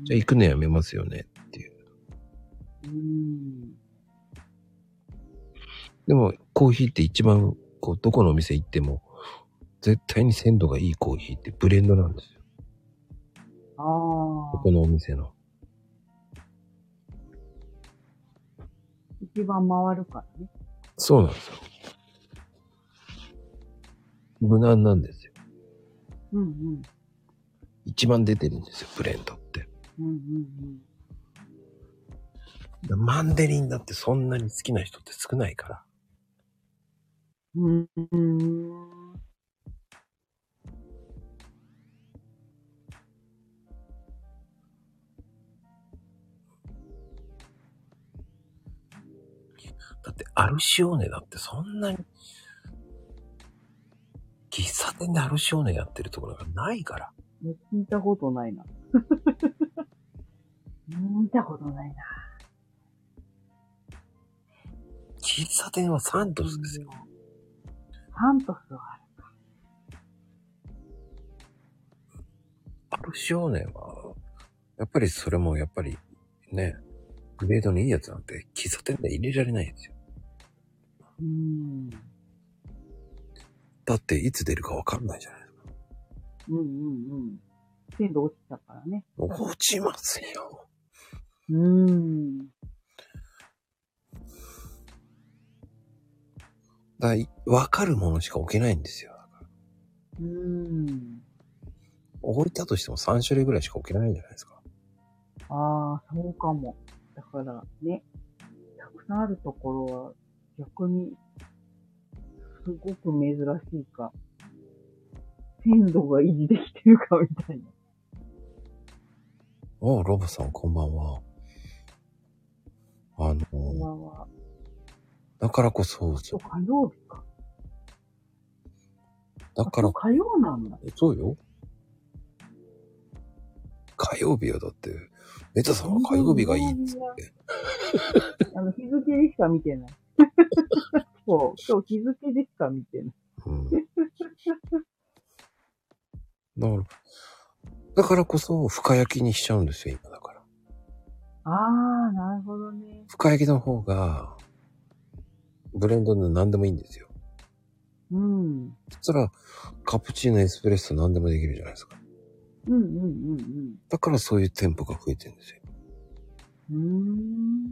[SPEAKER 3] ん。
[SPEAKER 1] じゃあ行くのやめますよねっていう。
[SPEAKER 3] うーん。
[SPEAKER 1] でもコーヒーって一番こうどこのお店行っても絶対に鮮度がいいコーヒーってブレンドなんですよ。
[SPEAKER 3] あ
[SPEAKER 1] こ
[SPEAKER 3] あ
[SPEAKER 1] こ。のお店の。
[SPEAKER 3] 一番回るからね。
[SPEAKER 1] そうなんですよ。無難なんですよ。
[SPEAKER 3] うんうん。
[SPEAKER 1] 一番出てるんですよ、ブレンドって。
[SPEAKER 3] うんうん
[SPEAKER 1] マンデリンだってそんなに好きな人って少ないから。
[SPEAKER 3] うん。うーん。
[SPEAKER 1] だってアルシオーネだってそんなに、喫茶店でアルシオーネやってるところがないから。
[SPEAKER 3] 聞いたことない な。見たことないな。
[SPEAKER 1] 喫茶店はサントスですよ。
[SPEAKER 3] サントスは
[SPEAKER 1] アルシオーネは、やっぱりそれもやっぱりね、グレードのいいやつなんて喫茶店で入れられないんですよ。
[SPEAKER 3] うーん。
[SPEAKER 1] だっていつ出るかわかんないじゃないですか。
[SPEAKER 3] うんうんうん。鮮度落ちたからね。
[SPEAKER 1] 落ちますよ。
[SPEAKER 3] うーん。
[SPEAKER 1] だからいわかるものしか置けないんですよ。
[SPEAKER 3] うーん。
[SPEAKER 1] 置いたとしても3種類ぐらいしか置けないんじゃないですか。
[SPEAKER 3] ああ、そうかも。だからね、たくさんあるところは逆にすごく珍しいか、鮮度が維持できてるかみたいな。
[SPEAKER 1] おうロボさんこんばんは。あの
[SPEAKER 3] こんば
[SPEAKER 1] ー、
[SPEAKER 3] んは。
[SPEAKER 1] だからこそ、
[SPEAKER 3] 今日火曜日か。
[SPEAKER 1] だから
[SPEAKER 3] あ、火曜なんだ。
[SPEAKER 1] そうよ。火曜日よ、だって。メタさんは火曜日がいいっつって。
[SPEAKER 3] あの、日付でしか見てない。 そう、今日日付でしか見てない。
[SPEAKER 1] うん。だから、だからこそ、深焼きにしちゃうんですよ、今だから。
[SPEAKER 3] ああ、なるほどね。
[SPEAKER 1] 深焼きの方が、ブレンドの何でもいいんですよ。
[SPEAKER 3] うん。うん
[SPEAKER 1] そしたら、カプチーノ、エスプレッソ何でもできるじゃないですか。
[SPEAKER 3] うんうん
[SPEAKER 1] だからそういう店舗が増えてるんですよ。
[SPEAKER 3] うん。うーん。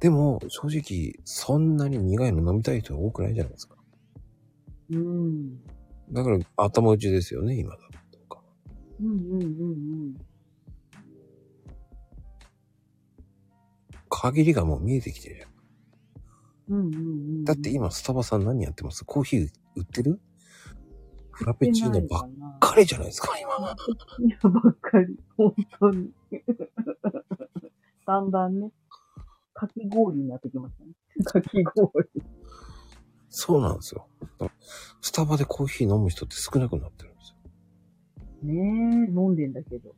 [SPEAKER 1] でも、正直、そんなに苦いの飲みたい人多くないじゃないですか。
[SPEAKER 3] うん。
[SPEAKER 1] だから、頭打ちですよね、今だとか。
[SPEAKER 3] うんうんうん
[SPEAKER 1] 限りがもう見えてきてるじゃん。
[SPEAKER 3] うん。うんうんうん。
[SPEAKER 1] だって今スタバさん何やってますコーヒー売ってるフラペチーノばっ
[SPEAKER 3] っ
[SPEAKER 1] かりじゃないですか、今。
[SPEAKER 3] り。いや、ばっかり。本当に。だんだんね、かき氷になってきましたね。かき氷。
[SPEAKER 1] そうなんですよ。スタバでコーヒー飲む人って少なくなってるんですよ。
[SPEAKER 3] ねえ、飲んでんだけど。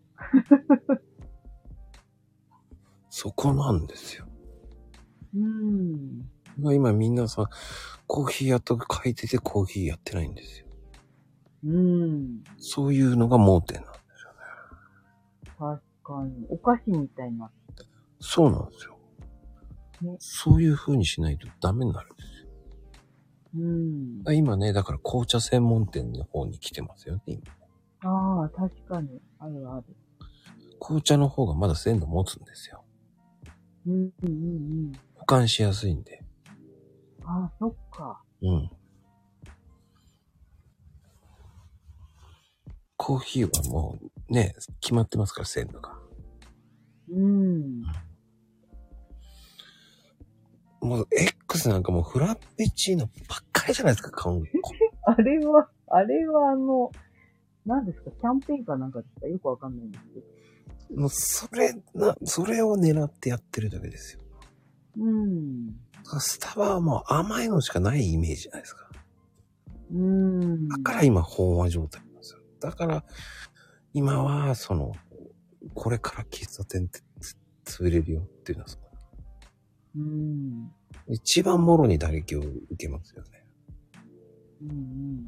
[SPEAKER 1] そこなんですよ。
[SPEAKER 3] うん。
[SPEAKER 1] 今みんなさ、コーヒーやっとく書いててコーヒーやってないんですよ。
[SPEAKER 3] うん。
[SPEAKER 1] そういうのが盲点なんです。
[SPEAKER 3] 確かに。お菓子みたいな。
[SPEAKER 1] そうなんですよ
[SPEAKER 3] ね。
[SPEAKER 1] そういう風にしないとダメになるんですよ。
[SPEAKER 3] うん。
[SPEAKER 1] 今ね、だから紅茶専門店の方に来てますよね、今
[SPEAKER 3] ああ、確かに。あるある。
[SPEAKER 1] 紅茶の方がまだ鮮度持つんですよ。
[SPEAKER 3] うんうんうんうん。
[SPEAKER 1] 保管しやすいんで。
[SPEAKER 3] ああ、そっか。
[SPEAKER 1] うん。コーヒーはもうね、決まってますから、鮮度が。
[SPEAKER 3] うん。
[SPEAKER 1] もう X なんかもうフラペチーノばっかりじゃないですか、買うの。
[SPEAKER 3] あれは、あれはあの、何ですか、キャンペーンかなんかですかよくわかんないんですけど。
[SPEAKER 1] もうそれな、それを狙ってやってるだけですよ。
[SPEAKER 3] うん。
[SPEAKER 1] スタバはもう甘いのしかないイメージじゃないですか。
[SPEAKER 3] うん。
[SPEAKER 1] だから今、飽和状態なんですよ。だから、今は、その、これから喫茶店ってつ潰れるよっていうのはそう、
[SPEAKER 3] うん。
[SPEAKER 1] 一番もろに打撃を受けますよね。
[SPEAKER 3] うん。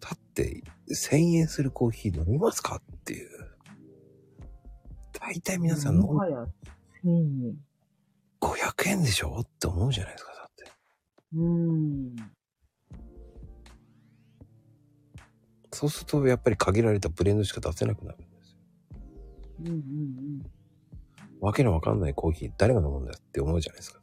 [SPEAKER 1] だって、1000円するコーヒー飲みますかっていう。大体皆さん飲
[SPEAKER 3] も
[SPEAKER 1] ん
[SPEAKER 3] はや、1000円。
[SPEAKER 1] 500円でしょって思うじゃないですか、だって。
[SPEAKER 3] うん。
[SPEAKER 1] そうすると、やっぱり限られたブレンドしか出せなくなるんですよ。
[SPEAKER 3] うんうんうん。
[SPEAKER 1] わけのわかんないコーヒー、誰が飲むんだよって思うじゃないですか。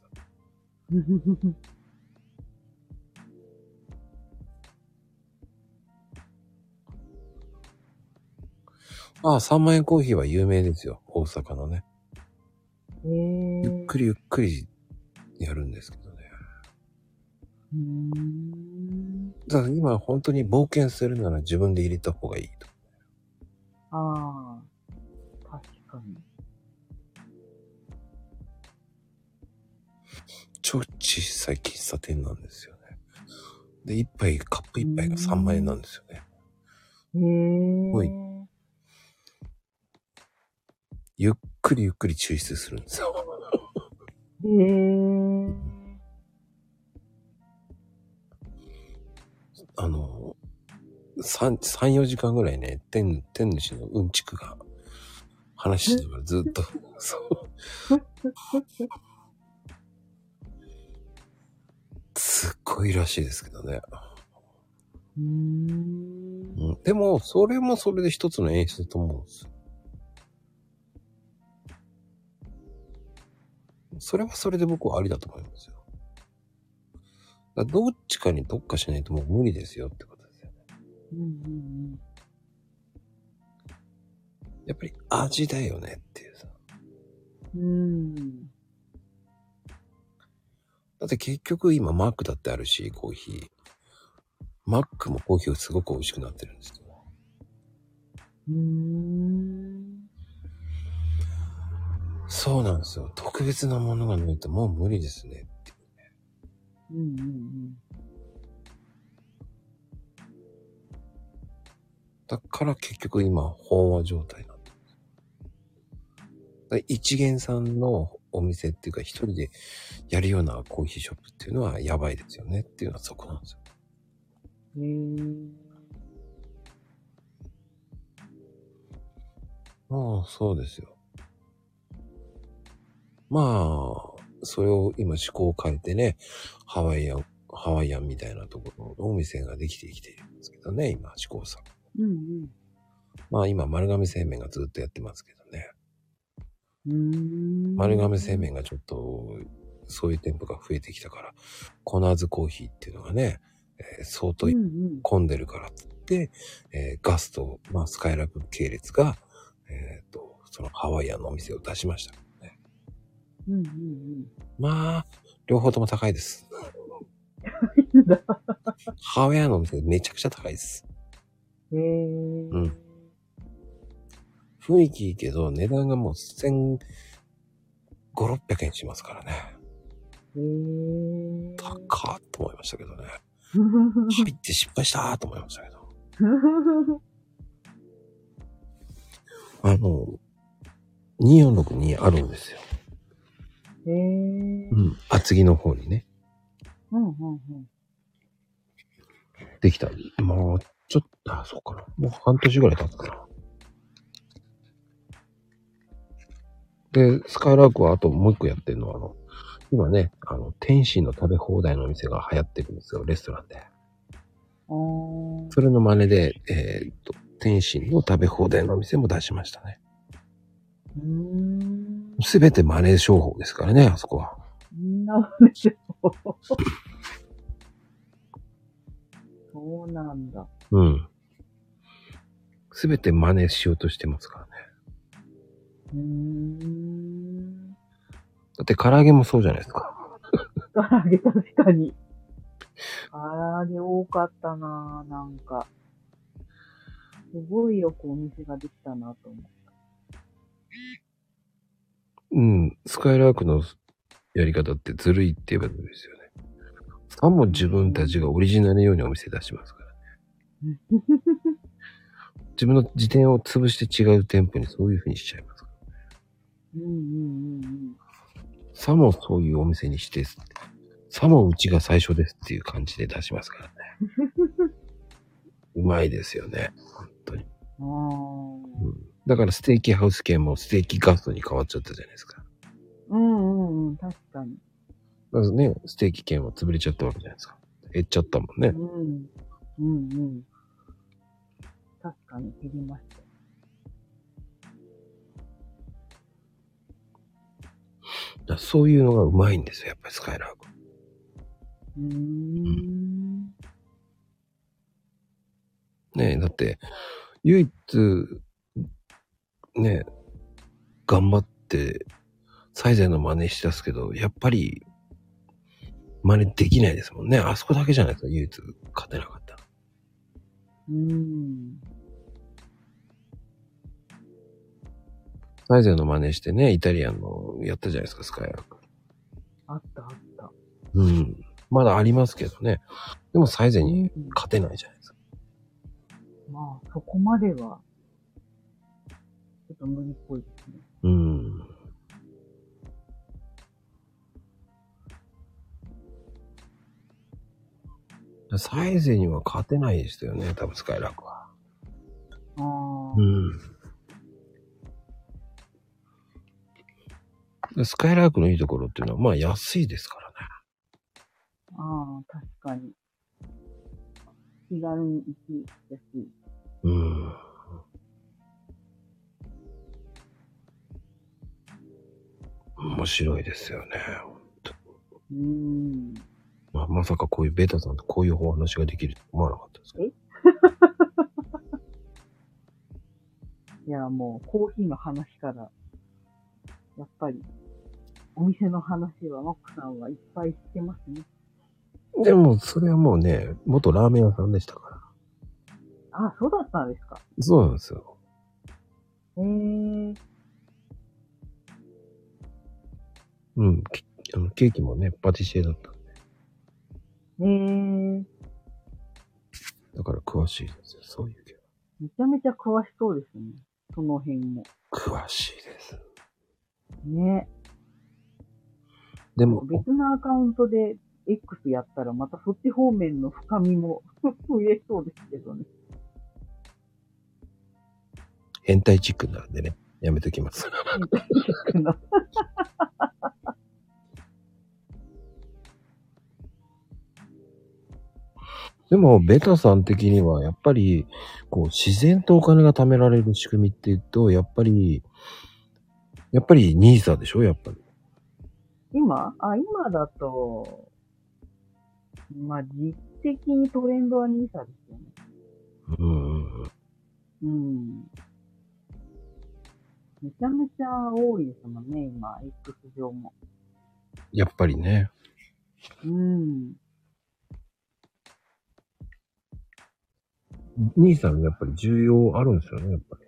[SPEAKER 1] ああ、3万円コーヒーは有名ですよ。大阪のね。
[SPEAKER 3] えー、
[SPEAKER 1] ゆっく
[SPEAKER 3] り。
[SPEAKER 1] りゆっくりやるんですけどね。
[SPEAKER 3] うーん。
[SPEAKER 1] だから今本当に冒険するなら自分で入れた方がいいと。
[SPEAKER 3] ああ。確かに。
[SPEAKER 1] 超小さい喫茶店なんですよね。で、一杯、カップ一杯が3万円なんですよね。
[SPEAKER 3] えー。
[SPEAKER 1] はいゆっくりゆっくり抽出するんですよ。
[SPEAKER 3] えー。
[SPEAKER 1] あの、3、三4時間ぐらいね、天、天主のうんちくが話しながらずっと、そう。すっごいらしいですけどね。
[SPEAKER 3] うーん。
[SPEAKER 1] うん、でも、それもそれで一つの演出だと思うんですよ。それはそれで僕はありだと思いますよ。だからどっちかに特化しないともう無理ですよってことですよね。
[SPEAKER 3] うんうん
[SPEAKER 1] やっぱり味だよねっていうさ。
[SPEAKER 3] うん。うん。
[SPEAKER 1] だって結局今マックだってあるし、コーヒー。マックもコーヒーすごく美味しくなってるんですよ。
[SPEAKER 3] うーん。
[SPEAKER 1] そうなんですよ。特別なものがないともう無理ですねって。
[SPEAKER 3] うんうん
[SPEAKER 1] だから結局今、飽和状態なんだ。だ一元さんのお店っていうか一人でやるようなコーヒーショップっていうのはやばいですよねっていうのはそこなんですよ。
[SPEAKER 3] うん。え
[SPEAKER 1] ああ、そうですよ。まあ、それを今思考を変えてね、ハワイアン、ハワイアンみたいなところのお店ができてきているんですけどね、今、試行さん。
[SPEAKER 3] ー。うん
[SPEAKER 1] まあ今、丸亀製麺がずっとやってますけどね。
[SPEAKER 3] うん。うーん。
[SPEAKER 1] 丸亀製麺がちょっと、そういう店舗が増えてきたから、コナーズコーヒーっていうのがね、えー相当
[SPEAKER 3] うんうん。
[SPEAKER 1] 混んでるからってって、えーガスト、まあスカイラック系列が、えっ、と、そのハワイアンのお店を出しました。
[SPEAKER 3] うんうん
[SPEAKER 1] まあ、両方とも高いです。
[SPEAKER 3] うん。だ。
[SPEAKER 1] ハワイアンのお店めちゃくちゃ高いです。
[SPEAKER 3] えー。
[SPEAKER 1] うん雰囲気いいけど、値段がもう1500、600円しますからね。
[SPEAKER 3] えー。
[SPEAKER 1] 高っと思いましたけど ね。
[SPEAKER 3] い。
[SPEAKER 1] 入って失敗したーと思いましたけど。あの、246にあるんですよ。
[SPEAKER 3] えー。
[SPEAKER 1] うん。厚木の方にね。
[SPEAKER 3] うんうんうん。
[SPEAKER 1] できた。もう、ちょっと、あ、そうかな。もう半年ぐらい経ったかな。で、スカイラークはあともう一個やってるのは、あの、今ね、あの、天津の食べ放題のお店が流行ってるんですよ、レストランで。
[SPEAKER 3] あー。
[SPEAKER 1] それの真似で、えーっと、天津の食べ放題のお店も出しましたね。
[SPEAKER 3] うーん。
[SPEAKER 1] すべて真似商法ですからね、あそこは。
[SPEAKER 3] うーんなんでしょう。そうなんだ。
[SPEAKER 1] うん。すべて真似しようとしてますからね。
[SPEAKER 3] うーん。
[SPEAKER 1] だって唐揚げもそうじゃないですか。
[SPEAKER 3] 唐揚げ確かに。唐揚げ多かったなぁ、なんか。すごいよくお店ができたなと思
[SPEAKER 1] うん。スカイラークのやり方ってずるいって言えばずるいですよね。さも自分たちがオリジナルのようにお店出しますからね。自分の自店を潰して違う店舗にそういう風にしちゃいますから。
[SPEAKER 3] う。うんうんうんうん。
[SPEAKER 1] さもそういうお店にしてす。さもうちが最初ですっていう感じで出しますからね。うまいですよね。本当に。
[SPEAKER 3] あー
[SPEAKER 1] だからステーキハウス系もステーキガストに変わっちゃったじゃないですか。
[SPEAKER 3] うんうんうん、確かに。
[SPEAKER 1] まずね、ステーキ券は潰れちゃったわけじゃないですか。減っちゃったもん
[SPEAKER 3] う
[SPEAKER 1] ね。
[SPEAKER 3] ん。うんうん。確かに減りました。
[SPEAKER 1] だからそういうのがうまいんですよ、やっぱりスカイラーク。
[SPEAKER 3] うーん。
[SPEAKER 1] ねえだって、唯一、ねえ頑張って、サイゼの真似してすけど、やっぱり、真似できないですもんね。あそこだけじゃないですか、唯一勝てなかった。
[SPEAKER 3] うん。
[SPEAKER 1] サイゼの真似してね、イタリアンのやったじゃないですか、スカイラーク。
[SPEAKER 3] あったあった。
[SPEAKER 1] うん。まだありますけどね。でもサイゼに
[SPEAKER 3] うん
[SPEAKER 1] 勝てないじゃないですか。
[SPEAKER 3] まあ、そこまでは、ちょっと無理っぽいですね。
[SPEAKER 1] うん。サイゼには勝てないですよね、多分スカイラークは。
[SPEAKER 3] ああ、
[SPEAKER 1] うん。スカイラークのいいところっていうのは、まあ安いですからね。
[SPEAKER 3] ああ、確かに。気軽に行きやすい。
[SPEAKER 1] うん。面白いですよね。
[SPEAKER 3] うーん。
[SPEAKER 1] まあ、まさかこういうベータさんとこういうお話ができると思わなかったですけど。
[SPEAKER 3] いや、もう、コーヒーの話から、やっぱり、お店の話は、マックさんはいっぱいしてますね。
[SPEAKER 1] でも、それはもうね、元ラーメン屋さんでしたから。
[SPEAKER 3] あ、そうだったんですか。
[SPEAKER 1] そうなんですよ。
[SPEAKER 3] へえー。
[SPEAKER 1] うん。きあのケーキもね、パティシエだった。
[SPEAKER 3] えー。
[SPEAKER 1] だから詳しいですよ。そういう系。
[SPEAKER 3] めちゃめちゃ詳しそうですね。その辺も。
[SPEAKER 1] 詳しいです。
[SPEAKER 3] ね。
[SPEAKER 1] でも、
[SPEAKER 3] 別のアカウントで X やったらまたそっち方面の深みも 増えそうですけどね。
[SPEAKER 1] 変態チックになるんでね、やめときます。でも、ベタさん的には、やっぱり、こう、自然とお金が貯められる仕組みっていうと、やっぱり、やっぱりニーサでしょやっぱり。
[SPEAKER 3] 今あ、今だと、まあ、実質的にトレンドは NISA ですよね。
[SPEAKER 1] うんうんうん。
[SPEAKER 3] うん。めちゃめちゃ多いですもんね、今、X 上も。
[SPEAKER 1] やっぱりね。
[SPEAKER 3] うん。
[SPEAKER 1] ニーサのやっぱり重要あるんですよね、やっぱり。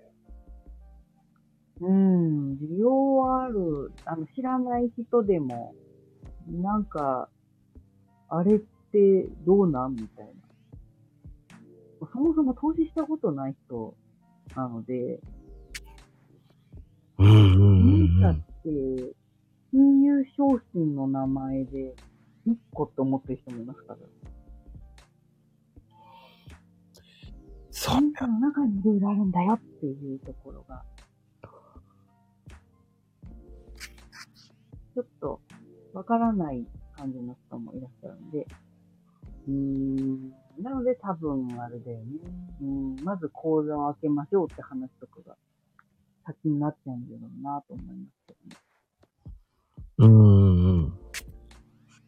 [SPEAKER 3] うん、需要はある。あの、知らない人でも、なんか、あれってどうなんみたいな。そもそも投資したことない人なので、
[SPEAKER 1] うんうんうん、う
[SPEAKER 3] だっ
[SPEAKER 1] ん。
[SPEAKER 3] て、金融商品の名前で、1個って思ってる人もいますから。
[SPEAKER 1] そ
[SPEAKER 3] 金貨の中にいろいろあるんだよっていうところが、ちょっとわからない感じの人もいらっしゃるんで、うーん、なので多分あれだよね。うん、まず口座を開けましょうって話とかが先になっちゃうんだろうなと思いますけどね。
[SPEAKER 1] うんうんうん。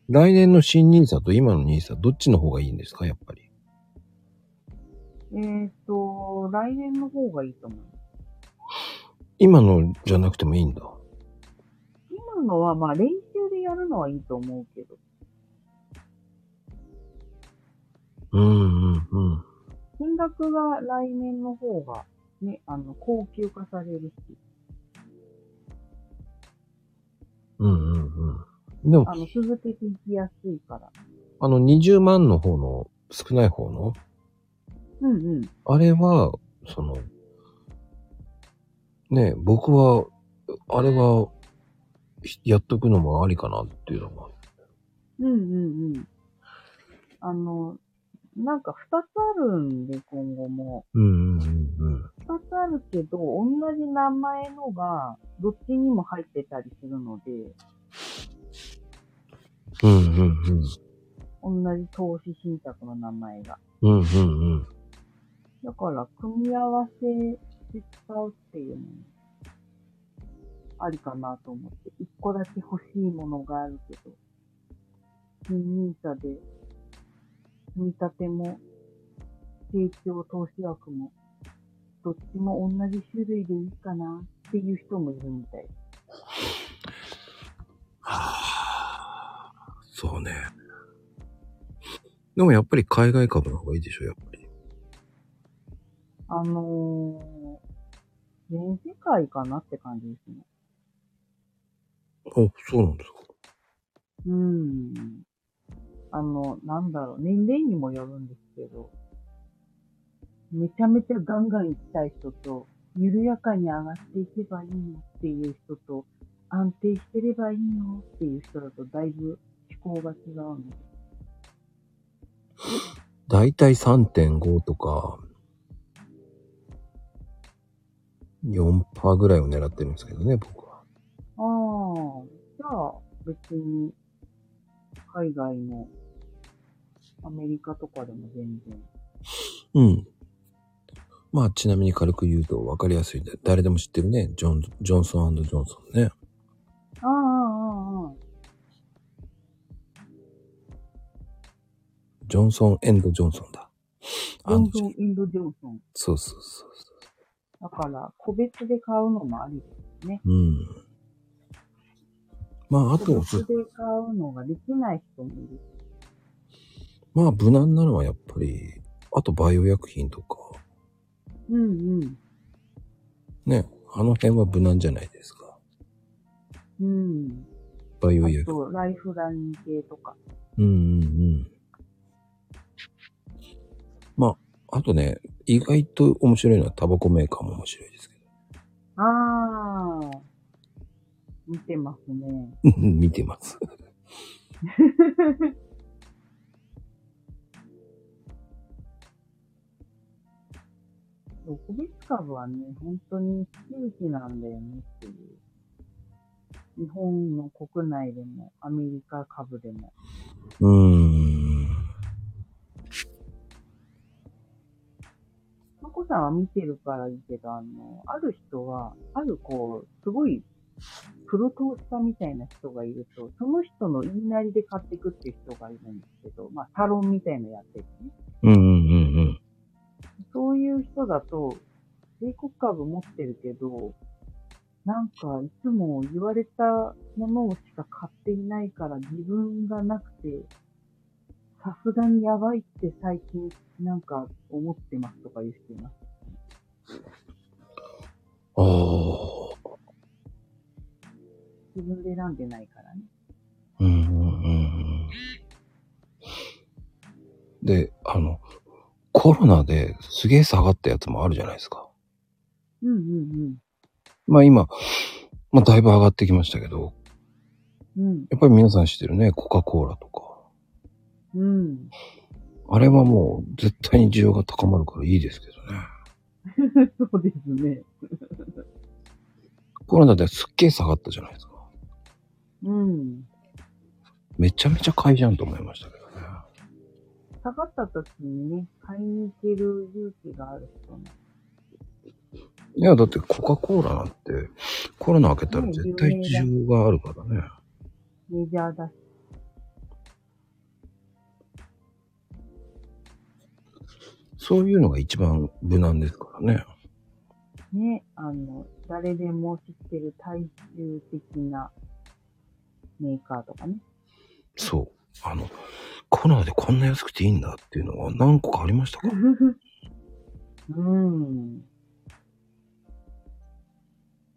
[SPEAKER 1] 来年の新ニーサと今のニーサどっちの方がいいんですかやっぱり。
[SPEAKER 3] えーっと、来年の方がいいと思う。
[SPEAKER 1] 今のじゃなくてもいいんだ。
[SPEAKER 3] 今のは、まあ、練習でやるのはいいと思うけど、
[SPEAKER 1] うんうんうん。
[SPEAKER 3] 金額が来年の方が、ね、あの、高級化されるし、
[SPEAKER 1] うんうんうん。でも、
[SPEAKER 3] あの、続けていきやすいから。
[SPEAKER 1] あの20万の方の少ない方の、
[SPEAKER 3] うんうん。
[SPEAKER 1] あれは、その、ねえ僕は、あれは、ひやっとくのもありかなっていうのが。
[SPEAKER 3] うんうんうん。あの、なんか二つあるんで、今後も。
[SPEAKER 1] うんうんうん
[SPEAKER 3] 二つあるけど、同じ名前のが、どっちにも入ってたりするので、
[SPEAKER 1] うん。うんうんうん。
[SPEAKER 3] 同じ投資信託の名前が。
[SPEAKER 1] うんうんうん。
[SPEAKER 3] だから、組み合わせで使うっていうのも、ありかなと思って。一個だけ欲しいものがあるけど、金 i 差で、積み立ても、成長投資枠も、どっちも同じ種類でいいかなっていう人もいるみたい。
[SPEAKER 1] はあ、そうね。でもやっぱり海外株の方がいいでしょ、やっぱり。
[SPEAKER 3] あのー、全世界かなって感じですね。
[SPEAKER 1] お、そうなんですか。
[SPEAKER 3] うん。あの、なんだろう、年齢にもよるんですけど、めちゃめちゃガンガン行きたい人と、緩やかに上がっていけばいいのっていう人と、安定してればいいのっていう人だとだいぶ思考が違うので。
[SPEAKER 1] だいたい3.5とか、4%ぐらいを狙ってるんですけどね、僕は。
[SPEAKER 3] ああ、じゃあ別に、海外のアメリカとかでも全然。
[SPEAKER 1] うん。まあ、ちなみに軽く言うと分かりやすいんで、誰でも知ってるね、ジョン、ジョンソンジョンソンね。
[SPEAKER 3] ああ、ああ、ああ。
[SPEAKER 1] ジョンソンジョンソンだ。
[SPEAKER 3] ジョ
[SPEAKER 1] あの
[SPEAKER 3] ンソン、インド・ジョンソン。
[SPEAKER 1] そうそうそうそ
[SPEAKER 3] だから、個別で買うのもありです。
[SPEAKER 1] う。うん。まあ、あ
[SPEAKER 3] 個
[SPEAKER 1] と、
[SPEAKER 3] 別で買うのができない人もいる。
[SPEAKER 1] まあ、無難なのはやっぱり、あとバイオ薬品とか、
[SPEAKER 3] うんうん。
[SPEAKER 1] ね、あの辺は無難じゃないですか。
[SPEAKER 3] うん。
[SPEAKER 1] バイオ
[SPEAKER 3] あ
[SPEAKER 1] 薬。
[SPEAKER 3] と、ライフライン系とか。
[SPEAKER 1] うんうんうん。まあ、あとね、意外と面白いのはタバコメーカーも面白いですけど。
[SPEAKER 3] ああ。見てますね。
[SPEAKER 1] うん 見てます。
[SPEAKER 3] 個別株はね、本当に周期なんだよねっていう。日本の国内でも、アメリカ株でも。
[SPEAKER 1] うーん。
[SPEAKER 3] まこさんは見てるからいいけど、あの、ある人は、あるこう、すごい、プロ投資家みたいな人がいると、その人の言いなりで買っていくっていう人がいるんですけど、まあ、サロンみたいなのやってるね。
[SPEAKER 1] うんうんうんうん。
[SPEAKER 3] そういう人だと、米国株持ってるけど、なんか、いつも言われたものをしか買っていないから、自分がなくて、さすがにやばいって最近、なんか思ってますとか言う人います。
[SPEAKER 1] ああ。
[SPEAKER 3] 自分で選んでないからね。
[SPEAKER 1] うんうんうんうん。で、あの、コロナですげえ下がったやつもあるじゃないですか。
[SPEAKER 3] うんうん
[SPEAKER 1] まあ今、まあだいぶ上がってきましたけど、
[SPEAKER 3] うん。
[SPEAKER 1] やっぱり皆さん知ってるね、コカ・コーラとか。
[SPEAKER 3] うん。うん。
[SPEAKER 1] あれはもう絶対に需要が高まるからいいですけどね。
[SPEAKER 3] そうですね。
[SPEAKER 1] コロナですっげえ下がったじゃないですか。
[SPEAKER 3] うん。
[SPEAKER 1] めちゃめちゃ買いじゃんと思いましたけどね。
[SPEAKER 3] 下がった時にね、買いに行ける勇気がある人ね。
[SPEAKER 1] いや、だってコカ・コーラなんてコロナ開けたら絶対需要があるからね。
[SPEAKER 3] メジャーだし。
[SPEAKER 1] そういうのが一番無難ですからね。
[SPEAKER 3] ね、あの、誰でも知ってる大衆的なメーカーとかね。
[SPEAKER 1] そう。あの、コロナでこんな安くていいんだっていうのが何個かありましたから。
[SPEAKER 3] うん。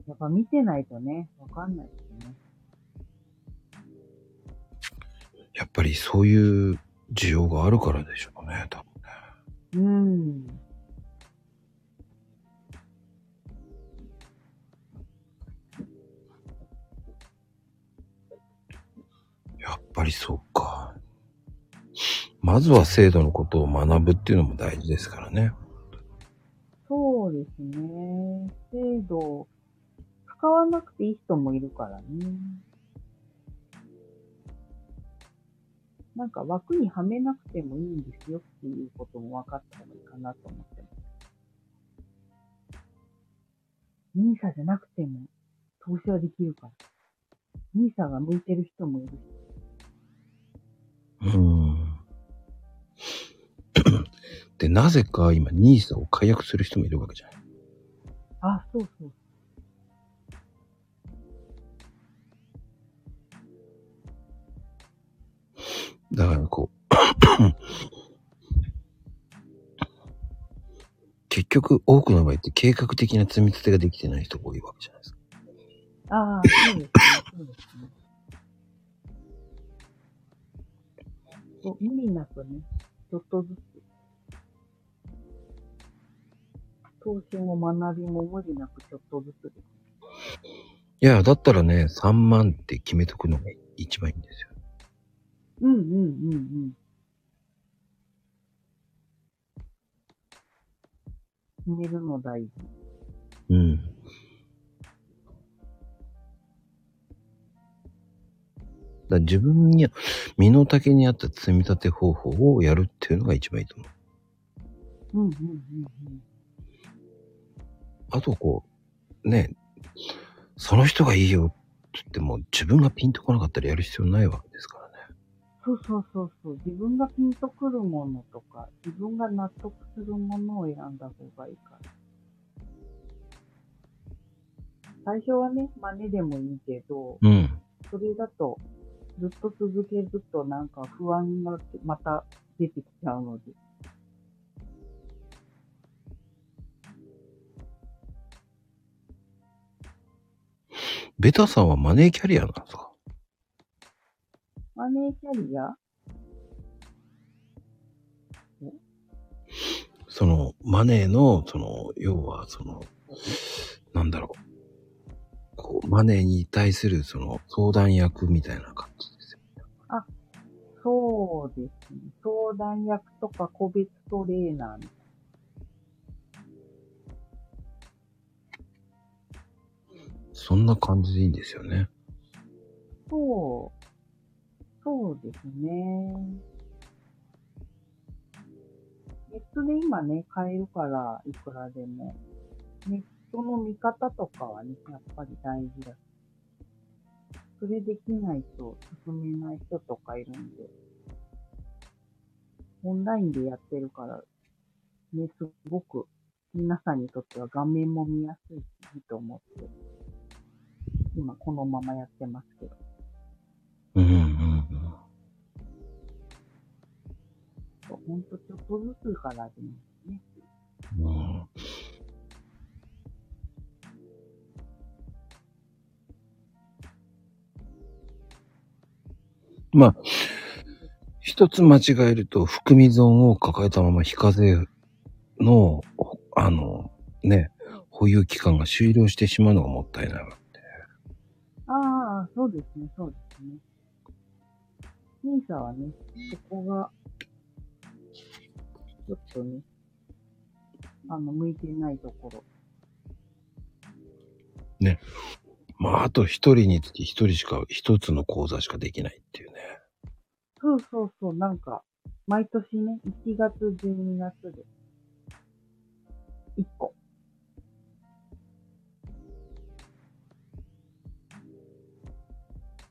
[SPEAKER 3] やっぱ見てないとね、わかんないですね。
[SPEAKER 1] やっぱりそういう需要があるからでしょうね、多分ね。
[SPEAKER 3] うん。
[SPEAKER 1] やっぱりそうか。まずは制度のことを学ぶっていうのも大事ですからね。
[SPEAKER 3] そうですね。制度、使わなくていい人もいるからね。なんか枠にはめなくてもいいんですよっていうことも分かった方がいいかなと思ってます。ニーサじゃなくても投資はできるから。ニーサが向いてる人もいるし。
[SPEAKER 1] うん。で、なぜか今、ニーサを解約する人もいるわけじゃない。
[SPEAKER 3] あ、そうそう。
[SPEAKER 1] だからこう、結局多くの場合って計画的な積み立てができてない人が多いわけじゃないですか。
[SPEAKER 3] ああ、そうですね。そうですね。そう無理なくね、ちょっとずつ。投資も学びも無理なくちょっとずつで。
[SPEAKER 1] いや、だったらね、3万って決めとくのが一番いいんですよ。
[SPEAKER 3] うんうんうんうん。決めるの大事。
[SPEAKER 1] うん。だから自分に、身の丈に合った積み立て方法をやるっていうのが一番いいと思う。
[SPEAKER 3] うんうんうん
[SPEAKER 1] あとこう、ね、その人がいいよって言っても自分がピンとこなかったらやる必要ないわけですからね。
[SPEAKER 3] そうそうそうそう。自分がピンとくるものとか、自分が納得するものを選んだ方がいいから。最初はね、真似でもいいけど、
[SPEAKER 1] うん。
[SPEAKER 3] それだと、ずっと続けるとなんか不安がまた出てきちゃうので。
[SPEAKER 1] ベタさんはマネーキャリアなんですか
[SPEAKER 3] マネーキャリア
[SPEAKER 1] その、マネーの、その、要は、その、なんだろう。こう、マネーに対する、その、相談役みたいな感じですよ。
[SPEAKER 3] そうですね。相談役とか個別トレーナーみたい
[SPEAKER 1] そんな感じでいいんですよね。
[SPEAKER 3] な。そう。そうですね。ネットで今ね、買えるから、いくらでも。ネットの見方とかはね、やっぱり大事だし。それできないと進めない人とかいるんで。オンラインでやってるから、ね、すごく皆さんにとっては画面も見やすいし、いいと思って。今このままやってますけど。
[SPEAKER 1] うんうんうん。
[SPEAKER 3] そうほんとちょっとずつからでもね。
[SPEAKER 1] うんまあ、一つ間違えると、含み損を抱えたまま非課税の、ほあの、ね、保有期間が終了してしまうのがもったいないわ。
[SPEAKER 3] ああ、そうですね、そうですね。兄さんはね、そこが、ちょっとね、あの、向いてないところ。
[SPEAKER 1] まあ、あと一人につき一人しか、一つの口座しかできないっていうね。
[SPEAKER 3] そうそうそう、なんか、毎年ね、1月、12月で、1個。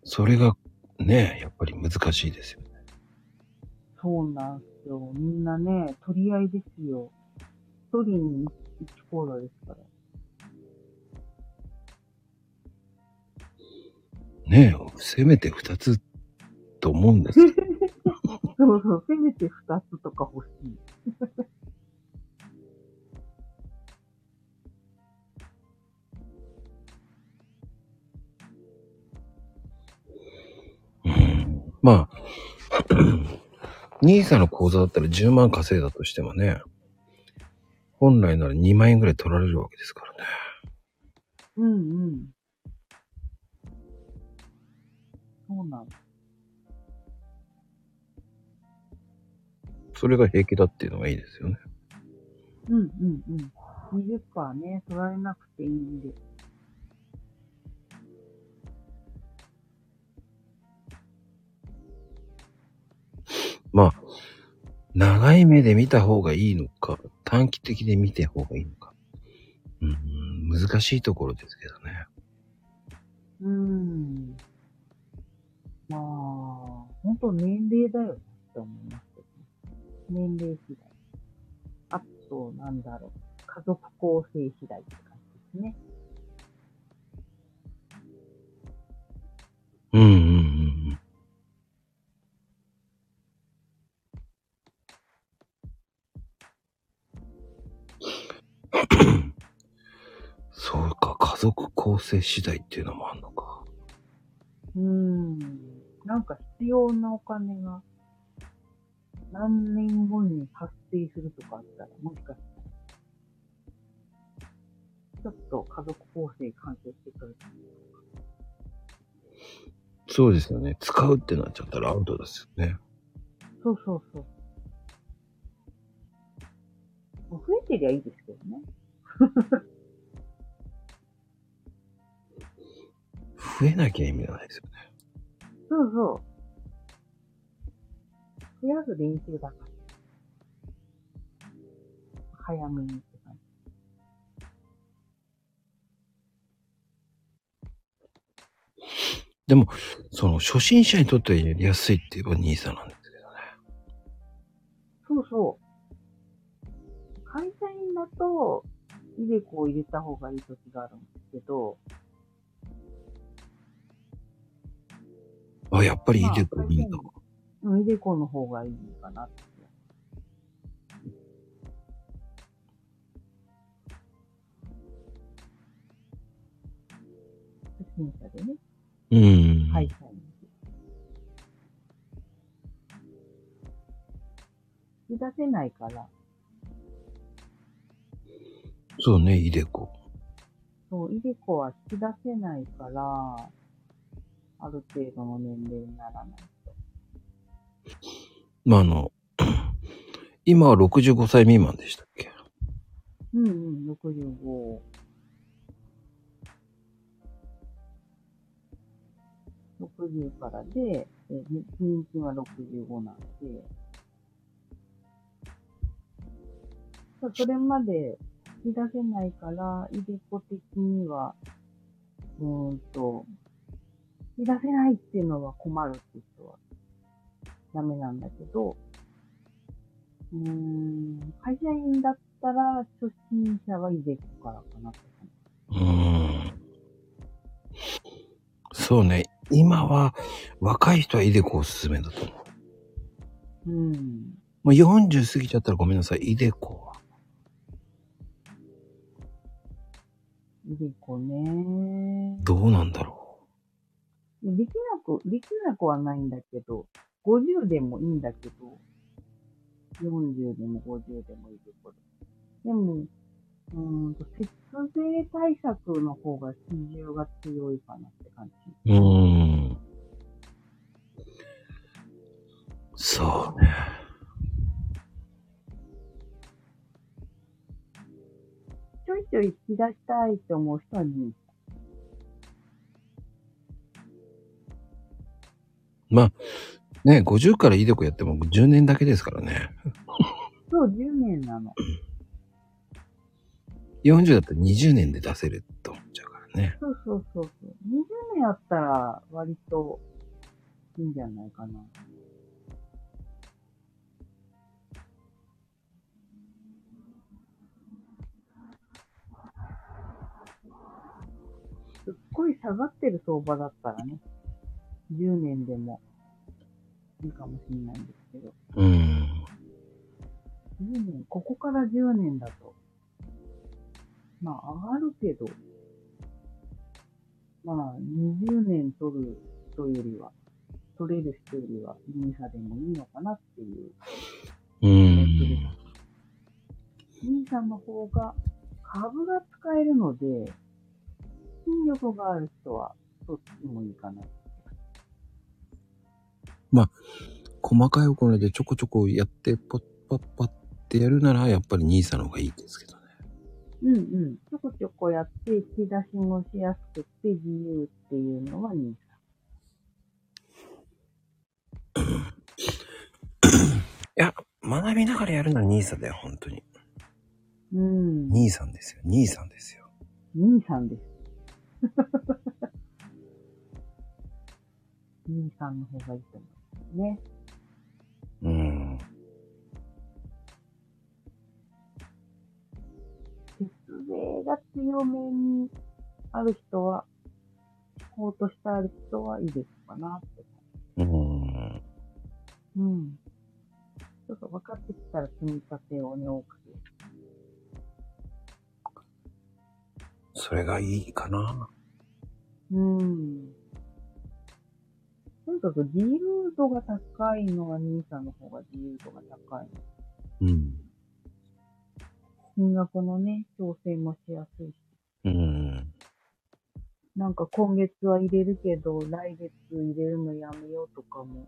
[SPEAKER 1] それが、ね、やっぱり難しいですよね。
[SPEAKER 3] そうなんですよ。みんなね、取り合いですよ。一人に一コーラですから。
[SPEAKER 1] ねえ、せめて2つと思うんです。
[SPEAKER 3] そうそう、せめて二つとか欲しい。
[SPEAKER 1] うんまあ、 兄さんの口座だったら10万稼いだとしてもね、本来なら2万円ぐらい取られるわけですからね。
[SPEAKER 3] うんうん。そうなんです。
[SPEAKER 1] それが平気だっていうのがいいですよね。
[SPEAKER 3] うんうんうん。20%ね、取られなくていいんで。
[SPEAKER 1] まあ、長い目で見た方がいいのか、短期的で見た方がいいのか。うん、難しいところですけどね。
[SPEAKER 3] うーん。まあ、本当年齢だよねって思いますけどね。年齢次第。あと、なんだろう。家族構成次第って感じですね。
[SPEAKER 1] うんうんうんうん。そうか、家族構成次第っていうのもあんのか。
[SPEAKER 3] うーん。なんか必要なお金が何年後に発生するとかあったら、もしかしたら、ちょっと家族構成関係してくる。
[SPEAKER 1] そうですよね。使うってなっちゃったらアウトですよね。
[SPEAKER 3] そうそうそう。もう増えてりゃいいですけどね。
[SPEAKER 1] 増えなきゃ意味がないですよね。
[SPEAKER 3] そうそう。増やす練習だから。早めにって感
[SPEAKER 1] その、初心者にとってはやりやすいって言えば兄さんなんですけどね。
[SPEAKER 3] じ。そうそう。会社員だと、イデコを入れた方がいい時があるんですけど、
[SPEAKER 1] あ、やっぱりいいでこいいんだ。
[SPEAKER 3] うん、イデコの方がいいのかなって。初心者でね、
[SPEAKER 1] うん。
[SPEAKER 3] 会社員で。出せないから、
[SPEAKER 1] そうね、いいでこ。
[SPEAKER 3] そう、イデコは引き出せないから、ある程度の年齢にならない。
[SPEAKER 1] まあ、あの、 今は65歳未満でしたっけ
[SPEAKER 3] うんうん、65。60からで、えに年金は65なんで、そうそれまで引き出せないから、いでこ的には、うーんと、引き出せないっていうのは困るって人はダメなんだけど、うーん、会社員だったら初心者はいでこからかなって感じ。
[SPEAKER 1] うーん。そうね、今は若い人はいでこおすすめだと思う。
[SPEAKER 3] うん。
[SPEAKER 1] まあ、40過ぎちゃったらごめんなさい、いでこは。
[SPEAKER 3] いでこね。
[SPEAKER 1] どうなんだろ
[SPEAKER 3] できなく、できなくはないんだけど、50でもいいんだけど、40でも50でもいいところ。でも、うーんと、節税対策の方が比重が強いかなって感じ。
[SPEAKER 1] う。うーん。そうね。
[SPEAKER 3] ちょいちょい引き出したいって思う人に、
[SPEAKER 1] まあ、ね、50からいいでこやっても10年だけですからね。
[SPEAKER 3] そう10年なの。
[SPEAKER 1] 40だったら20年で出せると思っちゃうからね。
[SPEAKER 3] そうそうそうそう。20年あったら割といいんじゃないかな。ごい下がってる相場だったらね、10年でもいいかもしれないんですけど、
[SPEAKER 1] うん。
[SPEAKER 3] 10年、ここから10年だと、まあ上がるけど、まあ20年取る人よりは、取れる人よりは、ニーサでもいいのかなっていう
[SPEAKER 1] うん。
[SPEAKER 3] 兄さんの方が株が使えるので、金力がある人はそっちもいいかな。
[SPEAKER 1] 細かいお金でちょこちょこやって、パッパッパッってやるなら、やっぱり兄さんの方がいいですけどね。
[SPEAKER 3] うんうん。ちょこちょこやって、引き出しもしやすくて自由っていうのは兄
[SPEAKER 1] いや、学びながらやるのは兄さんだよ、本当に。
[SPEAKER 3] さん。うん。
[SPEAKER 1] 兄さんですよ、兄さんですよ。
[SPEAKER 3] 兄さんです。 兄さんの方がいいと思いますね。
[SPEAKER 1] うん。
[SPEAKER 3] 節税が強めにある人は、思考としてある人はいいですかなって。
[SPEAKER 1] うん。
[SPEAKER 3] うん。ちょっと分かってきたら積み立てをね、多くて。
[SPEAKER 1] それがいいかな。
[SPEAKER 3] うん。とにかく自由度が高いのは兄さんの方が自由度が高い。
[SPEAKER 1] うん。
[SPEAKER 3] 金額のね、調整もしやすいし。
[SPEAKER 1] うん。
[SPEAKER 3] なんか今月は入れるけど、来月入れるのやめようとかも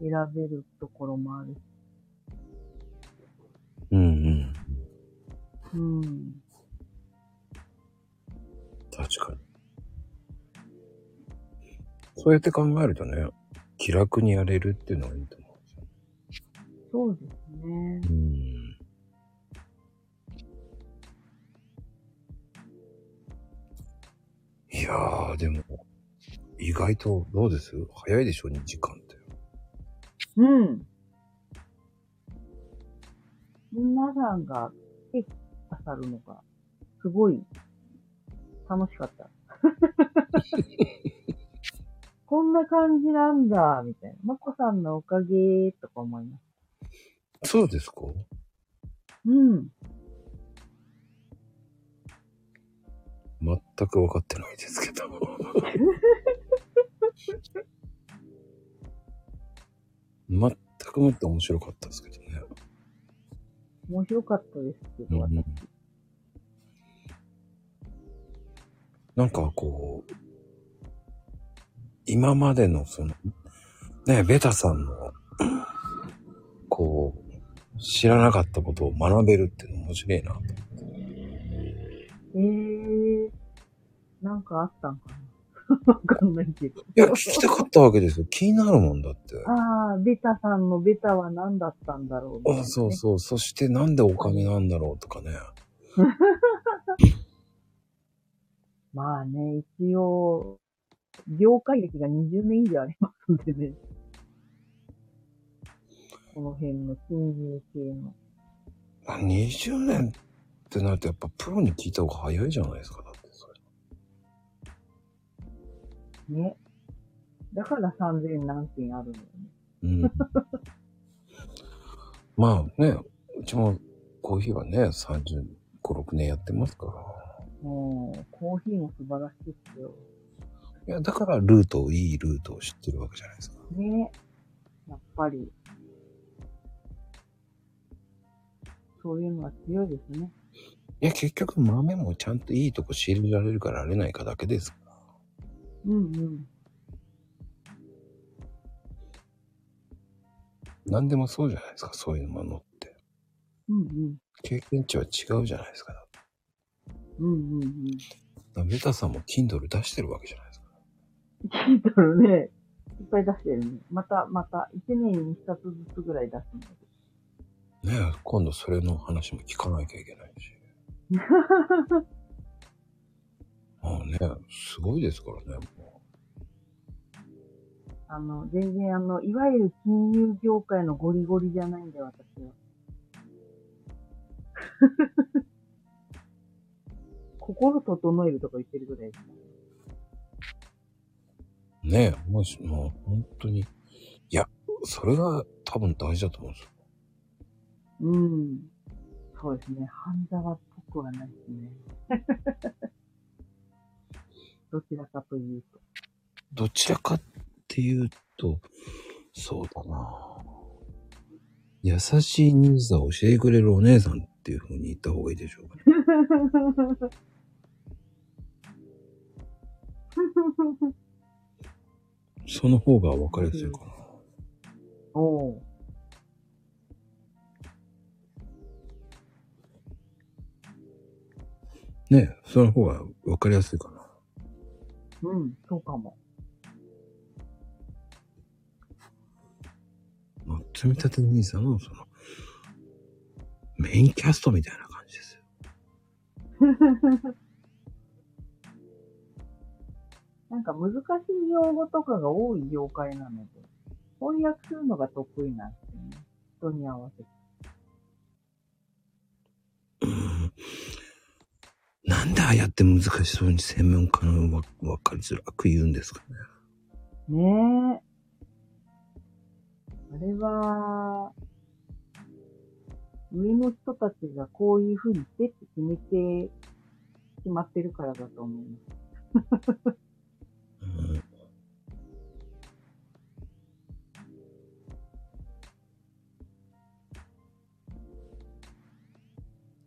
[SPEAKER 3] 選べるところもあるし。
[SPEAKER 1] うんうん。
[SPEAKER 3] うん。
[SPEAKER 1] 確かに。そうやって考えるとね、気楽にやれるっていうのがいいと思うんですよ。
[SPEAKER 3] そうですね。
[SPEAKER 1] うん。いやー、でも、意外とどうです早いでしょ、2時間って。
[SPEAKER 3] うん。皆さんが来てくださるのが、すごい、楽しかった。こんな感じなんだ、みたいな。まこさんのおかげ、とか思います。
[SPEAKER 1] そうですか
[SPEAKER 3] うん。
[SPEAKER 1] 全く分かってないですけど。全くもって面白かったですけどね。
[SPEAKER 3] 面白かったですけ
[SPEAKER 1] う
[SPEAKER 3] ど、
[SPEAKER 1] んなんかこう、今までのその、ね、ベタさんの、こう、知らなかったことを学べるっていうの面白いなと。
[SPEAKER 3] えー、なんかあったんかなわかんないけど。
[SPEAKER 1] いや、聞きたかったわけですよ。気になるもんだって。
[SPEAKER 3] ああ、ベタさんのベタは何だったんだろうみたいなね、
[SPEAKER 1] あそうそう。そしてなんでお金なんだろうとかね。
[SPEAKER 3] まあね、一応、業界歴が20年以上ありますんでね。この辺の金融系の。
[SPEAKER 1] まあ20年ってなるとやっぱプロに聞いた方が早いじゃないですか。だってそれ。
[SPEAKER 3] ね。だから3000何件あるのよね。
[SPEAKER 1] うん。 まあね、うちもコーヒーはね、35、6年やってますから。
[SPEAKER 3] もう、コーヒーも素晴らしいですよ。
[SPEAKER 1] いや、だからルート、いいルートを知ってるわけじゃないですか。
[SPEAKER 3] ね。やっぱり。そういうのは強いですね。
[SPEAKER 1] いや、結局豆もちゃんといいとこ仕入れられるからあれないかだけです。
[SPEAKER 3] うんうん。
[SPEAKER 1] 何でもそうじゃないですか、そういうものって。
[SPEAKER 3] うんうん。
[SPEAKER 1] 経験値は違うじゃないですか。だか
[SPEAKER 3] うんうんうん。
[SPEAKER 1] らベタさんも Kindle 出してるわけじゃないですか。
[SPEAKER 3] キンドルね、いっぱい出してるね。また、また、1年に1冊ずつぐらい出すんだけ
[SPEAKER 1] ねえ今度それの話も聞かなきゃいけないし。ああね、すごいですからね。も
[SPEAKER 3] ど。あの、全然あの、いわゆる金融業界のゴリゴリじゃないんで、私 は。心整えるとか言ってるぐらいです。
[SPEAKER 1] ねえ、もし、もう本当に。いや、それが多分大事だと思うんですよ。
[SPEAKER 3] うん。そうですね。半沢っぽくはないですね。 どちらかというと。
[SPEAKER 1] どちらかっていうと、そうだな優しいニーズを教えてくれるお姉さんっていう風に言った方がいいでしょうかね。その方が分かりやすいかな。
[SPEAKER 3] おお
[SPEAKER 1] ねえ、その方が分かりやすいかな。
[SPEAKER 3] う。うん、そうかも。
[SPEAKER 1] まあ、積み立て兄さんのその、メインキャストみたいな感じですよ。
[SPEAKER 3] なんか難しい用語とかが多い業界なので、翻訳するのが得意なんですよね。人に合わせて。
[SPEAKER 1] うんなんでああやって難しそうに専門家のわ分かりづらく言うんですかね。
[SPEAKER 3] ねえ。あれは、上の人たちがこういう風にしてって決めて決まってるからだと思います。
[SPEAKER 1] うん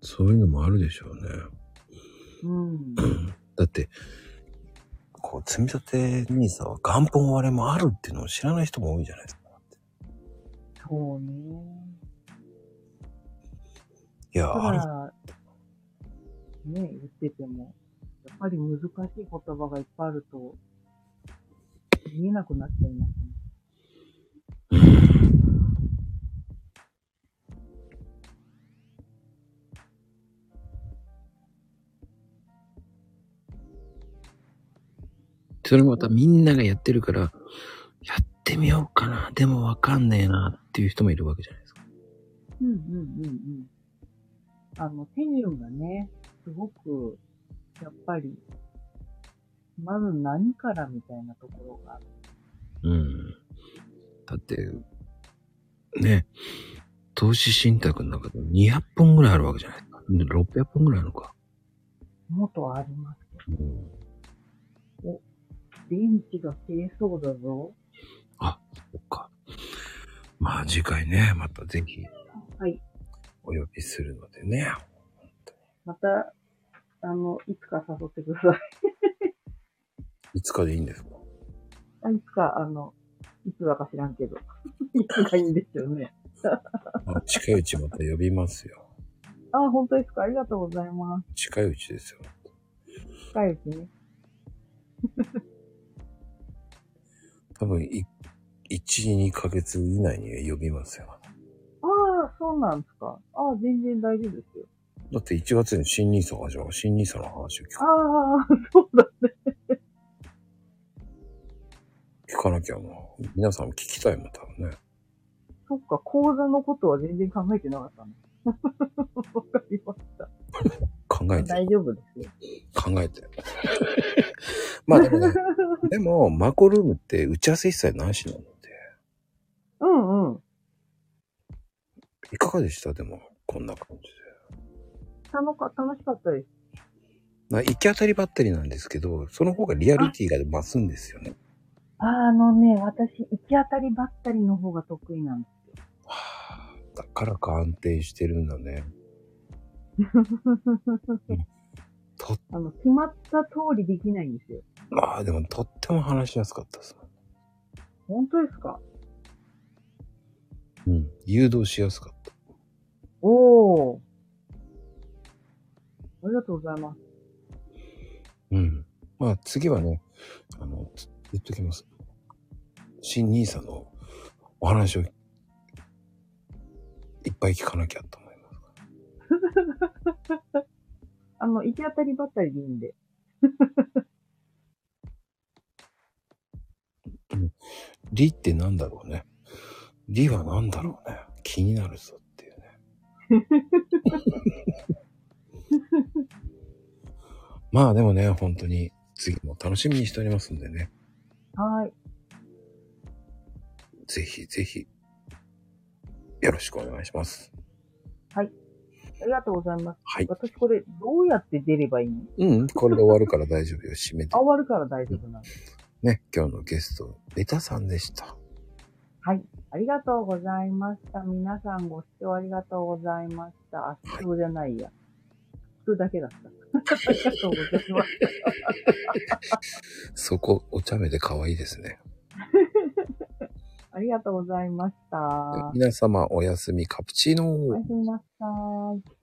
[SPEAKER 1] そういうのもあるでしょうね。
[SPEAKER 3] うん。
[SPEAKER 1] だって、こう、積み立て NISA は元本割れもあるっていうのを知らない人も多いじゃないですか。
[SPEAKER 3] そうね。
[SPEAKER 1] いや、
[SPEAKER 3] た
[SPEAKER 1] ある
[SPEAKER 3] だ、ねえ、言ってても、やっぱり難しい言葉がいっぱいあると、見えなくなっちゃいますね。
[SPEAKER 1] それもまたみんながやってるから、やってみようかな、でもわかんねえなっていう人もいるわけじゃないですか。
[SPEAKER 3] うんうんうんうん。あの、手順がね、すごく、やっぱり、まず何からみたいなところがある。
[SPEAKER 1] うん。だって、ね、投資信託の中で200本ぐらいあるわけじゃないですか。600本ぐらいあるのか。
[SPEAKER 3] もっとあります。
[SPEAKER 1] うん、
[SPEAKER 3] 電池が切れそうだぞ。
[SPEAKER 1] そっか。まあ次回ね、またぜひ
[SPEAKER 3] はい。
[SPEAKER 1] お呼びするのでね。
[SPEAKER 3] また、あの、いつか誘ってください。
[SPEAKER 1] いつかでいいんですか
[SPEAKER 3] あいつか、あの、いつだか知らんけど。 いつがいいんですよね。
[SPEAKER 1] まあ近いうちまた呼びますよ。
[SPEAKER 3] あ、本当ですかありがとうございます。
[SPEAKER 1] 近いうちですよ。
[SPEAKER 3] 近いうちね。
[SPEAKER 1] 多分い、1、2ヶ月以内に呼びますよ。
[SPEAKER 3] ああ、そうなんですか。ああ、全然大丈夫ですよ。
[SPEAKER 1] だって1月に新ニーサが始まる。新ニーサの話を聞
[SPEAKER 3] あ
[SPEAKER 1] か
[SPEAKER 3] あ、そうだ。
[SPEAKER 1] 聞かなきゃもう、皆さんも聞きたいもん、多分ね。
[SPEAKER 3] そっか、講座のことは全然考えてなか ったね。わかりました。
[SPEAKER 1] 考えて、
[SPEAKER 3] 大丈夫ですよ。
[SPEAKER 1] 考えて。 まあでもね、でも、マコルームって打ち合わせ一切なしなので、
[SPEAKER 3] うんうん。
[SPEAKER 1] いかがでしたでも、こんな感じで。
[SPEAKER 3] 楽か、楽しかったです。
[SPEAKER 1] な行き当たりばったりなんですけど、その方がリアリティが増すんですよね。
[SPEAKER 3] ああのね、私、行き当たりばったりの方が得意なんで
[SPEAKER 1] はあだからか安定してるんだ ね。
[SPEAKER 3] す。
[SPEAKER 1] と、
[SPEAKER 3] あの、決まった通りできないんですよ。
[SPEAKER 1] まあでもとっても話しやすかったです。
[SPEAKER 3] 本当ですか
[SPEAKER 1] うん。誘導しやすかった。
[SPEAKER 3] おお。ありがとうございます。
[SPEAKER 1] うん。まあ次はね、あの、つ言っときます。新兄さんのお話をいっぱい聞かなきゃと思います。
[SPEAKER 3] あの、行き当たりばったりでいいんで。
[SPEAKER 1] 理ってなんだろうね。理はなんだろうね。気になるぞっていうね。 まあでもね、本当に次も楽しみにしておりますんでね。
[SPEAKER 3] はい。
[SPEAKER 1] ぜひぜひ、よろしくお願いします。
[SPEAKER 3] ありがとうございます。
[SPEAKER 1] はい。
[SPEAKER 3] 私これ、どうやって出ればいいの
[SPEAKER 1] うん、これで終わるから大丈夫よ。締めて
[SPEAKER 3] あ、。終わるから大丈夫なの。
[SPEAKER 1] ね、今日のゲスト、ベタさんでした。
[SPEAKER 3] はい。ありがとうございました。皆さんご視聴ありがとうございました。あ、視聴じゃないや。聞くだけだった。 ありがとうございます。
[SPEAKER 1] そこ、お茶目で可愛いですね。
[SPEAKER 3] ありがとうございました。
[SPEAKER 1] 皆様、おやすみ、カプチーノー。
[SPEAKER 3] おやすみなさい。